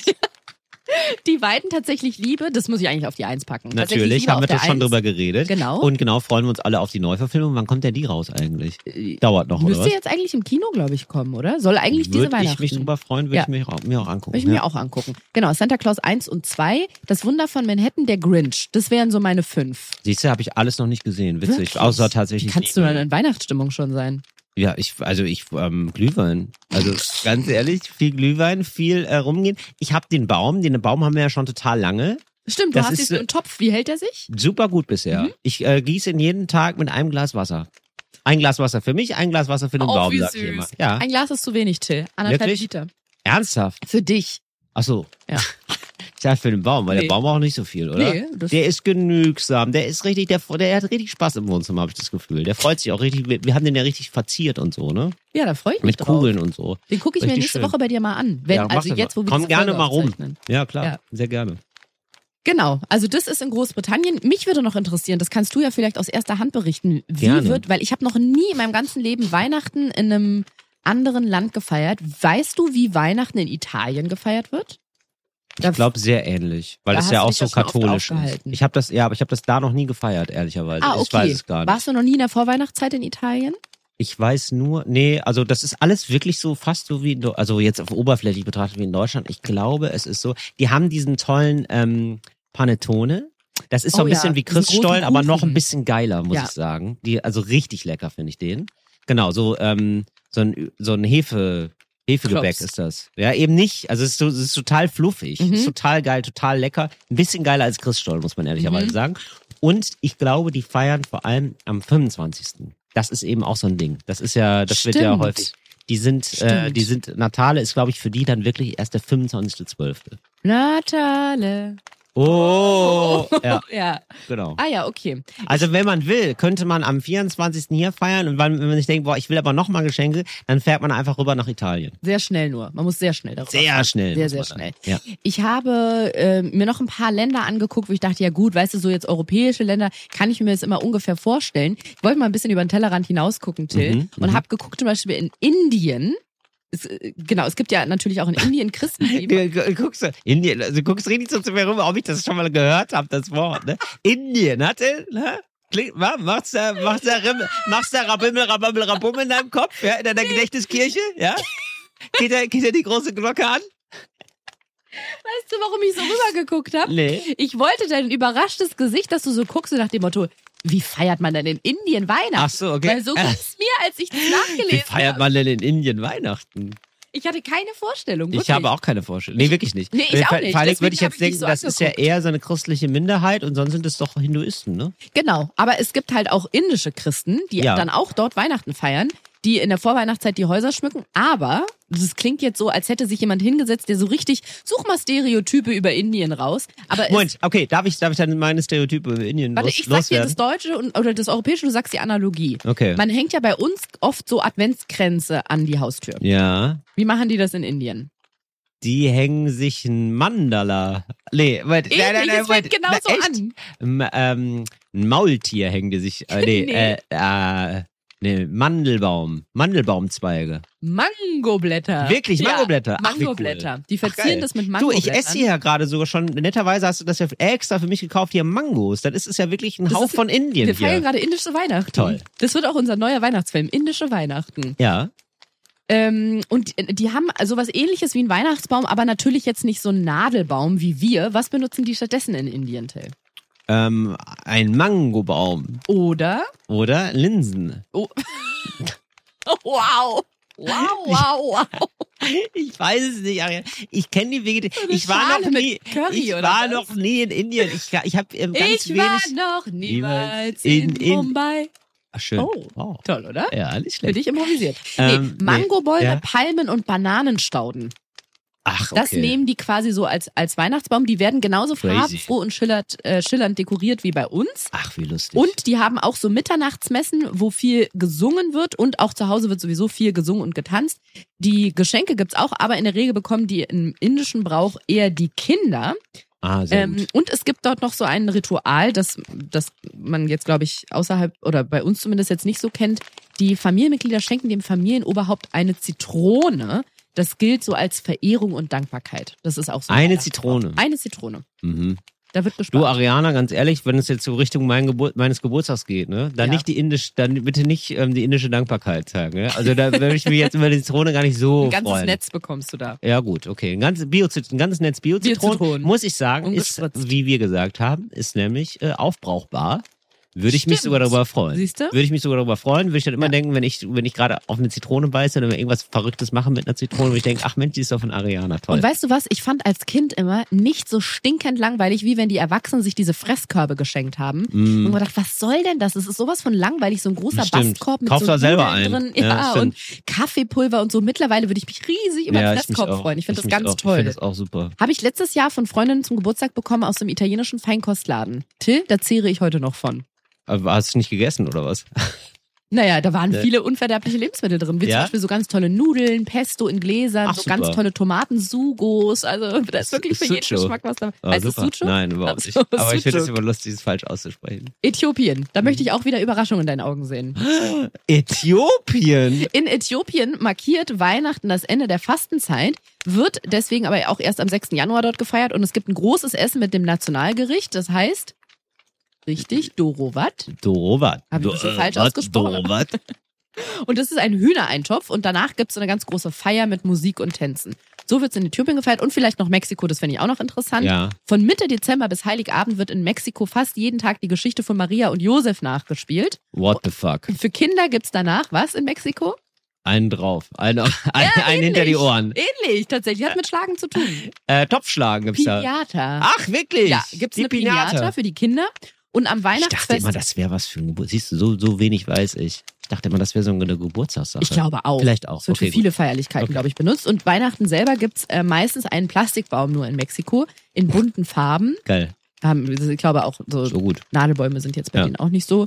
Speaker 2: Die beiden tatsächlich Liebe, das muss ich eigentlich auf die Eins packen. Tatsächlich
Speaker 1: Natürlich,
Speaker 2: Liebe
Speaker 1: haben wir
Speaker 2: auf der
Speaker 1: das schon
Speaker 2: Eins.
Speaker 1: drüber geredet.
Speaker 2: Genau.
Speaker 1: Und genau, freuen wir uns alle auf die Neuverfilmung. Wann kommt denn die raus eigentlich?
Speaker 2: Äh,
Speaker 1: Dauert noch, oder
Speaker 2: Müsste
Speaker 1: was?
Speaker 2: jetzt eigentlich im Kino, glaube ich, kommen, oder? Soll eigentlich diese
Speaker 1: Würde
Speaker 2: Weihnachten.
Speaker 1: ich mich drüber freuen, würde
Speaker 2: Ja.
Speaker 1: ich mich auch, mir auch angucken.
Speaker 2: Würde ich mir
Speaker 1: ja.
Speaker 2: auch angucken. Genau, Santa Claus 1 und 2, Das Wunder von Manhattan, der Grinch. Das wären so meine fünf.
Speaker 1: Siehst du, habe ich alles noch nicht gesehen. Witzig.
Speaker 2: Wirklich?
Speaker 1: Außer tatsächlich.
Speaker 2: Wie kannst du
Speaker 1: Liebe.
Speaker 2: dann in Weihnachtsstimmung schon sein?
Speaker 1: Ja, ich, also ich, ähm, Glühwein. Also ganz ehrlich, viel Glühwein, viel äh, rumgehen. Ich hab den Baum, den Baum haben wir ja schon total lange.
Speaker 2: Stimmt, du
Speaker 1: Das
Speaker 2: hast
Speaker 1: ist,
Speaker 2: diesen
Speaker 1: äh,
Speaker 2: im Topf. Wie hält er sich?
Speaker 1: Super gut bisher.
Speaker 2: Mhm.
Speaker 1: Ich äh, gieße ihn jeden Tag mit einem Glas Wasser. Ein Glas Wasser für mich, ein Glas Wasser für den Baum, sag ich immer. Ja.
Speaker 2: Oh, Ein Glas ist zu wenig, Till. Anderthalb
Speaker 1: Wirklich?
Speaker 2: Liter.
Speaker 1: Ernsthaft?
Speaker 2: Für dich.
Speaker 1: Ach so. (laughs)
Speaker 2: Ja.
Speaker 1: Ich dachte für den Baum, weil
Speaker 2: Nee.
Speaker 1: der Baum braucht nicht so viel, oder?
Speaker 2: Nee, das-
Speaker 1: der ist genügsam, der ist richtig, der, der hat richtig Spaß im Wohnzimmer, habe ich das Gefühl. Der freut sich auch richtig. Wir, wir haben den ja richtig verziert und so, ne?
Speaker 2: Ja, da freue ich mich
Speaker 1: Mit
Speaker 2: drauf.
Speaker 1: Kugeln und so.
Speaker 2: Den gucke ich mir
Speaker 1: Richtig
Speaker 2: nächste
Speaker 1: schön.
Speaker 2: Woche bei dir mal an. Wenn,
Speaker 1: Ja, mach
Speaker 2: also
Speaker 1: das
Speaker 2: jetzt, wo
Speaker 1: mal.
Speaker 2: wir
Speaker 1: Komm
Speaker 2: diese
Speaker 1: gerne
Speaker 2: Folge
Speaker 1: mal rum.
Speaker 2: aufzeichnen.
Speaker 1: Ja, klar,
Speaker 2: Ja.
Speaker 1: sehr gerne.
Speaker 2: Genau, also das ist in Großbritannien. Mich würde noch interessieren, das kannst du ja vielleicht aus erster Hand berichten, wie
Speaker 1: Gerne.
Speaker 2: wird, weil ich habe noch nie in meinem ganzen Leben Weihnachten in einem anderen Land gefeiert. Weißt du, wie Weihnachten in Italien gefeiert wird? Da-
Speaker 1: Ich glaube sehr ähnlich, weil
Speaker 2: Da
Speaker 1: das
Speaker 2: hast
Speaker 1: ja
Speaker 2: du
Speaker 1: auch
Speaker 2: dich
Speaker 1: so
Speaker 2: ja schon oft
Speaker 1: katholisch ist.
Speaker 2: aufgehalten.
Speaker 1: Ich habe das ja, aber ich habe das da noch nie gefeiert, ehrlicherweise.
Speaker 2: Ah, okay.
Speaker 1: Also Ich weiß es gar nicht.
Speaker 2: Warst du noch nie in der Vorweihnachtszeit in Italien?
Speaker 1: Ich weiß nur, nee, also das ist alles wirklich so fast so wie, in Do- also jetzt auf oberflächlich betrachtet wie in Deutschland. Ich glaube, es ist so. Die haben diesen tollen ähm, Panettone. Das ist so
Speaker 2: Oh
Speaker 1: ein
Speaker 2: ja,
Speaker 1: bisschen wie
Speaker 2: diesen großen
Speaker 1: Christstollen, aber noch ein
Speaker 2: Kuchen.
Speaker 1: bisschen geiler, muss
Speaker 2: Ja.
Speaker 1: ich sagen. Die, also richtig lecker finde ich den. Genau, so ähm, so ein so ein Hefe Hefegebäck
Speaker 2: Klops.
Speaker 1: ist das. Ja, eben nicht. Also es ist, so, es ist total fluffig,
Speaker 2: Mhm.
Speaker 1: ist total geil, total lecker. Ein bisschen geiler als Christstollen, muss man ehrlicherweise
Speaker 2: Mhm.
Speaker 1: sagen. Und ich glaube, die feiern vor allem am 25. Das ist eben auch so ein Ding. Das ist ja, das wird ja
Speaker 2: Stimmt.
Speaker 1: häufig. Die sind, äh,
Speaker 2: Stimmt.
Speaker 1: die sind, Natale ist, glaube ich, für die dann wirklich erst der 25.12.
Speaker 2: Natale.
Speaker 1: Oh! Ja,
Speaker 2: Ja.
Speaker 1: genau.
Speaker 2: Ah ja, okay.
Speaker 1: Also wenn man will, könnte man am 24. hier feiern und wenn wenn man sich denkt, boah, ich will aber nochmal Geschenke, dann fährt man einfach rüber nach Italien.
Speaker 2: Sehr schnell nur. Man muss sehr schnell darüber.
Speaker 1: Sehr schnell.
Speaker 2: Sehr,
Speaker 1: muss
Speaker 2: sehr
Speaker 1: man
Speaker 2: schnell.
Speaker 1: dann. Ja.
Speaker 2: Ich habe äh, mir noch ein paar Länder angeguckt, wo ich dachte, ja gut, weißt du, so jetzt europäische Länder kann ich mir jetzt immer ungefähr vorstellen. Ich wollte mal ein bisschen über den Tellerrand hinausgucken, Till,
Speaker 1: Mhm,
Speaker 2: und
Speaker 1: mhm.
Speaker 2: habe geguckt zum Beispiel in Indien. Es, äh, genau, es gibt ja
Speaker 1: (laughs)
Speaker 2: natürlich auch in Indien Christen. die-
Speaker 1: Du, gu- guckst, du- Indien, also du guckst richtig so zu mir rüber, ob ich das schon mal gehört habe, das Wort. Ne? Indien, hat er, ne? Klingt, wa? machst du machst du Rimmel, machst du Rabimmel, Rabammel, Rabum in deinem Kopf, ja? in deiner Gedächtniskirche, ja? Geht da, geht da die große Glocke an?
Speaker 2: Weißt du, warum ich so rübergeguckt habe?
Speaker 1: Nee.
Speaker 2: Ich wollte dein überraschtes Gesicht, dass du so guckst und nach dem Motto, wie feiert man denn in Indien Weihnachten?
Speaker 1: Ach so, okay. (laughs)
Speaker 2: Weil so ging es mir, als ich
Speaker 1: Wie
Speaker 2: nachgelesen
Speaker 1: feiert
Speaker 2: habe.
Speaker 1: man denn in Indien Weihnachten?
Speaker 2: Ich hatte keine Vorstellung.
Speaker 1: Ich habe auch keine Vorstellung. Nee, wirklich nicht.
Speaker 2: Nee, ich
Speaker 1: Weil
Speaker 2: auch
Speaker 1: vor-
Speaker 2: nicht.
Speaker 1: Vor allem
Speaker 2: Deswegen
Speaker 1: würde ich
Speaker 2: hab
Speaker 1: jetzt
Speaker 2: ich
Speaker 1: denken,
Speaker 2: dich so
Speaker 1: das ist ja
Speaker 2: angeguckt.
Speaker 1: eher so eine christliche Minderheit und sonst sind es doch Hinduisten, ne?
Speaker 2: Genau, aber es gibt halt auch indische Christen, die
Speaker 1: Ja.
Speaker 2: dann auch dort Weihnachten feiern, die in der Vorweihnachtszeit die Häuser schmücken. Aber das klingt jetzt so, als hätte sich jemand hingesetzt, der so richtig, such mal Stereotype über Indien raus. Aber Äh, es,
Speaker 1: Moment, okay, darf ich, darf ich dann meine Stereotype über Indien
Speaker 2: warte,
Speaker 1: los,
Speaker 2: ich sag dir
Speaker 1: loswerden?
Speaker 2: das Deutsche und, oder das Europäische, du sagst die Analogie.
Speaker 1: Okay.
Speaker 2: Man hängt ja bei uns oft so Adventskränze an die Haustür.
Speaker 1: ja.
Speaker 2: Wie machen die das in Indien?
Speaker 1: Die hängen sich ein Mandala. Nee, warte, nein, nein, nein,
Speaker 2: Ähnliches
Speaker 1: warte.
Speaker 2: fängt genauso
Speaker 1: Na, echt?
Speaker 2: genau an.
Speaker 1: M- ähm, ein Maultier hängen die sich. Äh, nee,
Speaker 2: (laughs) Nee.
Speaker 1: Äh, äh, nee, Mandelbaum. Mandelbaumzweige.
Speaker 2: Mangoblätter.
Speaker 1: Wirklich,
Speaker 2: Ja,
Speaker 1: Mangoblätter. Ach, wie cool.
Speaker 2: Mangoblätter. Die
Speaker 1: Ach,
Speaker 2: verzieren
Speaker 1: geil.
Speaker 2: das mit
Speaker 1: Du,
Speaker 2: Mangoblättern.
Speaker 1: ich esse hier ja gerade sogar schon. Netterweise hast du das ja extra für mich gekauft, hier Mangos. Dann ist es ja wirklich ein
Speaker 2: Das
Speaker 1: Hauch
Speaker 2: ist-
Speaker 1: von Indien
Speaker 2: Wir feiern
Speaker 1: hier.
Speaker 2: gerade indische Weihnachten.
Speaker 1: Toll.
Speaker 2: Das wird auch unser neuer Weihnachtsfilm, indische Weihnachten.
Speaker 1: Ja.
Speaker 2: Ähm, und die- die haben sowas ähnliches wie einen Weihnachtsbaum, aber natürlich jetzt nicht so einen Nadelbaum wie wir. Was benutzen die stattdessen in Indien, Till?
Speaker 1: Ähm, ein Mangobaum.
Speaker 2: Oder?
Speaker 1: Oder Linsen. (laughs)
Speaker 2: Oh. wow. Wow, wow, wow.
Speaker 1: Ich weiß es nicht, Ariel. Ich kenne die Vegetarier.
Speaker 2: eine
Speaker 1: Ich war
Speaker 2: Schale
Speaker 1: noch
Speaker 2: mit
Speaker 1: nie.
Speaker 2: Curry
Speaker 1: ich
Speaker 2: oder
Speaker 1: war
Speaker 2: was?
Speaker 1: noch nie in Indien. Ich, ga- ich habe ähm, ganz
Speaker 2: Ich
Speaker 1: wenig.
Speaker 2: war noch
Speaker 1: niemals
Speaker 2: niemals in,
Speaker 1: in in-
Speaker 2: Mumbai.
Speaker 1: Ach, Ah, schön.
Speaker 2: Oh.
Speaker 1: Wow.
Speaker 2: Toll, oder?
Speaker 1: Ja, nicht
Speaker 2: Für
Speaker 1: schlecht.
Speaker 2: dich improvisiert.
Speaker 1: Ähm,
Speaker 2: nee,
Speaker 1: nee,
Speaker 2: Mangobäume,
Speaker 1: ja.
Speaker 2: Palmen und Bananenstauden.
Speaker 1: Ach, okay.
Speaker 2: Das nehmen die quasi so als, als Weihnachtsbaum. Die werden genauso
Speaker 1: Crazy.
Speaker 2: farbenfroh und schillert, äh, schillernd dekoriert wie bei uns.
Speaker 1: Ach, wie lustig.
Speaker 2: Und die haben auch so Mitternachtsmessen, wo viel gesungen wird und auch zu Hause wird sowieso viel gesungen und getanzt. Die Geschenke gibt's auch, aber in der Regel bekommen die im indischen Brauch eher die Kinder.
Speaker 1: Ah, sehr
Speaker 2: Ähm,
Speaker 1: gut.
Speaker 2: und es gibt dort noch so ein Ritual, das, das man jetzt, glaube ich, außerhalb oder bei uns zumindest jetzt nicht so kennt. Die Familienmitglieder schenken dem Familienoberhaupt eine Zitrone. Das gilt so als Verehrung und Dankbarkeit. Das ist auch so.
Speaker 1: Eine
Speaker 2: Ja.
Speaker 1: Zitrone.
Speaker 2: Eine Zitrone.
Speaker 1: Mhm.
Speaker 2: Da wird
Speaker 1: Du,
Speaker 2: gespart.
Speaker 1: Ariana, ganz ehrlich, wenn es jetzt so Richtung mein Gebur meines Geburtstags geht, ne, dann
Speaker 2: Ja.
Speaker 1: nicht die indische, dann bitte nicht ähm, die indische Dankbarkeit zeigen. Ne? Also da würde ich mich jetzt über die Zitrone gar nicht so
Speaker 2: Ein ganzes
Speaker 1: freuen.
Speaker 2: Netz bekommst du da.
Speaker 1: Ja, gut, okay. Ein ganzes, Bio ein ganzes Netz Biozitronen,
Speaker 2: Biozitronen.
Speaker 1: muss ich sagen, ist,
Speaker 2: Ungespritzt.
Speaker 1: wie wir gesagt haben, ist nämlich äh, aufbrauchbar. Würde ich mich
Speaker 2: Stimmt.
Speaker 1: sogar darüber freuen.
Speaker 2: Siehst du?
Speaker 1: Würde ich mich sogar darüber freuen. Würde ich dann immer
Speaker 2: Ja.
Speaker 1: denken, wenn ich, wenn ich gerade auf eine Zitrone beiße oder irgendwas Verrücktes mache mit einer Zitrone, würde ich denken, ach Mensch, die ist doch von Ariana, toll.
Speaker 2: Und weißt du was? Ich fand als Kind immer nicht so stinkend langweilig, wie wenn die Erwachsenen sich diese Fresskörbe geschenkt haben.
Speaker 1: Mm.
Speaker 2: Und man gedacht, was soll denn das? Es ist sowas von langweilig, so ein großer
Speaker 1: Stimmt.
Speaker 2: Bastkorb mit
Speaker 1: Kauf
Speaker 2: so
Speaker 1: da selber
Speaker 2: Nudeln
Speaker 1: einen.
Speaker 2: drin. Ja,
Speaker 1: Ja,
Speaker 2: und
Speaker 1: stimmt.
Speaker 2: Kaffeepulver und so. Mittlerweile würde ich mich riesig über einen
Speaker 1: ich mich
Speaker 2: Fresskorb
Speaker 1: auch.
Speaker 2: freuen. Ich finde das
Speaker 1: mich
Speaker 2: ganz
Speaker 1: auch. Ich
Speaker 2: toll.
Speaker 1: finde das auch super.
Speaker 2: Habe ich letztes Jahr von Freundinnen zum Geburtstag bekommen aus einem italienischen Feinkostladen. Till, da zehre ich heute noch von. (laughs)
Speaker 1: Aber hast du nicht gegessen oder was?
Speaker 2: Naja, da waren
Speaker 1: Ne.
Speaker 2: viele unverderbliche Lebensmittel drin, wie
Speaker 1: Ja?
Speaker 2: zum Beispiel so ganz tolle Nudeln, Pesto in Gläsern,
Speaker 1: Ach,
Speaker 2: so
Speaker 1: super.
Speaker 2: ganz tolle Tomatensugos. Also da ist wirklich für jeden
Speaker 1: Sucho.
Speaker 2: Geschmack was dabei.
Speaker 1: Ah,
Speaker 2: heißt es
Speaker 1: super.
Speaker 2: Sucho?
Speaker 1: Nein, überhaupt nicht.
Speaker 2: Ach so,
Speaker 1: Aber ich finde es
Speaker 2: Sucuk.
Speaker 1: immer lustig, es falsch auszusprechen.
Speaker 2: Äthiopien,
Speaker 1: Mhm.
Speaker 2: da möchte ich auch wieder Überraschungen in deinen Augen sehen.
Speaker 1: Äthiopien.
Speaker 2: In Äthiopien markiert Weihnachten das Ende der Fastenzeit, wird deswegen aber auch erst am 6. Januar dort gefeiert und es gibt ein großes Essen mit dem Nationalgericht, das heißt, richtig, Dorovat.
Speaker 1: Dorovat.
Speaker 2: Hab ich ein bisschen falsch
Speaker 1: Dorovat,
Speaker 2: ausgesprochen.
Speaker 1: Dorovat.
Speaker 2: Und das ist ein Hühnereintopf und danach gibt es so eine ganz große Feier mit Musik und Tänzen. So wird es in Äthiopien gefeiert und vielleicht noch Mexiko, das fände ich auch noch interessant.
Speaker 1: Ja.
Speaker 2: Von Mitte Dezember bis Heiligabend wird in Mexiko fast jeden Tag die Geschichte von Maria und Josef nachgespielt.
Speaker 1: What the fuck?
Speaker 2: Für Kinder gibt es danach was in Mexiko?
Speaker 1: Einen drauf. Einen,
Speaker 2: (laughs)
Speaker 1: einen, einen hinter die
Speaker 2: ähnlich.
Speaker 1: Ohren.
Speaker 2: Ähnlich, tatsächlich. Hat mit Schlagen zu tun.
Speaker 1: Äh, Topfschlagen gibt's da.
Speaker 2: Pinata.
Speaker 1: Ach, wirklich?
Speaker 2: Ja, gibt's
Speaker 1: Ah, Die
Speaker 2: eine Pinata für die Kinder. Und am
Speaker 1: Ich dachte
Speaker 2: Weihnachtsfest.
Speaker 1: immer, das wäre was für ein Geburtstag. Siehst du, so, so wenig weiß ich. Ich dachte immer, das wäre so eine Geburtstagssache.
Speaker 2: Ich glaube auch.
Speaker 1: Vielleicht auch.
Speaker 2: Es wird
Speaker 1: Okay,
Speaker 2: für viele Feierlichkeiten,
Speaker 1: Okay.
Speaker 2: glaube ich, benutzt. Und Weihnachten selber gibt's äh, meistens einen Plastikbaum nur in Mexiko, in bunten Farben.
Speaker 1: Geil.
Speaker 2: Ähm, ich glaube auch so
Speaker 1: So gut.
Speaker 2: Nadelbäume sind jetzt bei
Speaker 1: Ja.
Speaker 2: denen auch nicht so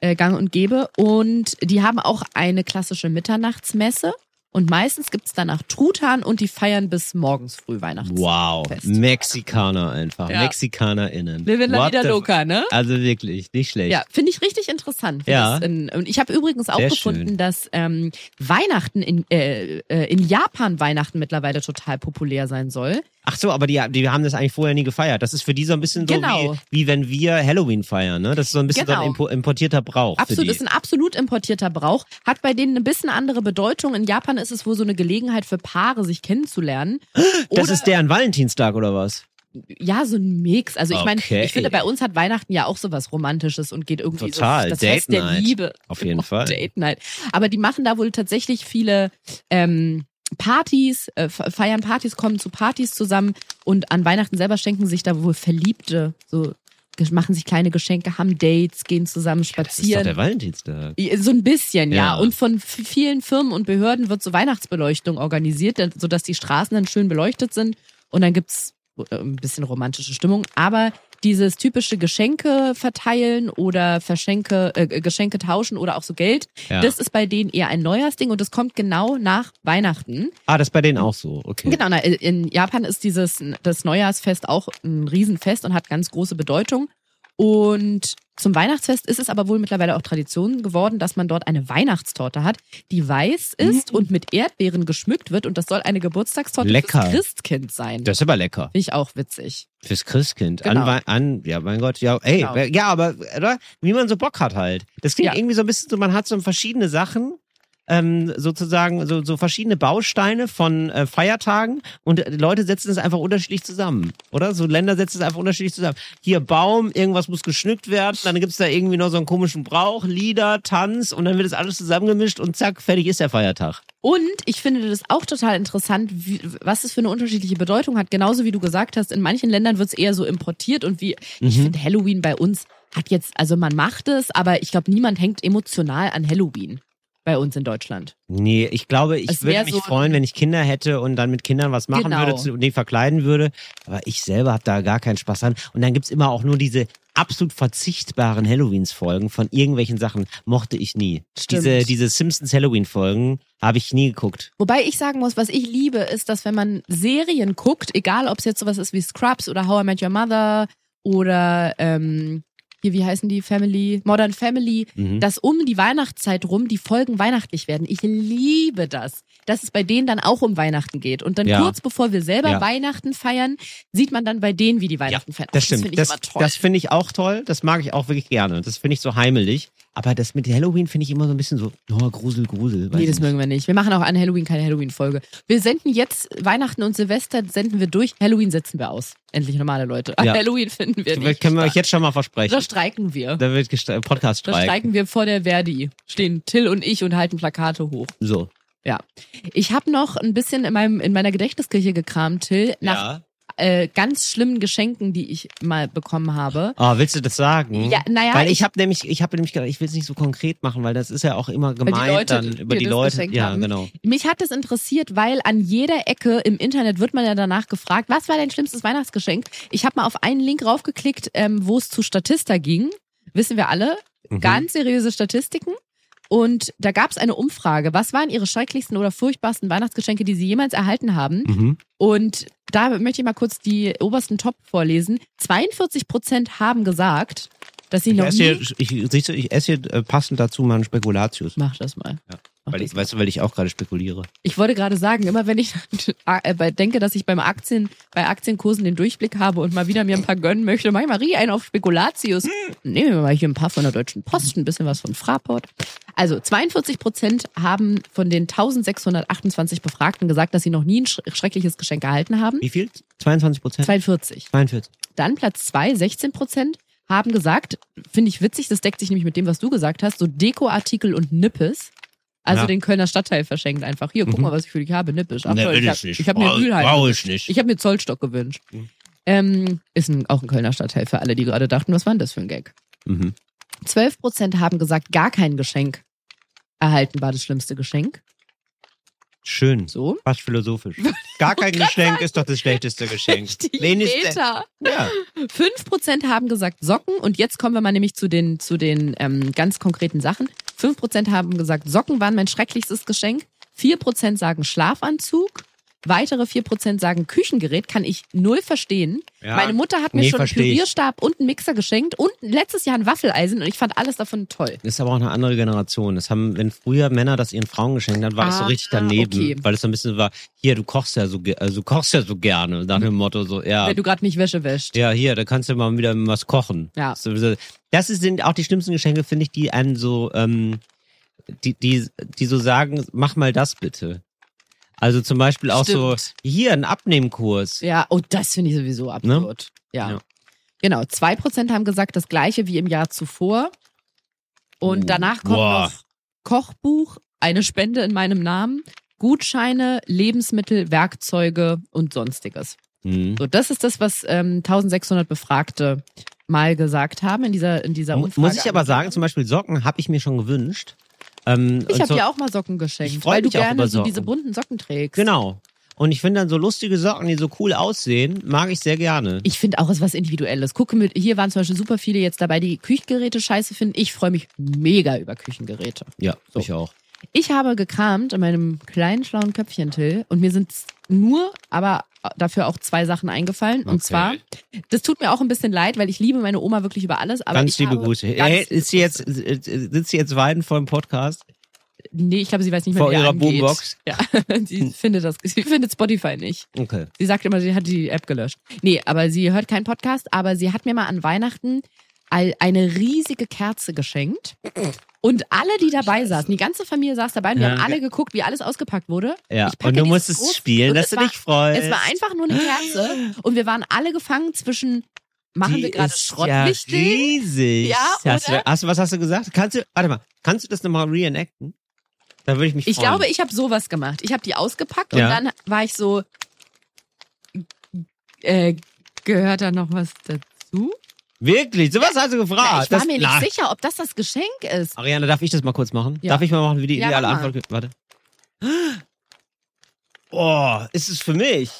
Speaker 2: äh, gang und gäbe. Und die haben auch eine klassische Mitternachtsmesse. Und meistens gibt's danach Truthahn und die feiern bis morgens früh Weihnachten.
Speaker 1: Wow.
Speaker 2: Fest.
Speaker 1: Mexikaner einfach.
Speaker 2: Ja.
Speaker 1: MexikanerInnen.
Speaker 2: Wir werden da
Speaker 1: What
Speaker 2: wieder
Speaker 1: the-
Speaker 2: locker, ne?
Speaker 1: Also wirklich, nicht schlecht.
Speaker 2: Ja, finde ich richtig interessant. wie
Speaker 1: Ja.
Speaker 2: das In, und ich habe übrigens auch
Speaker 1: Sehr
Speaker 2: gefunden,
Speaker 1: schön.
Speaker 2: dass ähm, Weihnachten in, äh, äh, in Japan Weihnachten mittlerweile total populär sein soll.
Speaker 1: Ach so, aber die, die haben das eigentlich vorher nie gefeiert. Das ist für die so ein bisschen so
Speaker 2: Genau.
Speaker 1: wie, wie wenn wir Halloween feiern, ne? Das ist so ein bisschen so
Speaker 2: Genau.
Speaker 1: ein impo importierter Brauch.
Speaker 2: Absolut,
Speaker 1: für die.
Speaker 2: ist ein absolut importierter Brauch, hat bei denen ein bisschen andere Bedeutung. In Japan ist es wohl so eine Gelegenheit für Paare, sich kennenzulernen.
Speaker 1: das
Speaker 2: Oder-
Speaker 1: ist deren Valentinstag oder was?
Speaker 2: ja, so ein Mix. Also ich meine,
Speaker 1: Okay.
Speaker 2: ich finde, bei uns hat Weihnachten ja auch so was Romantisches und geht irgendwie
Speaker 1: Total.
Speaker 2: so das
Speaker 1: Date
Speaker 2: Fest der
Speaker 1: Night.
Speaker 2: Liebe. genau,
Speaker 1: Auf jeden Fall.
Speaker 2: Date Night. Aber die machen da wohl tatsächlich viele ähm, Partys, äh, fe- feiern Partys, kommen zu Partys zusammen und an Weihnachten selber schenken sich da wohl Verliebte, so ge- machen sich kleine Geschenke, haben Dates, gehen zusammen
Speaker 1: Das ist doch
Speaker 2: spazieren.
Speaker 1: der Valentinstag.
Speaker 2: so ein bisschen, ja.
Speaker 1: Ja.
Speaker 2: Und von f- vielen Firmen und Behörden wird so Weihnachtsbeleuchtung organisiert, denn- sodass die Straßen dann schön beleuchtet sind. Und dann gibt's äh, ein bisschen romantische Stimmung. Aber dieses typische Geschenke verteilen oder Verschenke, äh, Geschenke tauschen oder auch so Geld,
Speaker 1: Ja.
Speaker 2: das ist bei denen eher ein Neujahrsding und das kommt genau nach Weihnachten.
Speaker 1: ah, das ist bei denen auch so. Okay.
Speaker 2: Genau, na, in Japan ist dieses das Neujahrsfest auch ein Riesenfest und hat ganz große Bedeutung. Und zum Weihnachtsfest ist es aber wohl mittlerweile auch Tradition geworden, dass man dort eine Weihnachtstorte hat, die weiß
Speaker 1: Mhm.
Speaker 2: ist und mit Erdbeeren geschmückt wird. Und das soll eine Geburtstagstorte
Speaker 1: Lecker.
Speaker 2: fürs Christkind sein.
Speaker 1: Das ist aber lecker.
Speaker 2: Finde ich auch witzig.
Speaker 1: Fürs Christkind.
Speaker 2: Genau.
Speaker 1: An, Wei- an, ja, mein Gott, ja, ey,
Speaker 2: Genau.
Speaker 1: ja, aber oder? wie man so Bock hat halt. Das klingt
Speaker 2: Ja.
Speaker 1: irgendwie so ein bisschen so, man hat so verschiedene Sachen, ähm, sozusagen, so, so verschiedene Bausteine von äh, Feiertagen und äh, die Leute setzen es einfach unterschiedlich zusammen, oder? So Länder setzen es einfach unterschiedlich zusammen. Hier Baum, irgendwas muss geschmückt werden, dann gibt's da irgendwie noch so einen komischen Brauch, Lieder, Tanz und dann wird das alles zusammengemischt und zack, fertig ist der Feiertag.
Speaker 2: Und ich finde das auch total interessant, wie, was es für eine unterschiedliche Bedeutung hat. Genauso wie du gesagt hast, in manchen Ländern wird es eher so importiert und wie ich finde, Halloween bei uns hat jetzt, also man macht es, aber ich glaube, niemand hängt emotional an Halloween bei uns in Deutschland.
Speaker 1: Nee, ich glaube, ich
Speaker 2: Es
Speaker 1: würde
Speaker 2: wär
Speaker 1: mich
Speaker 2: so-
Speaker 1: freuen, wenn ich Kinder hätte und dann mit Kindern was machen
Speaker 2: Genau.
Speaker 1: würde, zu, nee, verkleiden würde. Aber ich selber habe da gar keinen Spaß dran. Und dann gibt's immer auch nur diese absolut verzichtbaren Halloweens-Folgen von irgendwelchen Sachen. Mochte ich nie.
Speaker 2: Stimmt.
Speaker 1: Diese, diese Simpsons-Halloween-Folgen habe ich nie geguckt.
Speaker 2: Wobei ich sagen muss, was ich liebe, ist, dass wenn man Serien guckt, egal ob es jetzt sowas ist wie Scrubs oder How I Met Your Mother oder ähm, hier, wie heißen die Family, Modern Family,
Speaker 1: Mhm.
Speaker 2: dass um die Weihnachtszeit rum die Folgen weihnachtlich werden. Ich liebe das, dass es bei denen dann auch um Weihnachten geht. Und dann
Speaker 1: Ja.
Speaker 2: kurz bevor wir selber
Speaker 1: Ja.
Speaker 2: Weihnachten feiern, sieht man dann bei denen, wie die Weihnachten feiern.
Speaker 1: Das
Speaker 2: Oh, Das finde
Speaker 1: stimmt.
Speaker 2: ich
Speaker 1: Das,
Speaker 2: immer toll.
Speaker 1: das finde ich auch toll. Das mag ich auch wirklich gerne. Das finde ich so heimelig. Aber das mit Halloween finde ich immer so ein bisschen so, oh, Grusel, Grusel. weiß
Speaker 2: Nee, das
Speaker 1: nicht.
Speaker 2: mögen wir nicht. Wir machen auch an Halloween keine Halloween-Folge. Wir senden jetzt Weihnachten und Silvester senden wir durch. Halloween setzen wir aus. Endlich normale Leute.
Speaker 1: Ja.
Speaker 2: (laughs) Halloween finden wir
Speaker 1: Das
Speaker 2: nicht.
Speaker 1: können wir euch jetzt schon mal versprechen.
Speaker 2: da streiken wir.
Speaker 1: Da wird gesta- Podcast
Speaker 2: Da
Speaker 1: streiken.
Speaker 2: streiken wir vor der Verdi. Stehen Till und ich und halten Plakate hoch.
Speaker 1: So.
Speaker 2: Ja. Ich habe noch ein bisschen in, meinem, in meiner Gedächtniskirche gekramt, Till, nach
Speaker 1: ja.
Speaker 2: äh, ganz schlimmen Geschenken, die ich mal bekommen habe.
Speaker 1: Ah, willst du das sagen?
Speaker 2: Ja, naja,
Speaker 1: Weil
Speaker 2: ich-
Speaker 1: ich habe nämlich, ich habe nämlich gedacht, ich will es nicht so konkret machen, weil das ist ja auch immer
Speaker 2: die
Speaker 1: gemeint
Speaker 2: Leute
Speaker 1: dann über
Speaker 2: dir
Speaker 1: die
Speaker 2: das
Speaker 1: Leute.
Speaker 2: geschenkt
Speaker 1: Ja,
Speaker 2: haben.
Speaker 1: genau.
Speaker 2: Mich hat das interessiert, weil an jeder Ecke im Internet wird man ja danach gefragt, was war dein schlimmstes Weihnachtsgeschenk? Ich habe mal auf einen Link raufgeklickt, ähm, wo es zu Statista ging. Wissen wir alle.
Speaker 1: Mhm.
Speaker 2: Ganz seriöse Statistiken. Und da gab es eine Umfrage. Was waren Ihre schrecklichsten oder furchtbarsten Weihnachtsgeschenke, die Sie jemals erhalten haben?
Speaker 1: Mhm.
Speaker 2: Und da möchte ich mal kurz die obersten Top vorlesen. 42 Prozent haben gesagt, dass sie
Speaker 1: Ich
Speaker 2: noch
Speaker 1: esse, hier,
Speaker 2: nie...
Speaker 1: ich, siehst du, ich esse hier äh, passend dazu mal einen Spekulatius.
Speaker 2: Mach das mal.
Speaker 1: Ja.
Speaker 2: Mach
Speaker 1: Weil
Speaker 2: das
Speaker 1: ich, weißt du, weil ich auch gerade spekuliere.
Speaker 2: Ich wollte gerade sagen, immer wenn ich (laughs) äh, bei- denke, dass ich beim Aktien, bei Aktienkursen den Durchblick habe und mal wieder mir ein paar gönnen möchte, mach ich Marie einen auf Spekulatius. Nehmen wir mal hier ein paar von der Deutschen Post, ein bisschen was von Fraport. Also 42 Prozent haben von den 1628 Befragten gesagt, dass sie noch nie ein sch schreckliches Geschenk erhalten haben.
Speaker 1: Wie viel? 22 Prozent?
Speaker 2: 42.
Speaker 1: 42.
Speaker 2: Dann Platz zwei, 16 Prozent haben gesagt, finde ich witzig, das deckt sich nämlich mit dem, was du gesagt hast, so Dekoartikel und Nippes. Also
Speaker 1: Ja.
Speaker 2: den Kölner Stadtteil verschenkt einfach. Hier, guck
Speaker 1: Mhm.
Speaker 2: mal, was ich für dich habe, Nippisch. Ach,
Speaker 1: Nee,
Speaker 2: toll,
Speaker 1: will
Speaker 2: ich
Speaker 1: ich
Speaker 2: hab-
Speaker 1: nicht.
Speaker 2: ich habe mir
Speaker 1: Brauch-
Speaker 2: Mülheim.
Speaker 1: brauch ich
Speaker 2: gewünscht.
Speaker 1: nicht.
Speaker 2: Ich habe mir Zollstock gewünscht.
Speaker 1: Mhm.
Speaker 2: Ähm, ist ein, auch ein Kölner Stadtteil für alle, die gerade dachten, was war denn das für ein Gag?
Speaker 1: Mhm.
Speaker 2: 12 Prozent haben gesagt, gar kein Geschenk erhalten war das schlimmste Geschenk.
Speaker 1: Schön.
Speaker 2: So.
Speaker 1: Fast
Speaker 2: (laughs)
Speaker 1: philosophisch. Gar kein Geschenk ist doch das schlechteste Geschenk.
Speaker 2: Richtig
Speaker 1: Wenigstens.
Speaker 2: Meta.
Speaker 1: Ja.
Speaker 2: 5% haben gesagt Socken und jetzt kommen wir mal nämlich zu den, zu den ähm, ganz konkreten Sachen. 5% haben gesagt, Socken waren mein schrecklichstes Geschenk. 4% sagen Schlafanzug. Weitere 4% sagen Küchengerät, kann ich null verstehen.
Speaker 1: Ja.
Speaker 2: Meine Mutter hat mir
Speaker 1: Nee,
Speaker 2: schon einen
Speaker 1: versteh ich.
Speaker 2: Pürierstab und einen Mixer geschenkt und letztes Jahr ein Waffeleisen und ich fand alles davon toll.
Speaker 1: Ist aber auch eine andere Generation. Das haben, wenn früher Männer das ihren Frauen geschenkt haben, war das so
Speaker 2: Ah,
Speaker 1: richtig daneben.
Speaker 2: okay.
Speaker 1: Weil es so ein bisschen war, hier, du kochst ja so, ge- also, du kochst ja so gerne. Nach dem Motto so, ja.
Speaker 2: Wenn du gerade nicht Wäsche wäschst.
Speaker 1: Ja, hier, da kannst du mal wieder was kochen.
Speaker 2: Ja.
Speaker 1: So, so. Das ist- sind auch die schlimmsten Geschenke, finde ich, die einen so, ähm, die, die, die so sagen, mach mal das bitte. Also zum Beispiel auch so,
Speaker 2: Stimmt.
Speaker 1: hier ein Abnehmkurs.
Speaker 2: Ja, oh, das finde ich sowieso absurd. Ja.
Speaker 1: Ne? Ja.
Speaker 2: Genau, 2% haben gesagt, das gleiche wie im Jahr zuvor. Und
Speaker 1: Uh,
Speaker 2: danach kommt
Speaker 1: boah.
Speaker 2: noch Kochbuch, eine Spende in meinem Namen, Gutscheine, Lebensmittel, Werkzeuge und sonstiges.
Speaker 1: Hm.
Speaker 2: So, das ist das, was ähm, 1600 Befragte mal gesagt haben in dieser, in dieser
Speaker 1: Mu-
Speaker 2: Umfrage.
Speaker 1: Muss ich aber sagen, zum Beispiel Socken habe ich mir schon gewünscht. Ähm,
Speaker 2: Ich
Speaker 1: und
Speaker 2: habe
Speaker 1: so,
Speaker 2: dir auch mal Socken geschenkt,
Speaker 1: Ich freu
Speaker 2: weil du
Speaker 1: mich auch
Speaker 2: gerne
Speaker 1: über
Speaker 2: so
Speaker 1: Socken.
Speaker 2: diese bunten Socken trägst.
Speaker 1: Genau. Und ich finde dann so lustige Socken, die so cool aussehen, mag ich sehr gerne.
Speaker 2: Ich finde auch, es ist was Individuelles. Gucke mit, hier waren zum Beispiel super viele jetzt dabei, die Küchengeräte scheiße finden. Ich freue mich mega über Küchengeräte.
Speaker 1: ja, ich auch.
Speaker 2: Ich habe gekramt in meinem kleinen schlauen Köpfchen, Till, und mir sind nur, aber dafür auch zwei Sachen eingefallen. Und
Speaker 1: Okay.
Speaker 2: zwar, das tut mir auch ein bisschen leid, weil ich liebe meine Oma wirklich über alles. Aber
Speaker 1: ganz
Speaker 2: ich
Speaker 1: liebe
Speaker 2: habe
Speaker 1: Grüße.
Speaker 2: ganz
Speaker 1: Hey,
Speaker 2: liebe
Speaker 1: ist sie jetzt,
Speaker 2: Grüße.
Speaker 1: äh, äh, sitzt sie jetzt weinen vor dem Podcast?
Speaker 2: Nee, ich glaube, sie weiß nicht mehr,
Speaker 1: Vor
Speaker 2: wie
Speaker 1: ihrer
Speaker 2: der angeht.
Speaker 1: Boombox?
Speaker 2: Ja, (laughs) sie findet das, sie findet Spotify nicht.
Speaker 1: Okay.
Speaker 2: Sie sagt immer, sie hat die App gelöscht. Nee, aber sie hört keinen Podcast, aber sie hat mir mal an Weihnachten all- eine riesige Kerze geschenkt. Und alle, die dabei saßen, die ganze Familie saß dabei und wir
Speaker 1: Ja.
Speaker 2: haben alle geguckt, wie alles ausgepackt wurde.
Speaker 1: Ja,
Speaker 2: Ich packe
Speaker 1: und du
Speaker 2: dieses
Speaker 1: musstest
Speaker 2: große-
Speaker 1: spielen,
Speaker 2: und
Speaker 1: dass
Speaker 2: es
Speaker 1: du
Speaker 2: war-
Speaker 1: dich freust.
Speaker 2: Es war einfach nur
Speaker 1: (gasps)
Speaker 2: eine Kerze und wir waren alle gefangen zwischen, machen
Speaker 1: Die
Speaker 2: wir gerade
Speaker 1: ist ja
Speaker 2: Schrottwichteln?
Speaker 1: riesig.
Speaker 2: Ja,
Speaker 1: hast du,
Speaker 2: oder?
Speaker 1: hast, du- was hast du gesagt? Kannst du, warte mal, kannst du das nochmal reenacten? Da würde ich mich
Speaker 2: Ich
Speaker 1: freuen.
Speaker 2: glaube, ich habe sowas gemacht. Ich habe die ausgepackt
Speaker 1: Ja.
Speaker 2: und dann war ich so, äh, gehört da noch was dazu?
Speaker 1: Wirklich, sowas hast du gefragt.
Speaker 2: Na, ich war
Speaker 1: Ah, Das-
Speaker 2: mir nicht
Speaker 1: na,
Speaker 2: sicher, ob das das Geschenk ist.
Speaker 1: Ariane, darf ich das mal kurz machen?
Speaker 2: Ja.
Speaker 1: Darf ich mal machen, wie die
Speaker 2: Ja,
Speaker 1: ideale
Speaker 2: mach mal.
Speaker 1: Antwort? Warte. Oh, ist es für mich?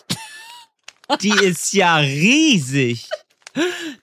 Speaker 1: Die ist ja riesig.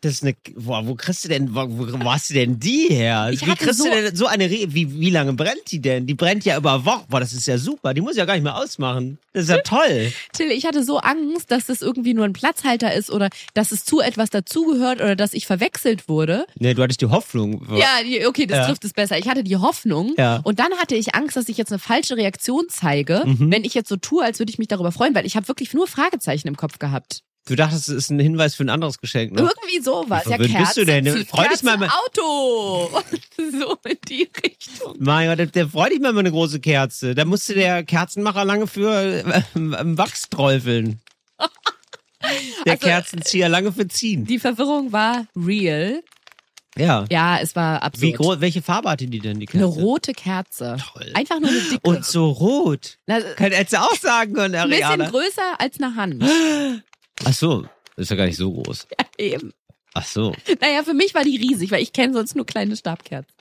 Speaker 1: Das ist eine. Boah, wo kriegst du denn, wo, wo hast du denn die her?
Speaker 2: Ich
Speaker 1: wie
Speaker 2: hatte
Speaker 1: kriegst
Speaker 2: so-
Speaker 1: du denn so eine Re wie, wie lange brennt die denn? Die brennt ja über Wochen. Boah, das ist ja super. Die muss ich ja gar nicht mehr ausmachen. Das ist ja toll.
Speaker 2: Till, ich hatte so Angst, dass das irgendwie nur ein Platzhalter ist oder dass es zu etwas dazugehört oder dass ich verwechselt wurde.
Speaker 1: ne, du hattest die Hoffnung.
Speaker 2: Ja, die- okay, das
Speaker 1: Ja.
Speaker 2: trifft es besser. Ich hatte die Hoffnung
Speaker 1: Ja.
Speaker 2: und dann hatte ich Angst, dass ich jetzt eine falsche Reaktion zeige,
Speaker 1: Mhm.
Speaker 2: wenn ich jetzt so tue, als würde ich mich darüber freuen, weil ich habe wirklich nur Fragezeichen im Kopf gehabt.
Speaker 1: Du dachtest, es ist ein Hinweis für ein anderes Geschenk, ne?
Speaker 2: Irgendwie sowas.
Speaker 1: Wie
Speaker 2: Ja,
Speaker 1: verwirrt
Speaker 2: Kerze,
Speaker 1: bist du denn? Freu dich
Speaker 2: Kerze,
Speaker 1: mal mit-
Speaker 2: Auto. (laughs) so in die Richtung.
Speaker 1: Mein Gott, der, der freut dich mal über eine große Kerze. Da musste der Kerzenmacher lange für äh, (laughs) ähm, Wachs
Speaker 2: (laughs)
Speaker 1: träufeln. Der
Speaker 2: Also,
Speaker 1: Kerzenzieher lange für ziehen.
Speaker 2: Die Verwirrung war real.
Speaker 1: Ja.
Speaker 2: Ja, es war absurd.
Speaker 1: Wie groß, welche Farbe hatte die denn, die
Speaker 2: Eine
Speaker 1: Kerze?
Speaker 2: rote Kerze.
Speaker 1: Toll.
Speaker 2: Einfach nur eine dicke.
Speaker 1: Und so rot.
Speaker 2: Na,
Speaker 1: Kann, hättest du auch sagen können,
Speaker 2: ein bisschen
Speaker 1: Ariana.
Speaker 2: größer als eine Hand.
Speaker 1: Ach so, ist ja gar nicht so groß.
Speaker 2: Eben.
Speaker 1: Ach so,
Speaker 2: Naja, für mich war die riesig, weil ich kenne sonst nur kleine Stabkerzen.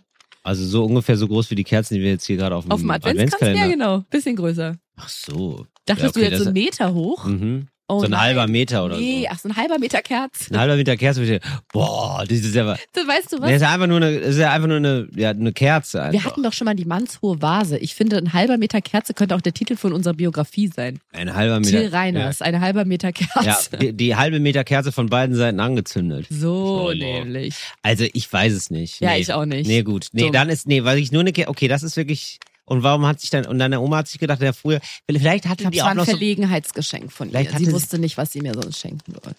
Speaker 1: also so ungefähr so groß wie die Kerzen, die wir jetzt hier gerade auf dem,
Speaker 2: Auf dem Adventskranz, ja
Speaker 1: Adventskalender.
Speaker 2: genau. Bisschen größer.
Speaker 1: Ach so.
Speaker 2: Dachtest
Speaker 1: Ja, okay,
Speaker 2: du jetzt so
Speaker 1: das-
Speaker 2: einen Meter hoch?
Speaker 1: Mhm.
Speaker 2: Oh
Speaker 1: so ein
Speaker 2: nein.
Speaker 1: halber Meter oder
Speaker 2: nee, ach, so ein halber Meter Kerz.
Speaker 1: so. Ein halber Meter Kerze. wo ich denke, Boah, das ist ja, wa-
Speaker 2: So, Weißt du was?
Speaker 1: nee, das ist ja einfach nur eine, das ist ja einfach nur eine, ja, eine Kerze. Einfach.
Speaker 2: Wir hatten doch schon mal die mannshohe Vase. Ich finde, ein halber Meter Kerze könnte auch der Titel von unserer Biografie sein.
Speaker 1: ein halber Meter.
Speaker 2: Till Reiners, eine halber Meter Kerze.
Speaker 1: Ja,
Speaker 2: (laughs)
Speaker 1: ja die, die halbe Meter Kerze von beiden Seiten angezündet.
Speaker 2: So
Speaker 1: Oh, nee.
Speaker 2: nämlich.
Speaker 1: Also ich weiß es nicht.
Speaker 2: Ja,
Speaker 1: nee.
Speaker 2: ich auch nicht.
Speaker 1: Nee, gut. Nee,
Speaker 2: So.
Speaker 1: dann ist, nee, weil ich nur eine, Ke- okay, das ist wirklich, und warum hat sich dann, und deine Oma hat sich gedacht, ja, früher, vielleicht
Speaker 2: Ich
Speaker 1: hatte
Speaker 2: glaube,
Speaker 1: die
Speaker 2: es war
Speaker 1: auch
Speaker 2: ein
Speaker 1: noch so,
Speaker 2: Verlegenheitsgeschenk von ihr.
Speaker 1: Vielleicht hatte
Speaker 2: Sie
Speaker 1: sie-
Speaker 2: wusste nicht, was sie mir sonst schenken soll.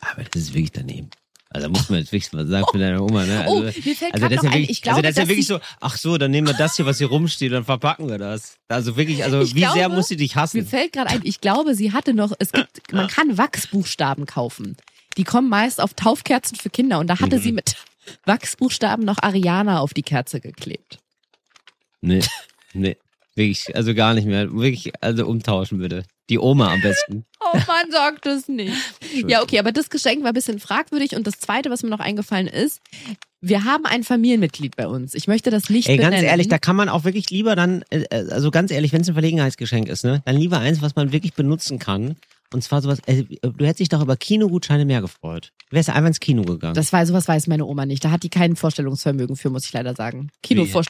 Speaker 1: Ah, aber das ist wirklich daneben. Also da muss man jetzt wirklich mal sagen für deine Oma, ne? Also,
Speaker 2: (laughs) oh, mir fällt
Speaker 1: also
Speaker 2: gerade
Speaker 1: das
Speaker 2: noch
Speaker 1: ist ja
Speaker 2: ein.
Speaker 1: wirklich,
Speaker 2: Ich glaube,
Speaker 1: also das ist ja
Speaker 2: dass
Speaker 1: wirklich
Speaker 2: sie-
Speaker 1: so, ach so, dann nehmen wir das hier, was hier rumsteht, dann verpacken wir das. Also wirklich, also
Speaker 2: Ich
Speaker 1: wie sehr
Speaker 2: glaube,
Speaker 1: muss sie dich
Speaker 2: Mir
Speaker 1: hassen?
Speaker 2: fällt gerade ein, ich glaube, sie hatte noch, es gibt, man kann Wachsbuchstaben kaufen. Die kommen meist auf Taufkerzen für Kinder und da hatte sie mit Wachsbuchstaben noch Ariana auf die Kerze geklebt.
Speaker 1: Nee, nee, wirklich, also gar nicht mehr. Wirklich, also umtauschen bitte. Die Oma am besten.
Speaker 2: Oh man sagt es nicht. (laughs) Ja, okay, aber das Geschenk war ein bisschen fragwürdig und das zweite, was mir noch eingefallen ist, wir haben ein Familienmitglied bei uns. Ich möchte das nicht
Speaker 1: Ey,
Speaker 2: benennen.
Speaker 1: ganz ehrlich, da kann man auch wirklich lieber dann, äh, äh, also ganz ehrlich, wenn es ein Verlegenheitsgeschenk ist, ne, dann lieber eins, was man wirklich benutzen kann. Und zwar sowas, äh, du hättest dich doch über Kinogutscheine mehr gefreut. Du wärst einfach ins Kino gegangen.
Speaker 2: Das war sowas weiß meine Oma nicht. Da hat die kein Vorstellungsvermögen für, muss ich leider sagen.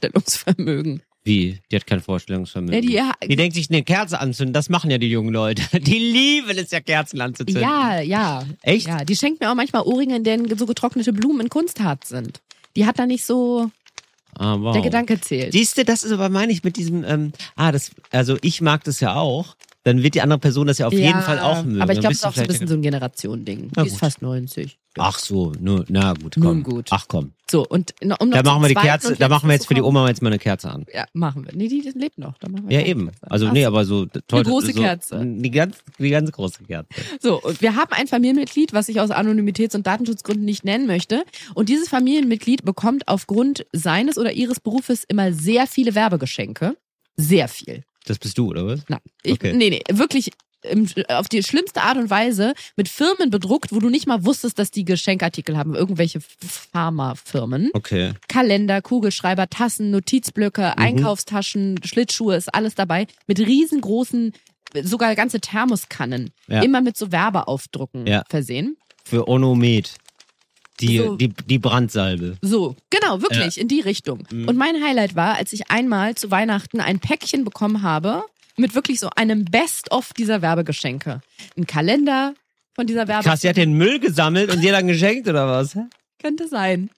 Speaker 2: Kinovorstellungsvermögen.
Speaker 1: Wie? Die hat kein Vorstellungsvermögen.
Speaker 2: Ja, die- äh,
Speaker 1: die denkt sich, eine Kerze anzünden, das machen ja die jungen Leute. Die lieben es ja, Kerzen anzuzünden.
Speaker 2: Ja, ja.
Speaker 1: Echt?
Speaker 2: Ja, die schenkt mir auch manchmal Ohrringe, in denen so getrocknete Blumen in Kunstharz sind. Die hat da nicht so
Speaker 1: Ah, wow.
Speaker 2: der Gedanke zählt.
Speaker 1: Siehste, das ist aber, meine ich, mit diesem, ähm, ah, das, also ich mag das ja auch. Dann wird die andere Person das ja auf
Speaker 2: ja,
Speaker 1: jeden Fall auch mögen.
Speaker 2: Aber ich
Speaker 1: Dann
Speaker 2: glaube,
Speaker 1: bist
Speaker 2: es ist
Speaker 1: du
Speaker 2: auch so ein
Speaker 1: vielleicht-
Speaker 2: bisschen so ein Generationending.
Speaker 1: Na
Speaker 2: Die ist
Speaker 1: gut.
Speaker 2: fast 90.
Speaker 1: Ach so, nur, na gut, komm.
Speaker 2: Nun gut.
Speaker 1: Ach komm.
Speaker 2: So, und no- um noch
Speaker 1: Da
Speaker 2: zum
Speaker 1: machen wir die
Speaker 2: zweiten
Speaker 1: Kerze,
Speaker 2: und
Speaker 1: da machen wir jetzt für die
Speaker 2: letzten zu
Speaker 1: Oma jetzt mal eine Kerze an.
Speaker 2: kommen. Ja, machen wir. Nee, die lebt noch. Da machen wir
Speaker 1: Ja,
Speaker 2: keine
Speaker 1: eben.
Speaker 2: Kerze.
Speaker 1: Also,
Speaker 2: Ach
Speaker 1: nee,
Speaker 2: so.
Speaker 1: aber so. Toll,
Speaker 2: große
Speaker 1: so,
Speaker 2: Kerze.
Speaker 1: Die ganz, die ganz große Kerze.
Speaker 2: So, und wir haben ein Familienmitglied, was ich aus Anonymitäts- und Datenschutzgründen nicht nennen möchte. Und dieses Familienmitglied bekommt aufgrund seines oder ihres Berufes immer sehr viele Werbegeschenke. Sehr viel.
Speaker 1: Das bist du, oder was?
Speaker 2: Nein. Ich,
Speaker 1: Okay.
Speaker 2: Nee, nee, wirklich im, auf die schlimmste Art und Weise mit Firmen bedruckt, wo du nicht mal wusstest, dass die Geschenkartikel haben. Irgendwelche Pharmafirmen.
Speaker 1: Okay.
Speaker 2: Kalender, Kugelschreiber, Tassen, Notizblöcke,
Speaker 1: Mhm.
Speaker 2: Einkaufstaschen, Schlittschuhe, ist alles dabei. Mit riesengroßen, sogar ganze Thermoskannen.
Speaker 1: Ja.
Speaker 2: Immer mit so Werbeaufdrucken
Speaker 1: Ja.
Speaker 2: versehen.
Speaker 1: Für Onomet. Die,
Speaker 2: So.
Speaker 1: die, die Brandsalbe.
Speaker 2: So, genau, wirklich, in die Richtung.
Speaker 1: Mhm.
Speaker 2: Und mein Highlight war, als ich einmal zu Weihnachten ein Päckchen bekommen habe, mit wirklich so einem Best-of dieser Werbegeschenke. Ein Kalender von dieser Werbe
Speaker 1: Krass, die hat den Müll gesammelt und dir dann geschenkt, oder was?
Speaker 2: könnte sein.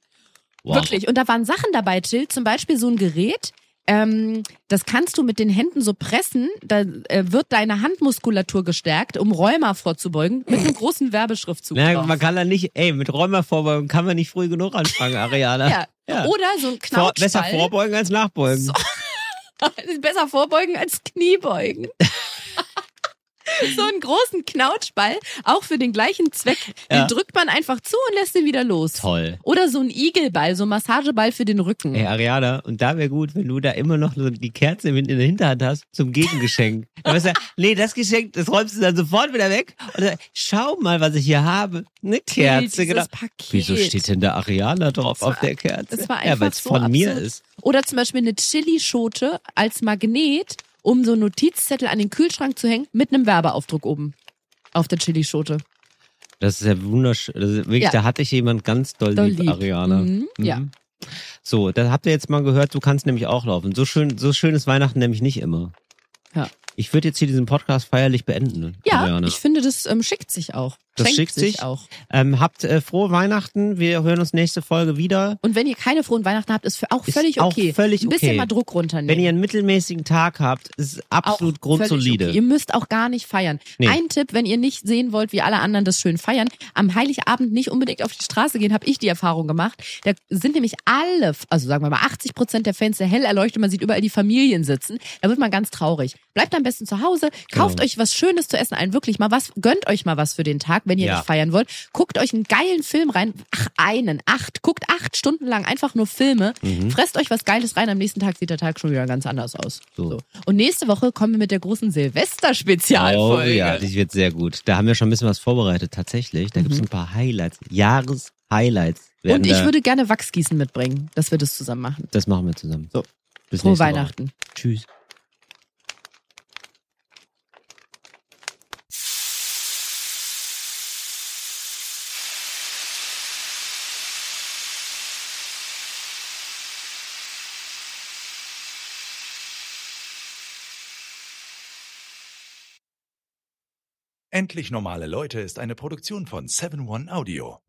Speaker 1: Wow.
Speaker 2: Wirklich. Und da waren Sachen dabei, Till. Zum Beispiel so ein Gerät. Ähm, das kannst du mit den Händen so pressen. Da äh, wird deine Handmuskulatur gestärkt, um Rheuma vorzubeugen. Mit einem großen Werbeschriftzug.
Speaker 1: Na,
Speaker 2: drauf.
Speaker 1: man kann da nicht, ey, mit Rheuma-Vorbeugung kann man nicht früh genug anfangen, Ariana.
Speaker 2: (laughs) ja. Oder so ein
Speaker 1: Vor,
Speaker 2: Knautschball.
Speaker 1: besser vorbeugen als nachbeugen.
Speaker 2: Besser vorbeugen als
Speaker 1: (laughs)
Speaker 2: Kniebeugen. so einen großen Knautschball, auch für den gleichen Zweck.
Speaker 1: Ja.
Speaker 2: Den drückt man einfach zu und lässt ihn wieder los.
Speaker 1: Toll.
Speaker 2: Oder so ein Igelball, so ein Massageball für den Rücken.
Speaker 1: Ey, Ariana, und da wäre gut, wenn du da immer noch so die Kerze in in der Hinterhand hast zum
Speaker 2: (laughs)
Speaker 1: Gegengeschenk. Dann weißt du, nee, das Geschenk, das räumst du dann sofort wieder weg. Und dann, schau mal, was ich hier habe. Eine Kerze,
Speaker 2: dieses
Speaker 1: genau.
Speaker 2: Paket.
Speaker 1: Wieso steht denn da Ariana drauf
Speaker 2: war-
Speaker 1: auf der Kerze?
Speaker 2: das war
Speaker 1: ja, weil
Speaker 2: einfach
Speaker 1: es
Speaker 2: so
Speaker 1: von mir
Speaker 2: absurd.
Speaker 1: ist.
Speaker 2: Oder zum Beispiel eine Chilischote als Magnet, um so einen Notizzettel an den Kühlschrank zu hängen, mit einem Werbeaufdruck oben. Auf der Chilischote.
Speaker 1: Das ist ja wunderschön. Das ist wirklich,
Speaker 2: Ja.
Speaker 1: da hatte ich jemand ganz doll,
Speaker 2: Doll
Speaker 1: lieb,
Speaker 2: lieb.
Speaker 1: Ariana.
Speaker 2: Mhm, ja.
Speaker 1: So, das habt ihr jetzt mal gehört, du kannst nämlich auch laufen. So schön, so schön ist Weihnachten nämlich nicht immer.
Speaker 2: Ja.
Speaker 1: Ich würde jetzt hier diesen Podcast feierlich beenden.
Speaker 2: Ja,
Speaker 1: Ariana.
Speaker 2: ich finde, das ähm, schickt sich auch.
Speaker 1: Das
Speaker 2: Schenkt
Speaker 1: schickt sich.
Speaker 2: auch.
Speaker 1: Ähm, habt äh, frohe Weihnachten. Wir hören uns nächste Folge wieder.
Speaker 2: Und wenn ihr keine frohen Weihnachten habt, ist für auch
Speaker 1: Ist
Speaker 2: völlig
Speaker 1: auch
Speaker 2: okay.
Speaker 1: völlig
Speaker 2: Ein bisschen
Speaker 1: okay.
Speaker 2: mal Druck runternehmen.
Speaker 1: Wenn ihr einen mittelmäßigen Tag habt, ist absolut
Speaker 2: auch
Speaker 1: grundsolide.
Speaker 2: völlig Okay. Ihr müsst auch gar nicht feiern.
Speaker 1: Nee.
Speaker 2: Ein Tipp, wenn ihr nicht sehen wollt, wie alle anderen das schön feiern, am Heiligabend nicht unbedingt auf die Straße gehen, habe ich die Erfahrung gemacht. Da sind nämlich alle, also sagen wir mal 80 Prozent der Fans sehr hell erleuchtet, man sieht überall die Familien sitzen. Da wird man ganz traurig. Bleibt am besten zu Hause,
Speaker 1: Genau.
Speaker 2: kauft euch was Schönes zu essen ein, wirklich mal was, gönnt euch mal was für den Tag, wenn ihr
Speaker 1: Ja.
Speaker 2: nicht feiern wollt. Guckt euch einen geilen Film rein, ach einen, acht, guckt acht Stunden lang einfach nur Filme,
Speaker 1: Mhm.
Speaker 2: fresst euch was Geiles rein, am nächsten Tag sieht der Tag schon wieder ganz anders aus.
Speaker 1: So.
Speaker 2: Und nächste Woche kommen wir mit der großen Silvester-Spezialfolge.
Speaker 1: Oh ja, das wird sehr gut. Da haben wir schon ein bisschen was vorbereitet, tatsächlich. Da gibt's ein paar Highlights, Jahres-Highlights. werden
Speaker 2: Mhm. Und ich
Speaker 1: da-
Speaker 2: würde gerne Wachsgießen mitbringen, dass wir das zusammen machen.
Speaker 1: Das machen wir zusammen.
Speaker 2: So.
Speaker 1: Bis nächste
Speaker 2: Frohe
Speaker 1: Woche.
Speaker 2: Weihnachten.
Speaker 1: Tschüss.
Speaker 4: Endlich normale Leute ist eine Produktion von 7-One Audio.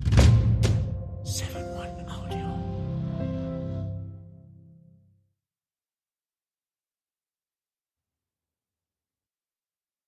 Speaker 4: 7